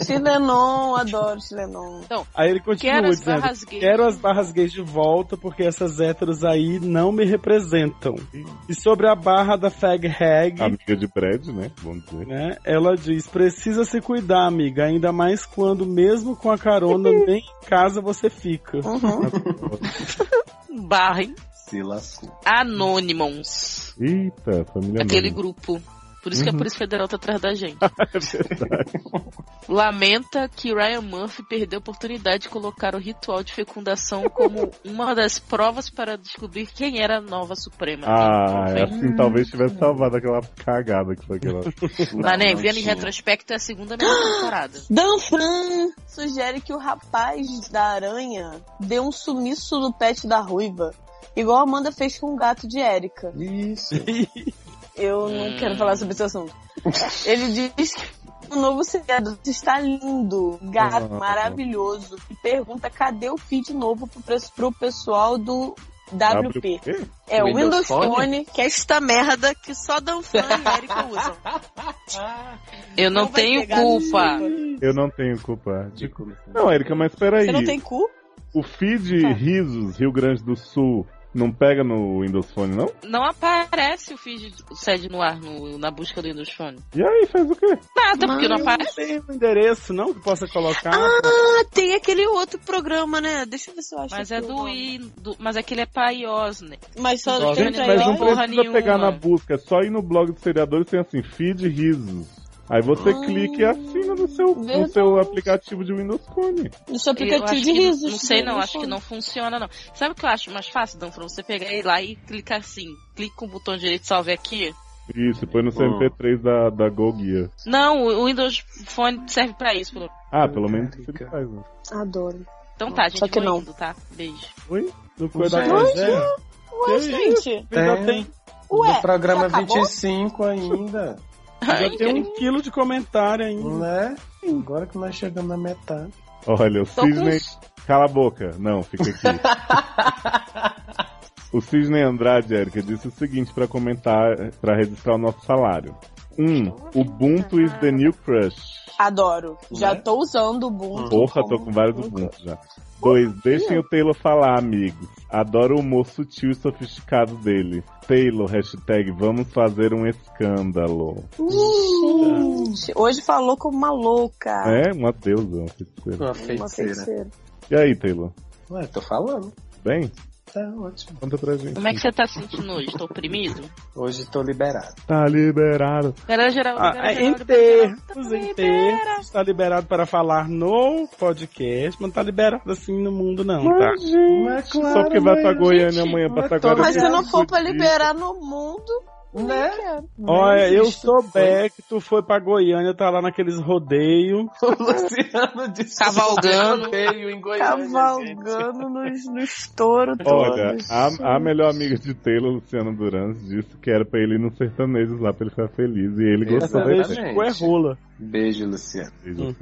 Chilenon, adoro Chilenon. Então, Aí ele continua Quero as dizendo: barras gays. Quero as barras gays de volta porque essas héteros aí não me representam. E sobre a barra da Fag Hag, Amiga de Brad, né? Vamos dizer. né? Ela diz: precisa se cuidar, amiga, ainda mais quando, mesmo com a carona, nem em casa você fica. Uhum. Barra, hein? Se lascou. Anonymous. Eita, família Aquele Anônima. grupo. Por isso que a Uhum. É Polícia Federal tá atrás da gente. Verdade. Lamenta que Ryan Murphy perdeu a oportunidade de colocar o ritual de fecundação como uma das provas para descobrir quem era a nova Suprema. Ah, Então, é vem. assim talvez tivesse salvado aquela cagada que foi aquela. Mas, né, vendo em retrospecto, é a segunda melhor temporada. Dan Fran sugere que o rapaz da aranha dê um sumiço no pet da ruiva. Igual a Amanda fez com o gato de Érica. Isso. Eu não Hum. quero falar sobre esse assunto. Ele diz que o novo seriado está lindo, gato, Ah. maravilhoso. E pergunta cadê o feed novo pro, pres- pro pessoal do WP. É o Windows, Phone, que é esta merda que só Dan Fran e Erika usam. Eu não, Não vai tenho pegar culpa. Eu não tenho culpa. Não, Erika, mas peraí. Você não tem Tá. cu? O feed Risos, Rio Grande do Sul, não pega no Windows Phone, não? Não aparece o feed do sede no ar no- na busca do Windows Phone. E aí, faz o quê? Nada, porque não Mas- aparece. Tem um endereço não que possa colocar. Ah, tem aquele outro programa, né? Deixa eu ver se eu acho. Mas é aqui o do, nome. I, do Mas aquele é pra iOS, né? Mas só Não, tem gente, pra Mas não iOS? porra precisa nenhuma. um pegar na busca, é só ir no blog dos seriadores e tem assim, feed Risos. Aí você Ah. clica e assina no seu, no verdade. seu aplicativo de Windows Phone. No seu Eu acho aplicativo de que não- risos. Não sei não, né? acho que não funciona não. Sabe o que eu acho mais fácil, Dan? Pra você pegar e ir lá e clicar assim, clica com o botão direito salve aqui. Isso, põe no seu MP3 da, da GoGear. Não, o o Windows Phone serve pra isso. pelo- Ah, pelo menos isso ele faz. né? Adoro. Então tá, gente, Só que vou não. indo, tá? Beijo. Oi? No Coisa da Gente, Tragédia? é. Ué, gente. Já É. tem, Ué, no programa já acabou? 25 ainda. já tem um quilo de comentário ainda. Né? Agora que nós chegamos na metade. Olha, o Tô com Sidney. Cala a boca. Não, fica aqui. o Sidney Andrade, Erika, disse o seguinte pra comentar, pra registrar o nosso salário. Um, Ubuntu is the new crush. Adoro. Já tô usando o Ubuntu. Porra, tô com vários Ubuntu já. Dois, deixem o Taylor falar, amigos. Adoro o humor sutil e sofisticado dele. Taylor, hashtag, vamos fazer um escândalo. Gente, hoje falou como uma louca. É, uma deusa. uma feiticeira. Uma Uma feiticeira. E aí, Taylor? Ué, tô falando. Bem? Tá ótimo. Conta pra gente. Como é que você tá se sentindo hoje? Tô oprimido? Hoje tô liberado. Tá liberado. Galera geral, Tá Ah, galera em geral, termos, em termos, está liberado para falar no podcast, mas não tá liberado assim no mundo, não, tá? Mas, gente, Mas, só claro, porque vai pra mas, Goiânia gente, amanhã pra mas Taquara. todo Mas se não for pra fudido. liberar no mundo, né? Olha, eu souber que tu foi pra Goiânia, tá lá naqueles rodeios. Luciano de Cavalgando. Veio em Goiânia. Cavalgando nos, nos touros Olha, todos. a, a melhor amiga de Taylor, Luciana Durans, disse que era pra ele ir nos sertanejos lá pra ele ficar feliz. E ele gostou da Sertanejo ideia. Exatamente. é rola. Beijo, Luciano. Hum.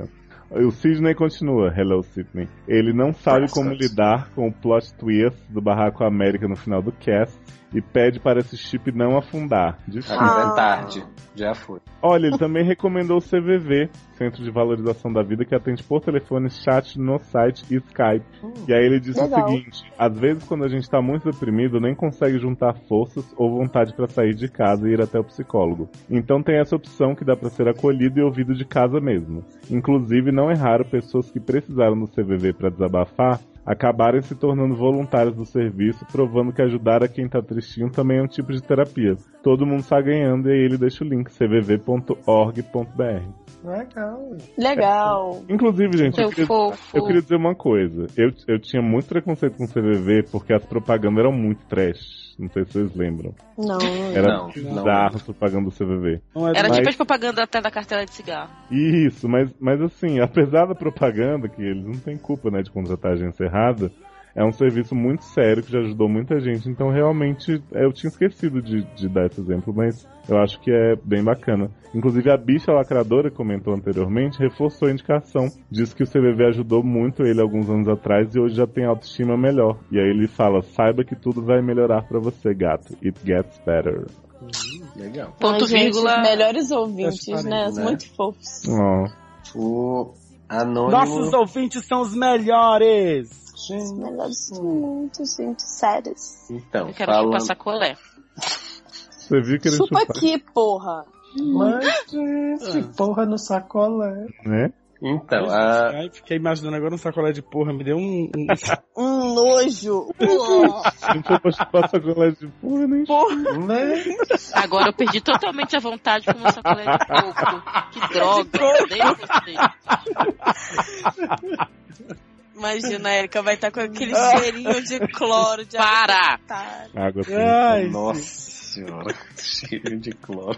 O Sidney continua, Hello Sidney. Ele não sabe como lidar com o plot twist do Barraco América no final do cast e pede para esse chip não afundar. Difícil. Agora é tarde. Já foi. Olha, ele também recomendou o CVV, Centro de Valorização da Vida, que atende por telefone, chat no site e Skype. E aí ele disse legal. o seguinte: às vezes quando a gente tá muito deprimido, nem consegue juntar forças ou vontade pra sair de casa e ir até o psicólogo. Então tem essa opção que dá pra ser acolhido e ouvido de casa mesmo. Inclusive, não é raro pessoas que precisaram do CVV pra desabafar acabarem se tornando voluntários do serviço, provando que ajudar a quem tá tristinho também é um tipo de terapia. Todo mundo tá ganhando e aí ele deixa o link cvv.org.br. Legal. Legal. Inclusive, gente, eu Seu queria, fofo. eu queria dizer uma coisa. Eu, eu tinha muito preconceito com o CVV porque as propagandas eram muito trash. Não sei se vocês lembram. Não. Era Não, não. bizarro as propagandas do CVV. Não é Era Mas- tipo as propaganda até da cartela de cigarro. Isso, mas, mas assim, apesar da propaganda, que eles não têm culpa né, de contratar agência errada, é um serviço muito sério que já ajudou muita gente. Então, realmente, é, eu tinha esquecido de, de dar esse exemplo, mas eu acho que é bem bacana. Inclusive, a bicha lacradora que comentou anteriormente reforçou a indicação. Diz que o CVV ajudou muito ele alguns anos atrás e hoje já tem autoestima melhor. E aí ele fala: saiba que tudo vai melhorar pra você, gato. It gets better. Legal. Ponto Ai, gente, vírgula. melhores ouvintes, né? né? Muito fofos. Ó. O anônimo. Nossos ouvintes são os melhores. Os melhores do mundo, gente. Sérios. Então, Eu quero falando... chupar sacolé. Você viu que ele Chupa chupa, aqui, porra. Mas, gente, porra no sacolé. né? Então, a... Ai, fiquei imaginando agora um sacolé de porra, me deu um. um- Um nojo. Se não for pra chupar sacolé de porra, nem né? Agora eu perdi totalmente a vontade de comer sacolé de coco. Que droga. Nem gostei. Imagina, a Erika vai estar com aquele cheirinho de cloro, de Para! aventar. Água Ah. quente. Ai, Nossa senhora, que cheiro de cloro.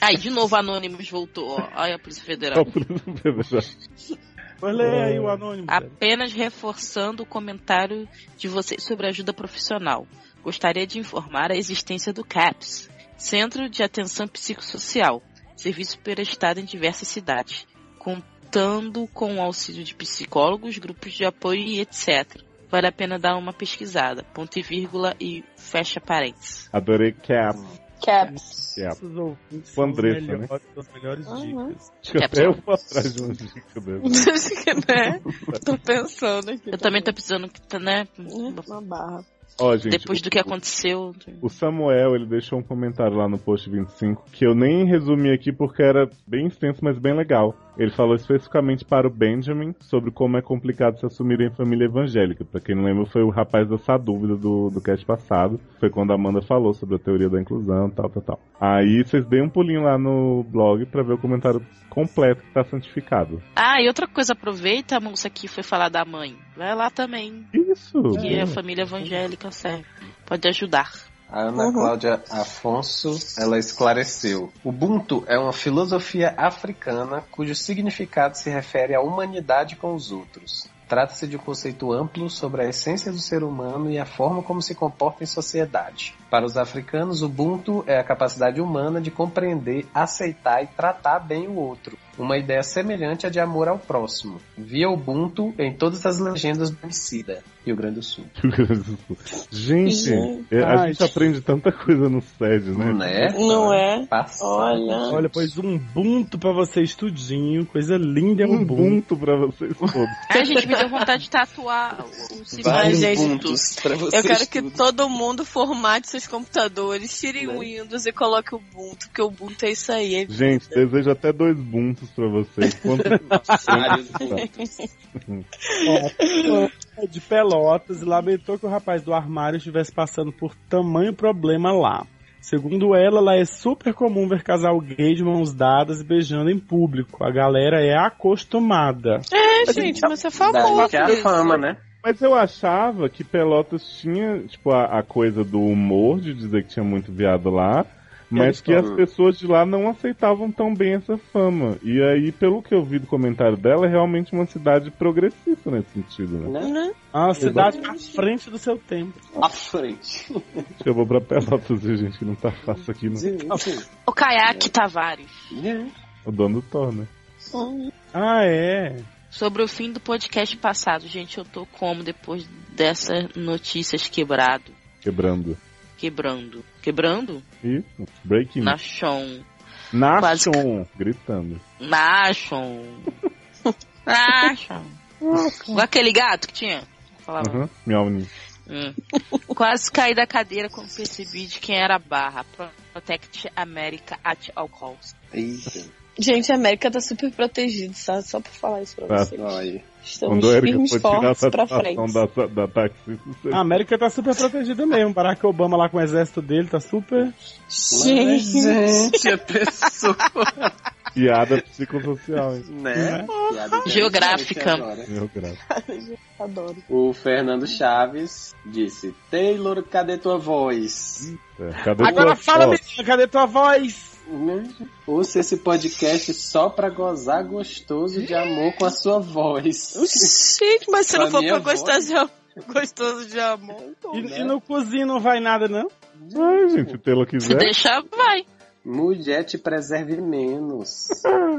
Aí, de novo, Anonymous voltou. Ó. Olha a Polícia Só Federal. por isso que eu já- Mas lê aí o anônimo. cara. Apenas reforçando o comentário de vocês sobre ajuda profissional. Gostaria de informar a existência do CAPS, Centro de Atenção Psicossocial, serviço prestado em diversas cidades, contando com o auxílio de psicólogos, grupos de apoio e etc. Vale a pena dar uma pesquisada. Ponto e vírgula e fecha parênteses. Adorei cap. Caps. cap. Nossos ouvintes O É são os Andressa, melhores, as melhores Uhum. dicas. Até eu vou atrás de uma dica dessa. né? Tô pensando aqui. Eu também tô precisando, né? Uma barra. Ó, gente, Depois o- do que aconteceu. O Samuel, ele deixou um comentário lá no post 25 que eu nem resumi aqui porque era bem extenso, mas bem legal. Ele falou especificamente para o Benjamin sobre como é complicado se assumir em família evangélica. Pra quem não lembra, foi o rapaz dessa dúvida do, do cast passado. Foi quando a Amanda falou sobre a teoria da inclusão, tal, tal, tal. Aí vocês deem um pulinho lá no blog pra ver o comentário completo que tá santificado. Ah, e outra coisa, aproveita a moça que foi falar da mãe. Vai lá também, Isso! que é a família evangélica serve. Pode ajudar. A Ana Cláudia Afonso, ela esclareceu. Ubuntu é uma filosofia africana cujo significado se refere à humanidade com os outros. Trata-se de um conceito amplo sobre a essência do ser humano e a forma como se comporta em sociedade. Para os africanos, Ubuntu é a capacidade humana de compreender, aceitar e tratar bem o outro. Uma ideia semelhante à de amor ao próximo. Via Ubuntu em todas as legendas do Emicida, Rio Grande do Sul. Rio Grande do Sul. Gente, Gente. é, a Ai, gente aprende tanta coisa no SED, né? Né? Não é? Passado. Olha. Olha, pois um bunto pra vocês tudinho, coisa linda é um Um bunto. bunto pra vocês todos. Ai, gente, me deu vontade de tatuar o o Simão Vai, e gente, tudo. pra vocês Eu quero que tudo. Né? todo mundo formate os computadores, tirem o Windows e coloquem o Ubuntu, porque o Ubuntu é isso aí. é Gente, desejo até dois buntos pra vocês. Quanto... tá? Vários Ó, de Pelotas lamentou que o rapaz do armário estivesse passando por tamanho problema lá. Segundo ela, lá é super comum ver casal gay de mãos dadas e beijando em público. A galera é acostumada. É, gente, mas é famoso. isso. Mas eu achava que Pelotas tinha, tipo, a, a coisa do humor de dizer que tinha muito viado lá, mas eles que as falam. pessoas de lá não aceitavam tão bem essa fama. E aí, pelo que eu vi do comentário dela, é realmente uma cidade progressista nesse sentido, né? Né? A cidade à frente do seu tempo. À frente. Acho que eu vou pra Pelotas, viu, gente, que não tá fácil aqui, não. O caiaque Tavares. O dono do Thor, né? Ah, é. Sobre o fim do podcast passado, gente, eu tô como depois dessas notícias quebrado, Quebrando. quebrando, quebrando? Isso. Breaking. Na chão. Nation. Gritando. Nashon. Nashon. Igual Aquele gato que tinha. Falava. Aham. Uhum. Miau, Nini. Uhum. Hum. Quase caí da cadeira quando percebi de quem era a barra. Protect America at all costs. Eita. Gente, a América tá super protegida, sabe? Só pra falar isso pra Tá. vocês. Estamos Quando o Erika Então, firmes foi tirar a fortes pra satisfação frente. da, da taxista, você A América tá super protegida mesmo. Barack Obama lá com o exército dele tá super. Gente, a pessoa. Piada psicossocial, hein? Né? Piada de- Geográfica. Agora. Geográfica. Adoro. O Fernando Chaves disse: Taylor, cadê tua voz? Cadê Agora tua fala, voz? menina, cadê tua voz? Né? Ouça esse podcast só pra gozar gostoso de amor com a sua voz. Gente, mas se Com a não for minha pra voz? gostar de amor, gostoso de amor. então- E, e no cozinho não vai nada, não? Ai, gente, o Taylor quiser. Deixa, vai. Mulher te preserve menos.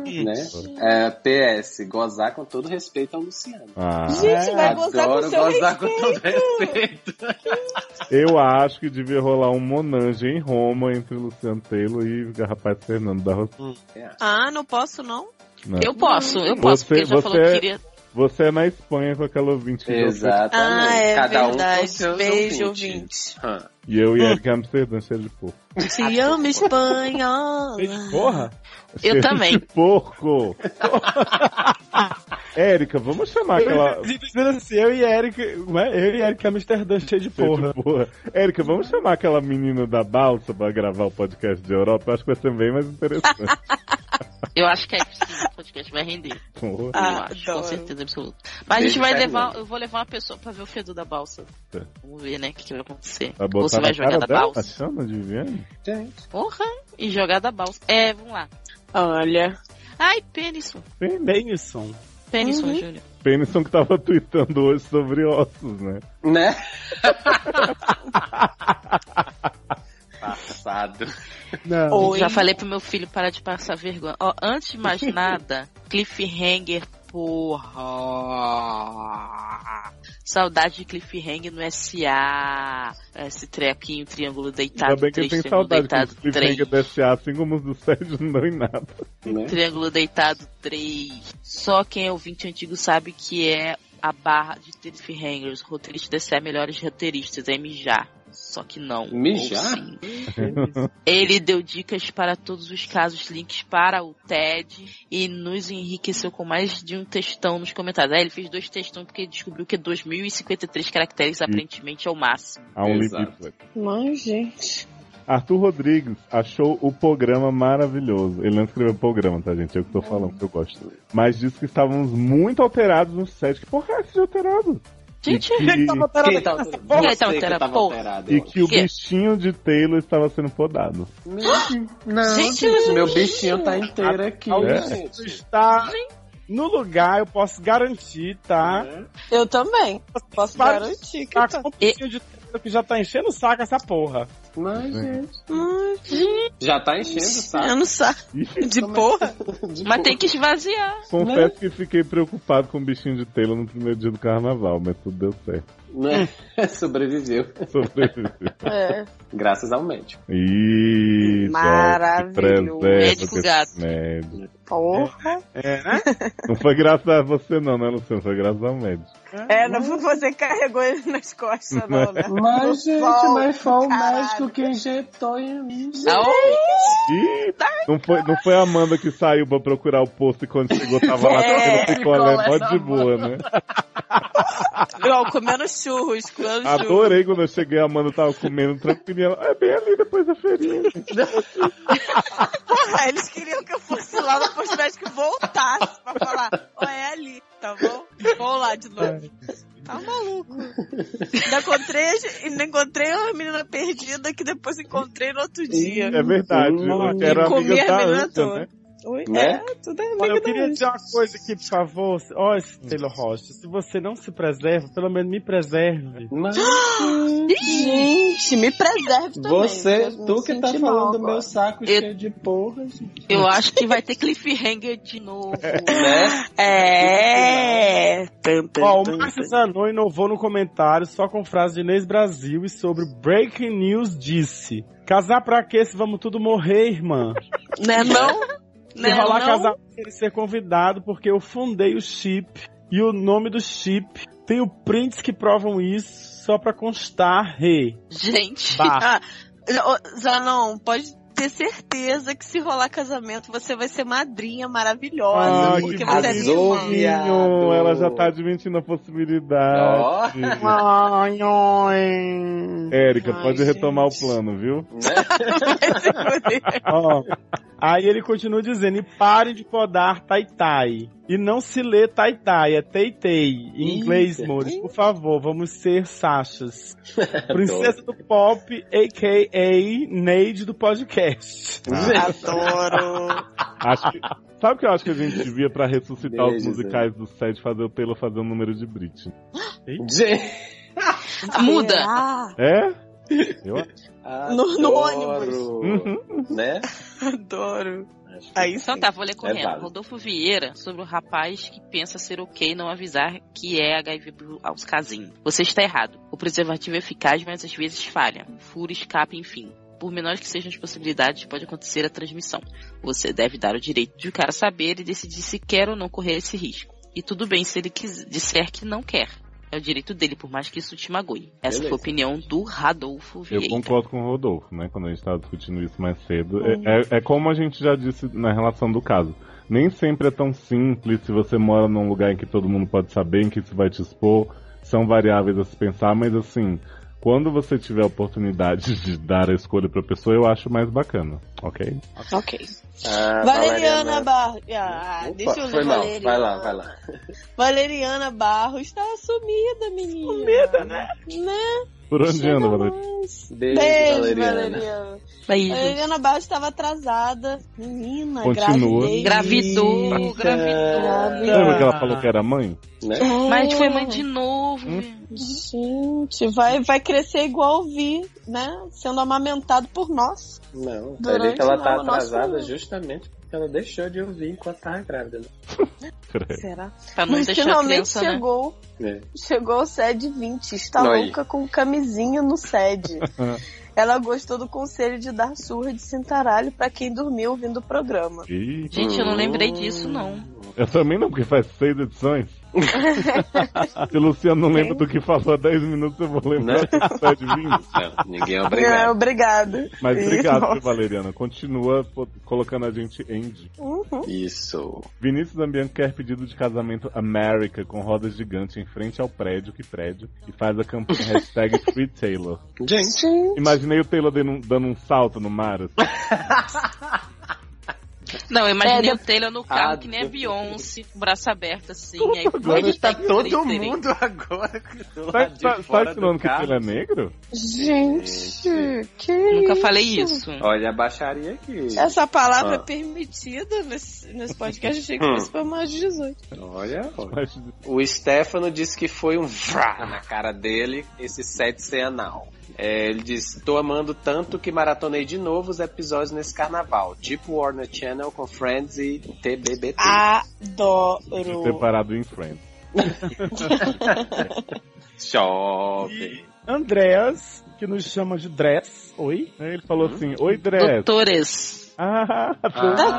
né? É, PS, gozar com todo respeito ao Luciano. Ah. Gente, vai gozar com É, Adoro seu gozar com todo respeito. Eu acho que devia rolar um Monange em Roma entre Luciano Taylor e rapaz Fernando da Rocinha. Ah, não posso não? Não. Eu posso, eu posso, porque já falou que queria. Você é na Espanha com aquela ouvinte que Exatamente. Ah, é Cada um com verdade. seus Beijo, ouvintes. Hã. E eu e Erika Amsterdã, cheiro de porco. Te Ah, amo, espanhola. Porra! Eu também. De porco! Érica, vamos chamar aquela. Dizendo assim, eu e Eric, como é? eu e Eric Amsterdã cheio de porra. Porra. Érica, vamos chamar aquela menina da balsa pra gravar o podcast de Europa? Eu acho que vai ser bem mais interessante. Eu acho que é possível, o podcast vai render. Porra. eu acho, com certeza absoluta. Mas a gente Beijo, vai Fernando. levar, eu vou levar uma pessoa pra ver o Fedor da balsa. Tá. Vamos ver, né, o que, que vai acontecer. Vai Ou você botar vai na jogar cara da dela? balsa. Chama de Viviane? Porra, e jogar da balsa. É, vamos lá. Olha. Ai, Penison. Benison. Penison, Júnior. Penison que tava tweetando hoje sobre ossos, né? Né? Passado. Não. Já falei pro meu filho parar de passar vergonha. Ó, antes de mais nada, cliffhanger, porra. Saudade de cliffhanger no SA. Esse trequinho, triângulo deitado, Ainda bem que três, eu tenho triângulo saudade deitado, que o Tá três. Cliffhanger do SA, assim como os do Sérgio não dão em nada. né? Triângulo deitado 3. Só quem é ouvinte antigo sabe que é a barra de cliffhangers. Roteirista desse é melhores roteiristas, é mijar. Só que não. Mijar? Ele deu dicas para todos os casos, links para o TED e nos enriqueceu com mais de um textão nos comentários. É, ele fez dois textão porque descobriu que 2053 caracteres aparentemente é o máximo. Há um Exato. limite. Mas, gente. Arthur Rodrigues achou o programa maravilhoso. Ele não escreveu programa, tá, gente? Eu que tô falando, que eu gosto. Mas disse que estávamos muito alterados no set. Que porra é essa de alterado? Gente, E que- quem tava alterado Quem tá nessa alterado? porra? Você que tava alterado, E eu que o acho. Quê? bichinho de Taylor estava sendo podado. Não, Gente, gente, meu gente. bichinho tá inteiro aqui. Alguém É. que está no lugar, eu posso garantir, tá? Eu também. Posso Para- garantir que tá tá. com um pouquinho de tempo que já tá enchendo o saco essa porra. Mas, gente. Mas, gente. Já tá enchendo, sabe? Eu não sei. De porra. Mas tem que esvaziar. Confesso que fiquei preocupado com o bichinho de Taylor no primeiro dia do carnaval, mas tudo deu certo. Né? Sobreviveu. Sobreviveu. É. Graças ao médico. Ih, gente, Maravilhoso. preserva Médico que gato. esse médico. Porra. É, Não né, foi graças a você não, né, Luciano? Foi graças ao médico. É, não você carregou ele nas costas, não, né? No Mas, gente, sol, mas foi o caralho. médico que injetou em mim. Ih, não foi, não foi a Amanda que saiu pra procurar o posto e quando chegou tava lá É, tendo picolé, picolé, mó essa de boa, né? Igual, comendo churros, comendo tá churros. Adorei quando eu cheguei, a Amanda tava comendo tranquilinha. ela, É bem ali depois da feirinha. Porra, eles queriam que eu fosse lá no posto médico e voltasse pra falar, ó, é ali, tá bom? Vou lá de novo. Tá maluco. Ainda encontrei, as- ainda encontrei uma menina perdida que depois encontrei no outro dia. É verdade, ela E era comi amiga a da menina Anta, toda. né? Oi, Né? é, tudo é Olha, amiga eu da queria Anta. dizer uma coisa aqui, por favor. Ó, Estelo Rocha, se você não se preserva, pelo menos me preserve. ah, Gente, me preserve também. Você, Deus me tu que tá senti falando mal do meu agora. saco cheio de porra, gente. Eu acho que vai ter cliffhanger de novo. Né? É. Ó, o Marcos Zanon inovou no comentário só com frase de Inês Brasil e sobre o Breaking News disse: Casar pra quê se vamos tudo morrer, irmã? Né não? Se Né rolar não? casar, ele ser convidado, porque eu fundei o chip e o nome do chip tem o prints que provam isso só pra constar, rei. Gente. Ah, Bah. ô, Zanon, pode ter certeza que se rolar casamento, você vai ser madrinha maravilhosa. Ah, que porque você é minha irmã. bonitinho. Ela já tá admitindo a Ah. possibilidade. Ai, Érica, Ai, pode gente. retomar o plano, viu? né? Ó, aí ele continua dizendo: e parem de podar taitai. E não se lê taitai, é teitei. Em Eita. inglês, Mores, por favor, vamos ser Sachas. Princesa do Pop, a.k.a. Neide do podcast. Ah. Adoro. Acho que- Sabe o que eu acho que a gente devia pra ressuscitar os Beleza, musicais do set fazer o Taylor fazer o número de Britney? Gente. Muda. Ah, É? Eu acho. No- no ônibus. ônibus. Né? Adoro. Aí Então tá, vou ler correndo. válido. Rodolfo Vieira, sobre o rapaz que pensa ser ok não avisar que é HIV pro- aos casinhos. Você está errado. O preservativo é eficaz, mas às vezes falha. Um Furo, escape, enfim. Por menores que sejam as possibilidades, pode acontecer a transmissão. Você deve dar o direito de o cara saber e decidir se quer ou não correr esse risco. E tudo bem se ele quis- disser que não quer. É o direito dele, por mais que isso te magoe. Essa Beleza. foi a opinião do Radolfo Vieira. Eu concordo com o Rodolfo, né? Quando a gente tava discutindo isso mais cedo. É, é- é como a gente já disse na relação do caso. Nem sempre é tão simples se você mora num lugar em que todo mundo pode saber, em que isso vai te expor. São variáveis a se pensar, mas assim, quando você tiver a oportunidade de dar a escolha pra pessoa, eu acho mais bacana, ok? Ok. Ah, Valeriana Barros. Ah, deixa eu ler Foi mal, Valeriana. vai lá, vai lá. Valeriana Barros tá sumida, menina. Sumida, né? Né? Por onde Chega anda, Valeriana? Beijo, Beijo, Valeriana. Valeriana. Beijo. Valeriana Barros estava atrasada. Menina, Continua. gravidez. Gravidou, gravidou. Lembra que ela falou que era mãe? Né? Mas Hum. foi mãe de novo. Gente, vai, vai crescer igual o Vi, né? Sendo amamentado por nós. Não, você Durante vê que ela tá o nosso- atrasada justamente porque ela deixou de ouvir enquanto tava grávida. né? Será? Pra não Mas deixar finalmente criança, né? chegou. Né? Chegou o SED 20. Está Olha aí. louca com camisinha no SED. Ela gostou do conselho de dar surra de cintaralho pra quem dormiu ouvindo o programa. Ih. Gente, eu não lembrei disso, não. Eu também não, porque faz seis edições. Se o Luciano não lembra do que falou há 10 minutos, eu vou Né? lembrar do que faz 20. Ninguém é Não, obrigado. obrigado. Mas obrigado, Nossa. viu, Valeriana. Continua pô- colocando a gente em dia. Uhum. Isso. Vinícius Zambianco quer pedido de casamento America com roda gigante em frente ao prédio, que prédio, e faz a campanha hashtag Free Taylor. Gente. Imaginei o Taylor dando um, dando um salto no mar. assim. Tá Não, eu imaginei É, o Taylor no carro, Ah, que nem a Beyoncé, com o braço aberto assim. aí, agora tá hashtag todo Twitter, hein? mundo agora do lado Sabe, de sabe, fora sabe que do o nome que o carro. Taylor é negro? Gente, que Nunca isso? falei isso. Olha a baixaria aqui. Essa palavra Ah. Hum. é permitida nesse, nesse podcast. Achei que fosse pra mais de 18. Olha, olha. O Stefano disse que foi um vrá na cara dele esse set ser anal. É, ele disse: tô amando tanto que maratonei de novo os episódios nesse carnaval. Tipo Warner Channel com Friends e TBBT. Ah. Adoro. Separado em Friends. Jovem. Andréas, que nos chama de Dress. Oi? É. Hum? Ah, Aí Ele falou assim, oi Dress. Doutores. Ah,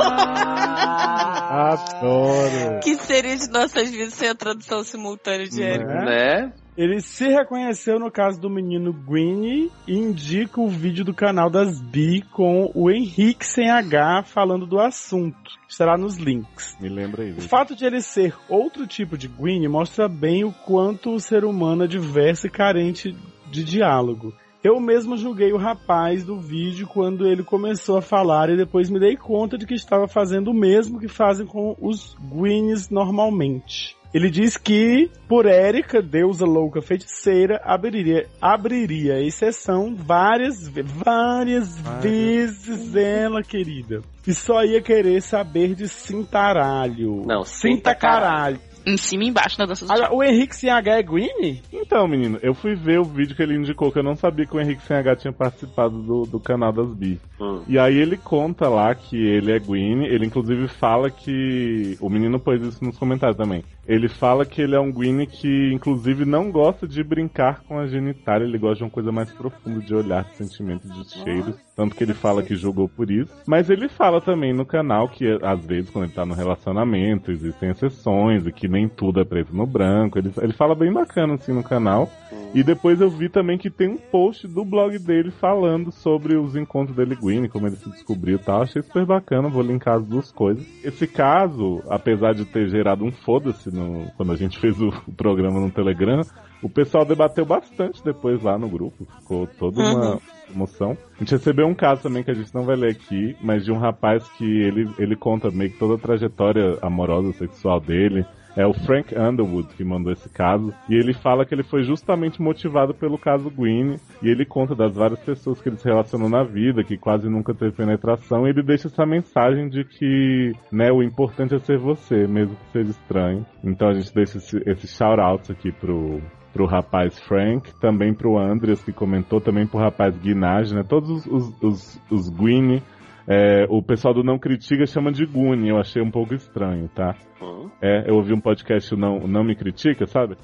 Ah, Adoro. Que seria de nossas vidas sem a tradução simultânea de é. É. Eric? É? Né? Ele se reconheceu no caso do menino Greeny e indica o vídeo do canal das Bi com o Henrique sem H falando do assunto. Estará nos links. Me lembra aí. O viu? fato de ele ser outro tipo de Greeny mostra bem o quanto o ser humano é diverso e carente de diálogo. Eu mesmo julguei o rapaz do vídeo quando ele começou a falar e depois me dei conta de que estava fazendo o mesmo que fazem com os Greenies normalmente. Ele diz que, por Érica, deusa louca feiticeira, abriria, abriria a exceção várias, ve- várias vezes ela, querida. E só ia querer saber de cintaralho. Não, Cinta caralho. Em cima e embaixo na dança do Agora, o Henrique sem H é Greeny? Então, menino, eu fui ver o vídeo que ele indicou, que eu não sabia que o Henrique Sem H tinha participado do, do canal das Bi. Hum, E aí ele conta lá que ele é Gwyn, ele inclusive fala que. O menino pôs isso nos comentários também. Ele fala que ele é um Gwyn que, inclusive, não gosta de brincar com a genitália, ele gosta de uma coisa mais profunda, de olhar, de sentimento, de cheiros. Tanto que ele fala que jogou por isso. Mas ele fala também no canal que, às vezes, quando ele tá no relacionamento, existem exceções e que nem tudo é preto no branco. Ele, ele fala bem bacana, assim, no canal. E depois eu vi também que tem um post do blog dele falando sobre os encontros dele com Gwyn, como ele se descobriu e tal. Achei super bacana, vou linkar as duas coisas. Esse caso, apesar de ter gerado um foda-se no- quando a gente fez o, o programa no Telegram, o pessoal debateu bastante depois lá no grupo. Ficou toda uma Uhum. emoção. A gente recebeu um caso também que a gente não vai ler aqui, mas de um rapaz que ele, ele conta meio que toda a trajetória amorosa, sexual dele. É o Frank Underwood que mandou esse caso. E ele fala que ele foi justamente motivado pelo caso Gwyn. E ele conta das várias pessoas que ele se relacionou na vida, que quase nunca teve penetração. E ele deixa essa mensagem de que, né, o importante é ser você, mesmo que seja estranho. Então a gente deixa esse, esse shout-out aqui pro, pro rapaz Frank, também pro Andreas que comentou, também pro rapaz Guinage, né? Todos os, os, os, os Gwynne, é, o pessoal do Não Critica chama de Gune, eu achei um pouco estranho, tá? hum, É, eu ouvi um podcast o não, o não Me Critica, sabe?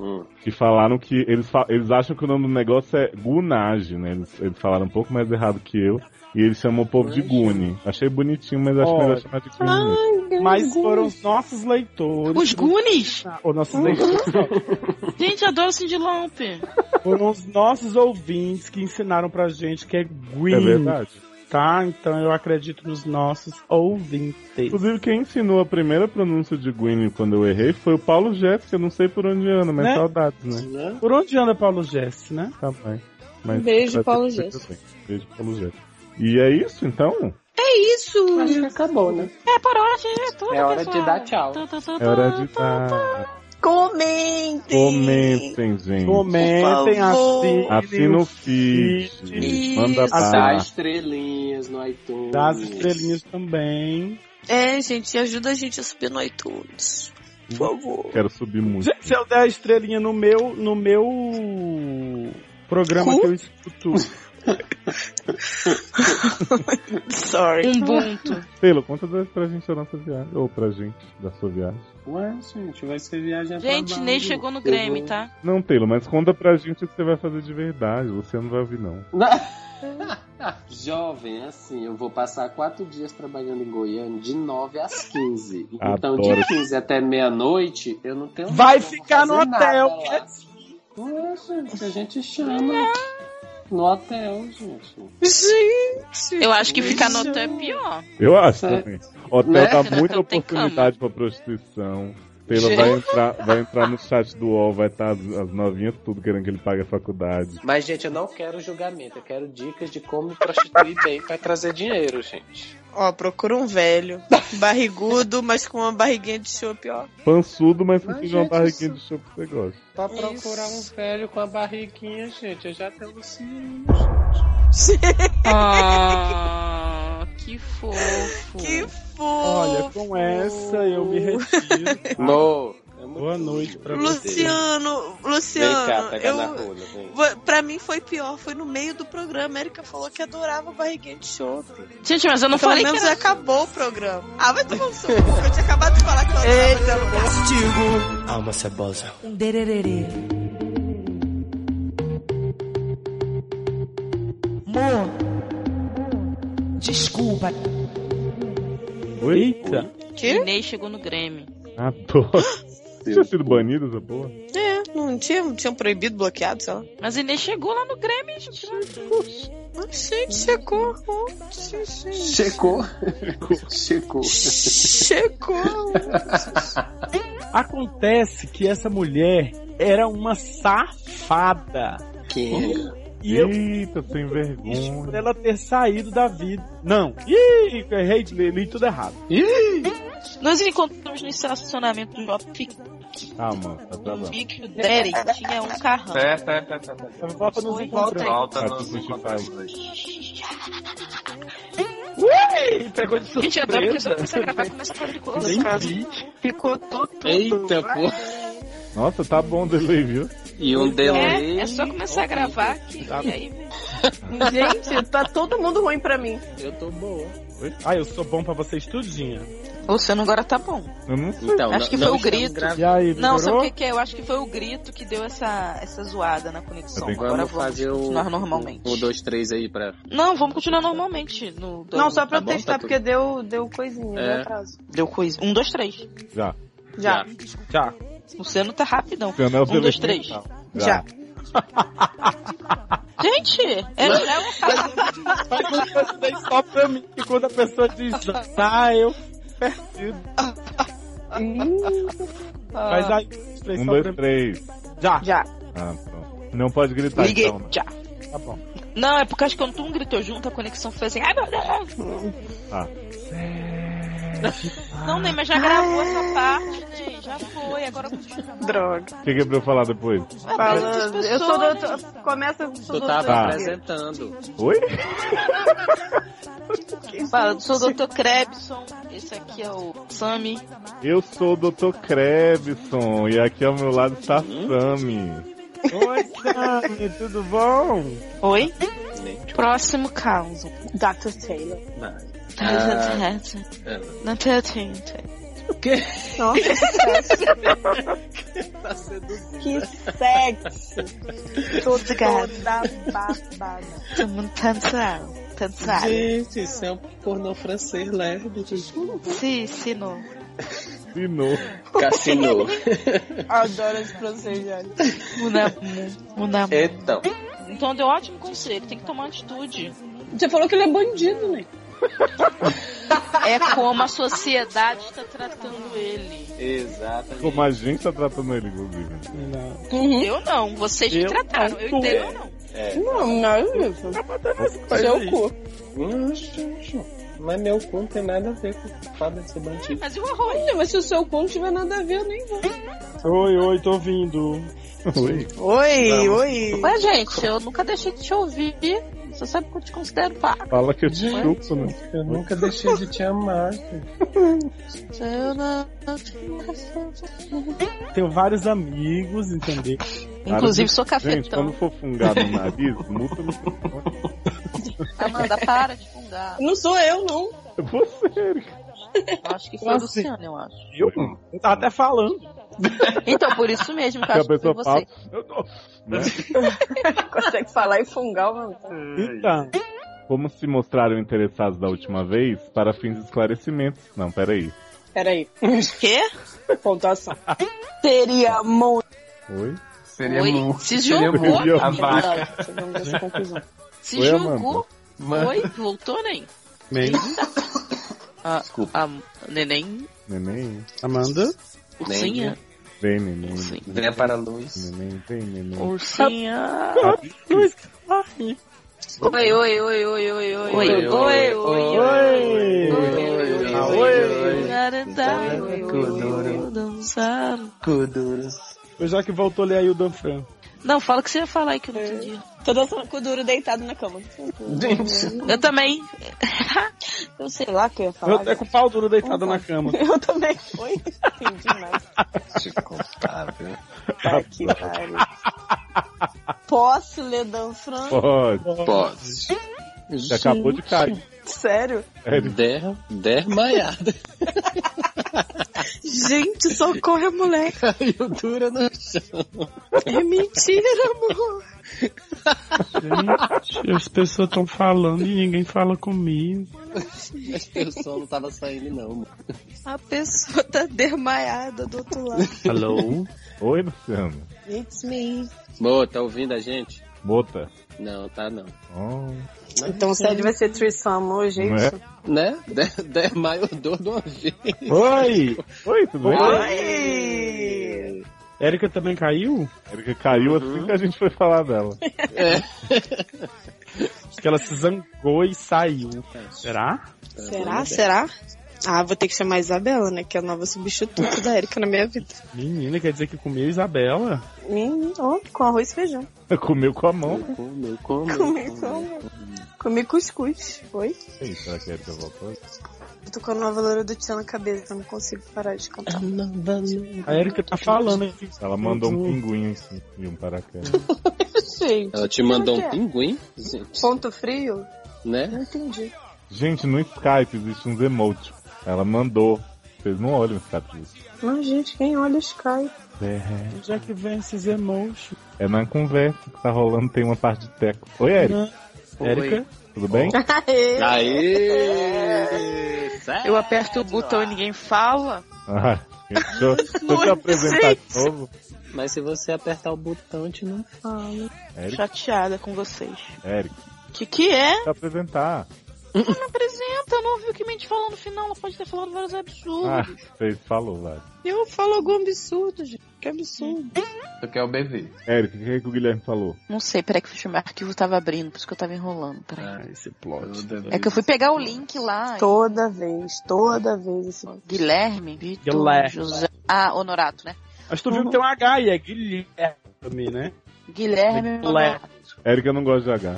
Que falaram que eles, fa- eles acham que o nome do negócio é Gunage, né? Eles, eles falaram um pouco mais errado que eu. E eles chamam o povo de Gune. Achei bonitinho, mas acho Olha. melhor chamar de Gune. mesmo. Mas foram os nossos leitores. Os Goonies? Os nossos leitores. Gente, adoro Cindy Lauper. Foram os nossos ouvintes que ensinaram pra gente que é Green. É verdade. Tá? Então eu acredito nos nossos ouvintes. Inclusive, quem ensinou a primeira pronúncia de Gwyn quando eu errei foi o Paulo Jéssica, eu não sei por onde anda, mas Né? saudades, né? Por onde anda Paulo Jesse, né? Tá bem. Um Mas Beijo, vai ter Paulo que ser Jéssica. também. Beijo, Paulo Jéssica. E é isso, então? É isso! Acho que acabou, né? É por hora de tudo, É hora de pessoal. dar tchau. Tá, tá, tá, É hora tá. de dar... Comentem! Comentem, gente. Comentem, assinem. Assina o feed. Isso. Manda Dá pra... estrelinhas no iTunes. Dá as estrelinhas também. É, gente, ajuda a gente a subir no iTunes. Por favor. Quero subir muito. Gente, se eu der a estrelinha no meu, no meu programa que eu escuto. Sorry. Um Ubuntu. Pelo, conta das- pra gente da nossa viagem. Ou pra gente da sua viagem. Ué, gente, vai ser viagem Gente, Ney chegou no Grêmio, tá? Não, Pelo, mas conta pra gente o que você vai fazer de verdade. Você não vai ouvir, não. Jovem, assim, eu vou passar quatro dias trabalhando em Goiânia de 9 às 15. Então, Adoro. de 15 até meia-noite, eu não tenho nada, Vai eu não vou ficar no fazer hotel. nada lá. Ué, gente, a gente chama no hotel, gente. Gente! Eu acho que ficar no hotel é pior. Eu acho Certo. também. Hotel Né? dá muita Não tem oportunidade pra prostituição. Pela vai Gente. entrar, vai entrar no chat do UOL, vai estar as, as novinhas tudo querendo que ele pague a faculdade. Mas, gente, eu não quero julgamento, eu quero dicas de como me prostituir bem pra trazer dinheiro, gente. Ó, procura um velho. Barrigudo, mas com uma barriguinha de chope, ó. Pançudo, mas se Mas, tiver uma gente, barriguinha de isso- chope você gosta. Pra procurar um velho com a barriguinha, gente, eu já tenho um ciúme. Ah, que fofo. Que fofo. Olha, com essa eu me retiro. No. Boa noite pra vocês. Luciano, Vem cá, Luciano, pega na eu, rola, vem. vo- pra mim foi pior, foi no meio do programa. A Erika falou que adorava barriguinha de chope. Gente, mas eu não Pelo falei que menos era... acabou o programa. É. Ah, vai tomar um suco. Eu tinha acabado de falar que eu adorava. Castigo. Alma cebosa. assim. Um dererê. Amor. Desculpa. Eita! Que? Inês chegou no Grêmio. Adoro. Ah, Tinha sido banido essa porra. É, não tinha, não tinham proibido, bloqueado, sei lá. Mas Inês chegou lá no Grêmio, gente. Ah, Gente, checou. Checou. Checou. Checou. Acontece que essa mulher era uma safada. Quem? E eu Eita, sem vergonha. por ela ter saído da vida. Não. Ih, errei, li, li tudo errado. Ih! Nós encontramos no estacionamento do shopping Calma, tá travando. que o Derek tinha um carrão. Pera, pera, pera, pera. Volta nos Volta, encontramos. volta Ah, nos tudo encontramos aí. Ui! Pegou É de Gente, eu adoro que eu só comecei a surpresa. gravar e começa a falar de coisa. Nem Ficou todo. Eita, pô. Nossa, tá bom o delay, viu? E um delay. É, é só começar a gravar que Tá e aí Gente, tá todo mundo ruim pra mim. Eu tô boa. Ah, eu sou bom pra vocês tudinho. Luciano agora tá bom. Eu não sei. Então, Acho que foi o grito. E aí, Não, sabe o melhorou? que, que é? Eu acho que foi o grito que deu essa, essa zoada na conexão. Vamos Agora vamos fazer o. continuar normalmente. O 2, 3 aí pra. Não, vamos continuar normalmente. No, do- Não, só pra Tá bom, testar, tá tudo. É porque deu, deu coisinha, É. deu atraso. Deu coisa. Um, dois, três. Já. Já. Já. Luciano tá rapidão. Luciano é o um, dois, Zelensky. três. Já. Gente, é, um era já uma fala. Faz uma coisa daí só pra mim, que quando a pessoa diz, ah, eu perdido. Mas aí, três Um, só pra dois, mim. três. Já. Já. Ah, pronto. Não pode gritar Liguei. então, né? Já. Tá bom. Não, é porque acho que quando um gritou junto, a conexão foi assim. Ai, meu Deus. Ah. Não, Ney, mas já gravou essa parte, Ney. Já foi. Agora continua. Droga. O que que é pra eu falar depois? Falando. Eu sou do outro. Começa Tu sou do tava Tá. apresentando. Oi? Fala, eu sou o Dr. Krebson. Esse aqui é o Sammy. Eu sou o Dr. Krebson e aqui ao meu lado tá está Sammy. Oi, Sammy, tudo bom? Oi? Próximo caso. Dr. Taylor. Ah, Na teta. Nossa, que sexo. tá seduzindo. que sexo. Tô toda babada. Estamos cansado. Cansado. Gente, isso é um pornô francês lerdo. Sim, sim, não. De novo. Cassinou. Adoro esse francês, velho. É Então. Então deu ótimo conselho. Tem que tomar atitude. Você falou que ele é bandido, né? É como a sociedade está tratando ele. Exatamente. Como a gente tá tratando ele, inclusive. Não. Eu não, vocês me Eu trataram. Eu não. entendo ou não. É. Não, nada disso. Seu cu. Hum, gente, Mas meu cu não tem nada a ver com o fato de ser bandido. Mas e o arroz? Olha, mas se o seu cu não tiver nada a ver, eu nem vou. Oi, oi, tô vindo. Oi. Oi, Vamos. oi. Ué, gente, eu nunca deixei de te ouvir. Você sabe que eu te considero pago. Fala que eu te Gente. chupo, né? Eu nunca deixei de te amar. Eu não... Tenho vários amigos, entendeu? Inclusive, sou Gente, cafetão. quando for fungar no nariz, muta no microfone. Amanda, para de fungar. Não sou eu, não. É você, Erika. Eu acho que foi o Nossa. Luciano, eu acho. Eu, eu tava até falando. Então, por isso mesmo que Que eu a acho que foi pessoa fala. você. Eu tô. Né? Consegue falar e fungar, mano. Então, Como se mostraram interessados da última vez, para fins de esclarecimento. Não, peraí. Peraí. Quê? Pontuação. Teria muito. Oi? é Seria Oi? muito. Se Seria jogou, muito. amigo. A vaca. Vamos ver essa conclusão. Se Oi, julgou. Mano. Oi, voltou, nem? nem Ah, Desculpa. ah, neném. Neném? Amanda. Ursinha. Vem, neném. Sim. Venha para a luz. Neném, vem, neném. Ursinha. Luiz Carvalho. Oi, oi, oi, oi, oi, oi. Oi, oi, oi, Oi! Eu já é que voltou a ler aí o Danfran. Não, fala o que você ia falar aí que eu não entendi. Tô dançando com o duro deitado na cama. Gente, Eu também. Eu sei lá o que eu ia Eu, falar. é com o pau duro deitado na cama. Eu também. Oi? Entendi mais. te contar, viu? Tá aqui, cara. Posso ler Dan Fran? Pode. Pode. Você acabou de cair. Sério? É, Der, dermaiada. Gente, socorre a moleque. Caiu dura no chão. É mentira, amor. Gente, as pessoas estão falando e ninguém fala comigo. As pessoas não tava saindo, não. mano. A pessoa tá desmaiada do outro lado. Alô? Oi, Luciano. It's me. Mô, tá ouvindo a gente? Bota. Não, tá não. Oh. Então o Sede vai ser threesome hoje, é Não é? isso? Né? De- Desmaia o dor de uma vez. Oi! Oi, tudo bem? Oi! Érica também caiu? Érica caiu Uhum. assim que a gente foi falar dela. É. Acho que ela se zangou e saiu. Será? Será? Será? Ah, vou ter que chamar a Isabela, né? Que é a nova substituta da Erika na minha vida. Menina, quer dizer que comeu Isabela? Hum, ó, com arroz e feijão. Comeu com a mão. Comeu, comeu. Comi, comi. Comi cuscuz. Oi? Ei, será que a Erika voltou? Eu tô com a nova loura do Tchan na cabeça, eu não consigo parar de cantar. A Erika tá falando aqui. Ela mandou Uhum. um pinguim assim, e um paraquedas. Gente. Ela te mandou como um é que é? pinguim? Gente, Ponto frio? né? Não entendi. Gente, no Skype existe uns emotes. Ela mandou. Vocês não olham o Skype disso. Mas, gente, quem olha Skype? É. Onde é que vem esses emotions? É na conversa que tá rolando, tem uma parte de teco. Oi, É. Érica. Né? Não. Érica? Tudo bem? Aê! é- Eu aperto o botão e ninguém fala. Ah, deixa, eu- deixa eu te apresentar de novo. Mas se você apertar o botão, te não fala. Érica, Chateada com vocês. Érica, Que que é? te apresentar. Não apresenta, eu não ouvi o que a gente falou no final. Ela pode ter falado vários Ah, absurdos. vocês falou, vai. Eu falo algum absurdo, gente. Que absurdo. Tu quer o BV. Érica, o que, é que o Guilherme falou? Não sei, peraí que o meu arquivo tava abrindo, por isso que eu tava enrolando. Peraí. Ah, esse plot. É que eu fui pegar o link lá. Toda vez, toda vez esse Guilherme, Vitor, Guilherme. José. Ah, Honorato, né? Acho que tu viu que tem um H e é Guilherme, né? Guilherme. Guilherme. Érica não gosta de H.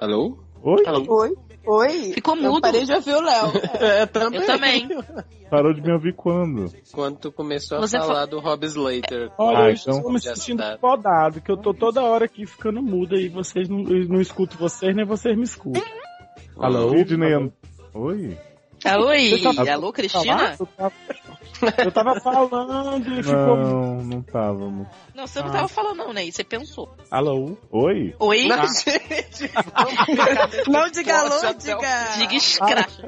Alô? Oi? Oi? Oi? Ficou Eu mudo. parei de ouvir o Léo. É, também. Eu também. Parou de me ouvir quando? Quando tu começou a Você falar do Rob Slater. Olha, Ah, eu estou então- me sentindo podado, que eu tô toda hora aqui ficando muda e vocês não, eu não escuto vocês, nem vocês me escutam. Alô? Sidney and... Oi? Alô, Você e... tá- Alô, Tá lá? Cristina? Eu tava, eu tava falando e ficou. Não, não távamos. Não, você não Ah. tava falando, não, Ney. Você pensou. Alô? Oi? Oi? Ah. Não, gente! Não diga alô, Poxa, um diga. Diga escracha.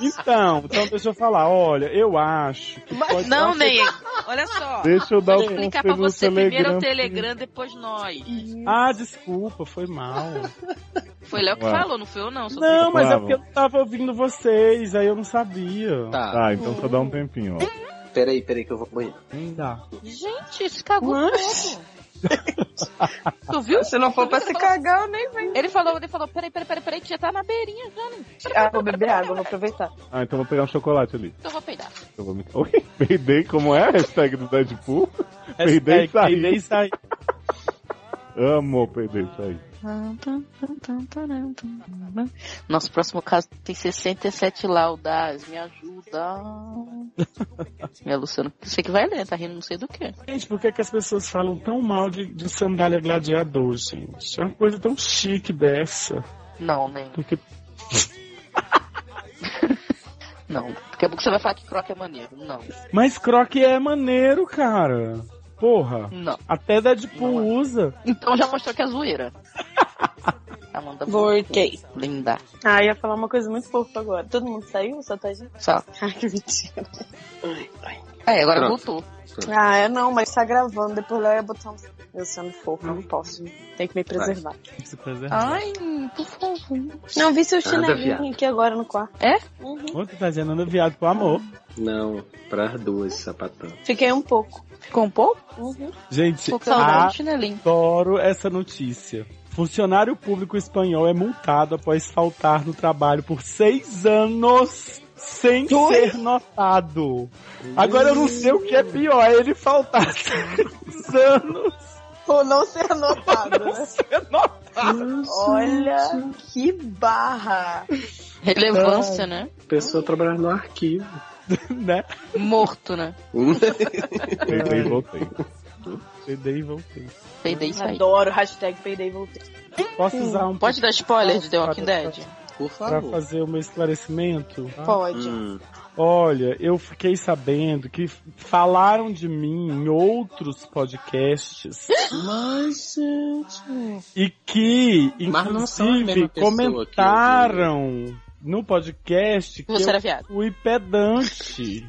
Então, então deixa eu falar. Olha, eu acho que pode um Não, Ney. Olha só. Ah, Deixa eu dar Vou o explicar pra conselho no você. Telegram. Primeiro o Telegram, depois nós. Ah, desculpa, foi mal. Foi Léo que Ué. falou, não foi eu, não. Só tem- Não, mas é bravo. porque eu não tava ouvindo vocês, aí eu não sabia. Tá, Tá, então só dá um tempinho, ó. peraí, peraí que eu vou pro banheiro. Ainda. Gente, se cagou todo. tu viu? Se não for pra se cagar, eu nem vem. Ele falou, ele falou, peraí, peraí, peraí, peraí, que já tá na beirinha já, né? Ah, vou beber água, vou aproveitar. Ah, então vou pegar um chocolate ali. Então eu vou peidar. Eu vou me... Oi? Peidei, como é a hashtag do Deadpool? Peidei e Hashtag saí. peidei e saí. Amo peidei e saí. Nosso próximo caso tem 67 laudas. Me ajuda. Minha Luciana, você que vai ler, tá rindo não sei do que. Gente, por que, que as pessoas falam tão mal de, de sandália gladiador, gente? É uma coisa tão chique dessa. Não, né? nem. Porque Não. Daqui a pouco você vai falar que croque é maneiro. Não. Mas croque é maneiro, cara. Porra. Não. Até Deadpool usa. Então já mostrou que é zoeira. Amanda, Voltei. linda. Ah, ia falar uma coisa muito fofa agora. Todo mundo saiu? Só tá gente? Só. Ai, que mentira. É, agora Pronto. voltou. Ah, é não, mas tá gravando. Depois lá eu ia botar um... Eu sendo fofa, não posso. Tem que me preservar. tá Ai, por favor. Não, vi seu Nada, chinelinho aqui agora no quarto. Ô, tu tá fazendo viado pro amor. Não, pras duas, sapatão. Fiquei um pouco. Ficou um pouco? Uhum. Gente, Ficou saudade do adoro chinelinho. essa notícia. Funcionário público espanhol é multado após faltar no trabalho por seis anos sem Ui. ser notado. Agora eu não sei o que é pior, é ele faltar seis anos Ou não ser anotado, né? sem notado. Olha que barra. Relevância, né? Pessoa trabalhando no arquivo. Né? Morto, né? Peidei e voltei. Peidei e voltei. Peidei isso aí. Adoro. Hashtag peidei e voltei. Posso usar um Pode dar spoiler de The Walking Dead? Por Pra favor. fazer o meu esclarecimento? Ah. Pode. Olha, eu fiquei sabendo que falaram de mim em outros podcasts Mas, gente. e que, Mas não são a inclusive, mesma pessoa comentaram no podcast que Você eu era viado. fui pedante,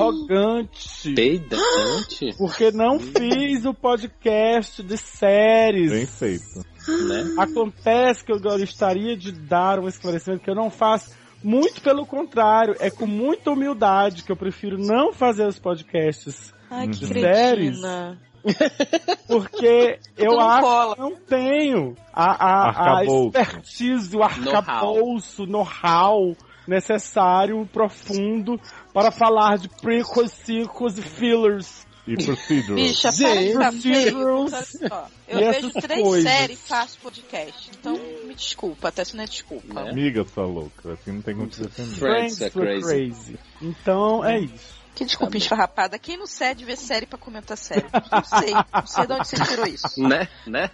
arrogante. Pedante? Porque não fiz o podcast de séries. Bem feito. né? Acontece que eu gostaria de dar um esclarecimento que eu não faço. Muito pelo contrário, é com muita humildade que eu prefiro não fazer os podcasts Ai, que de séries, cretina. porque eu não acho cola. que não tenho a, a, a Arcabouço. expertise, o arcabouço, know-how necessário, profundo, para falar de prequels, sequels e fillers. E procedurals. Bicha, para de tá Procedurals. feio. Olha só, Eu E vejo essas três coisas. séries e faço podcast. Então, me desculpa, até se não é desculpa. Amiga sua louca, assim não tem como te defender. Friends are Friends are crazy. Então é isso. Tá Que desculpinha esfarrapada. Quem não cede vê série pra comentar série? Não sei. Não sei de onde você tirou isso. Né? Né?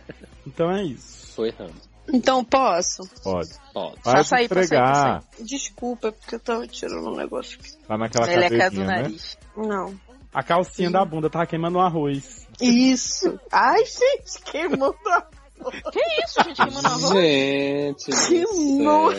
Então é isso. Foi errado. Então posso? Pode. Pode. Para de entregar. Desculpa, é porque eu tava tirando um negócio aqui. Tá naquela Ele é cadeirinha, do né? nariz. Não. A calcinha da bunda tava queimando um arroz. Isso. Ai, gente, queimou pra... Que isso, gente, queimando arroz? Gente. Que do céu. nojo.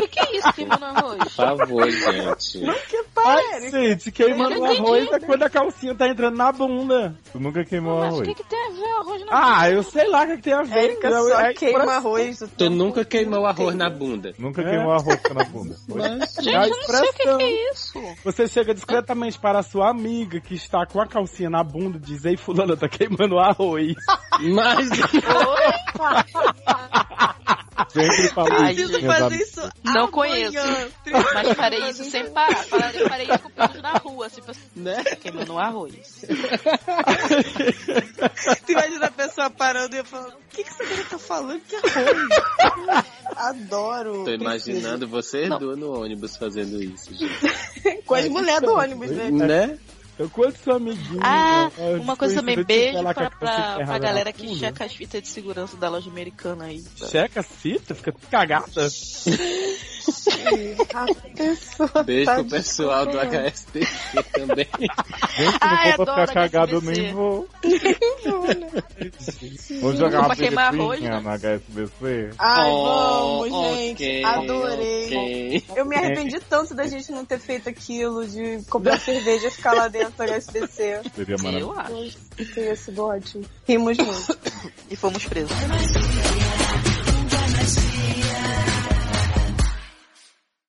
Que que é isso, queimando arroz? Por favor, gente. Que Ai, gente, queimando Eu não um Tá, entendi. arroz é quando a calcinha tá entrando na bunda. Tu nunca queimou Mas o arroz. que, que tem a ver o arroz na Ah, eu sei lá o que, que tem a ver. Érica cara, só é queima expressão. arroz. né? o Tu tempo nunca queimou arroz inteiro. na bunda. Nunca É. queimou arroz na bunda. Gente, a eu não sei o que, expressão. que é isso. Você chega discretamente para a sua amiga que está com a calcinha na bunda e diz: Ei, fulana, tá queimando arroz. Mas. Sempre falei Ai, isso, gente. minhas Fazer amigas. isso Não amanhã. conheço. Mas farei isso sem parar. Farei, farei isso com pedido na rua, assim, pra... né? Queimando arroz. Tu imagina a pessoa parando e eu falando, o que, que esse cara tá falando? Que Adoro. Tô imaginando vocês duas no ônibus fazendo isso, gente. Com as mulheres do ônibus, né? Né? Eu conheço sua amiguinha. Ah, ó, uma coisa também, coincidência beijo dela que pra, a calcinha pra, pra errada galera na que bunda. checa as fitas de segurança da loja americana aí. Checa a fita, fica cagada. A pessoa Beijo tá pro pessoal do desesperada. HST também. Gente, se Ai, não for pra adoro ficar cagado, eu HSBC. nem vou. Vamos jogar Pra uma né, queimar arroz, briga no HSBC? Ai, Oh, vamos, gente. ok, Adorei. ok. Eu me arrependi tanto da gente não ter feito aquilo, de comprar cerveja e ficar lá dentro do HSBC. Seria maravilhoso. Eu acho. Teria sido ótimo. Rimos muito. E fomos presos.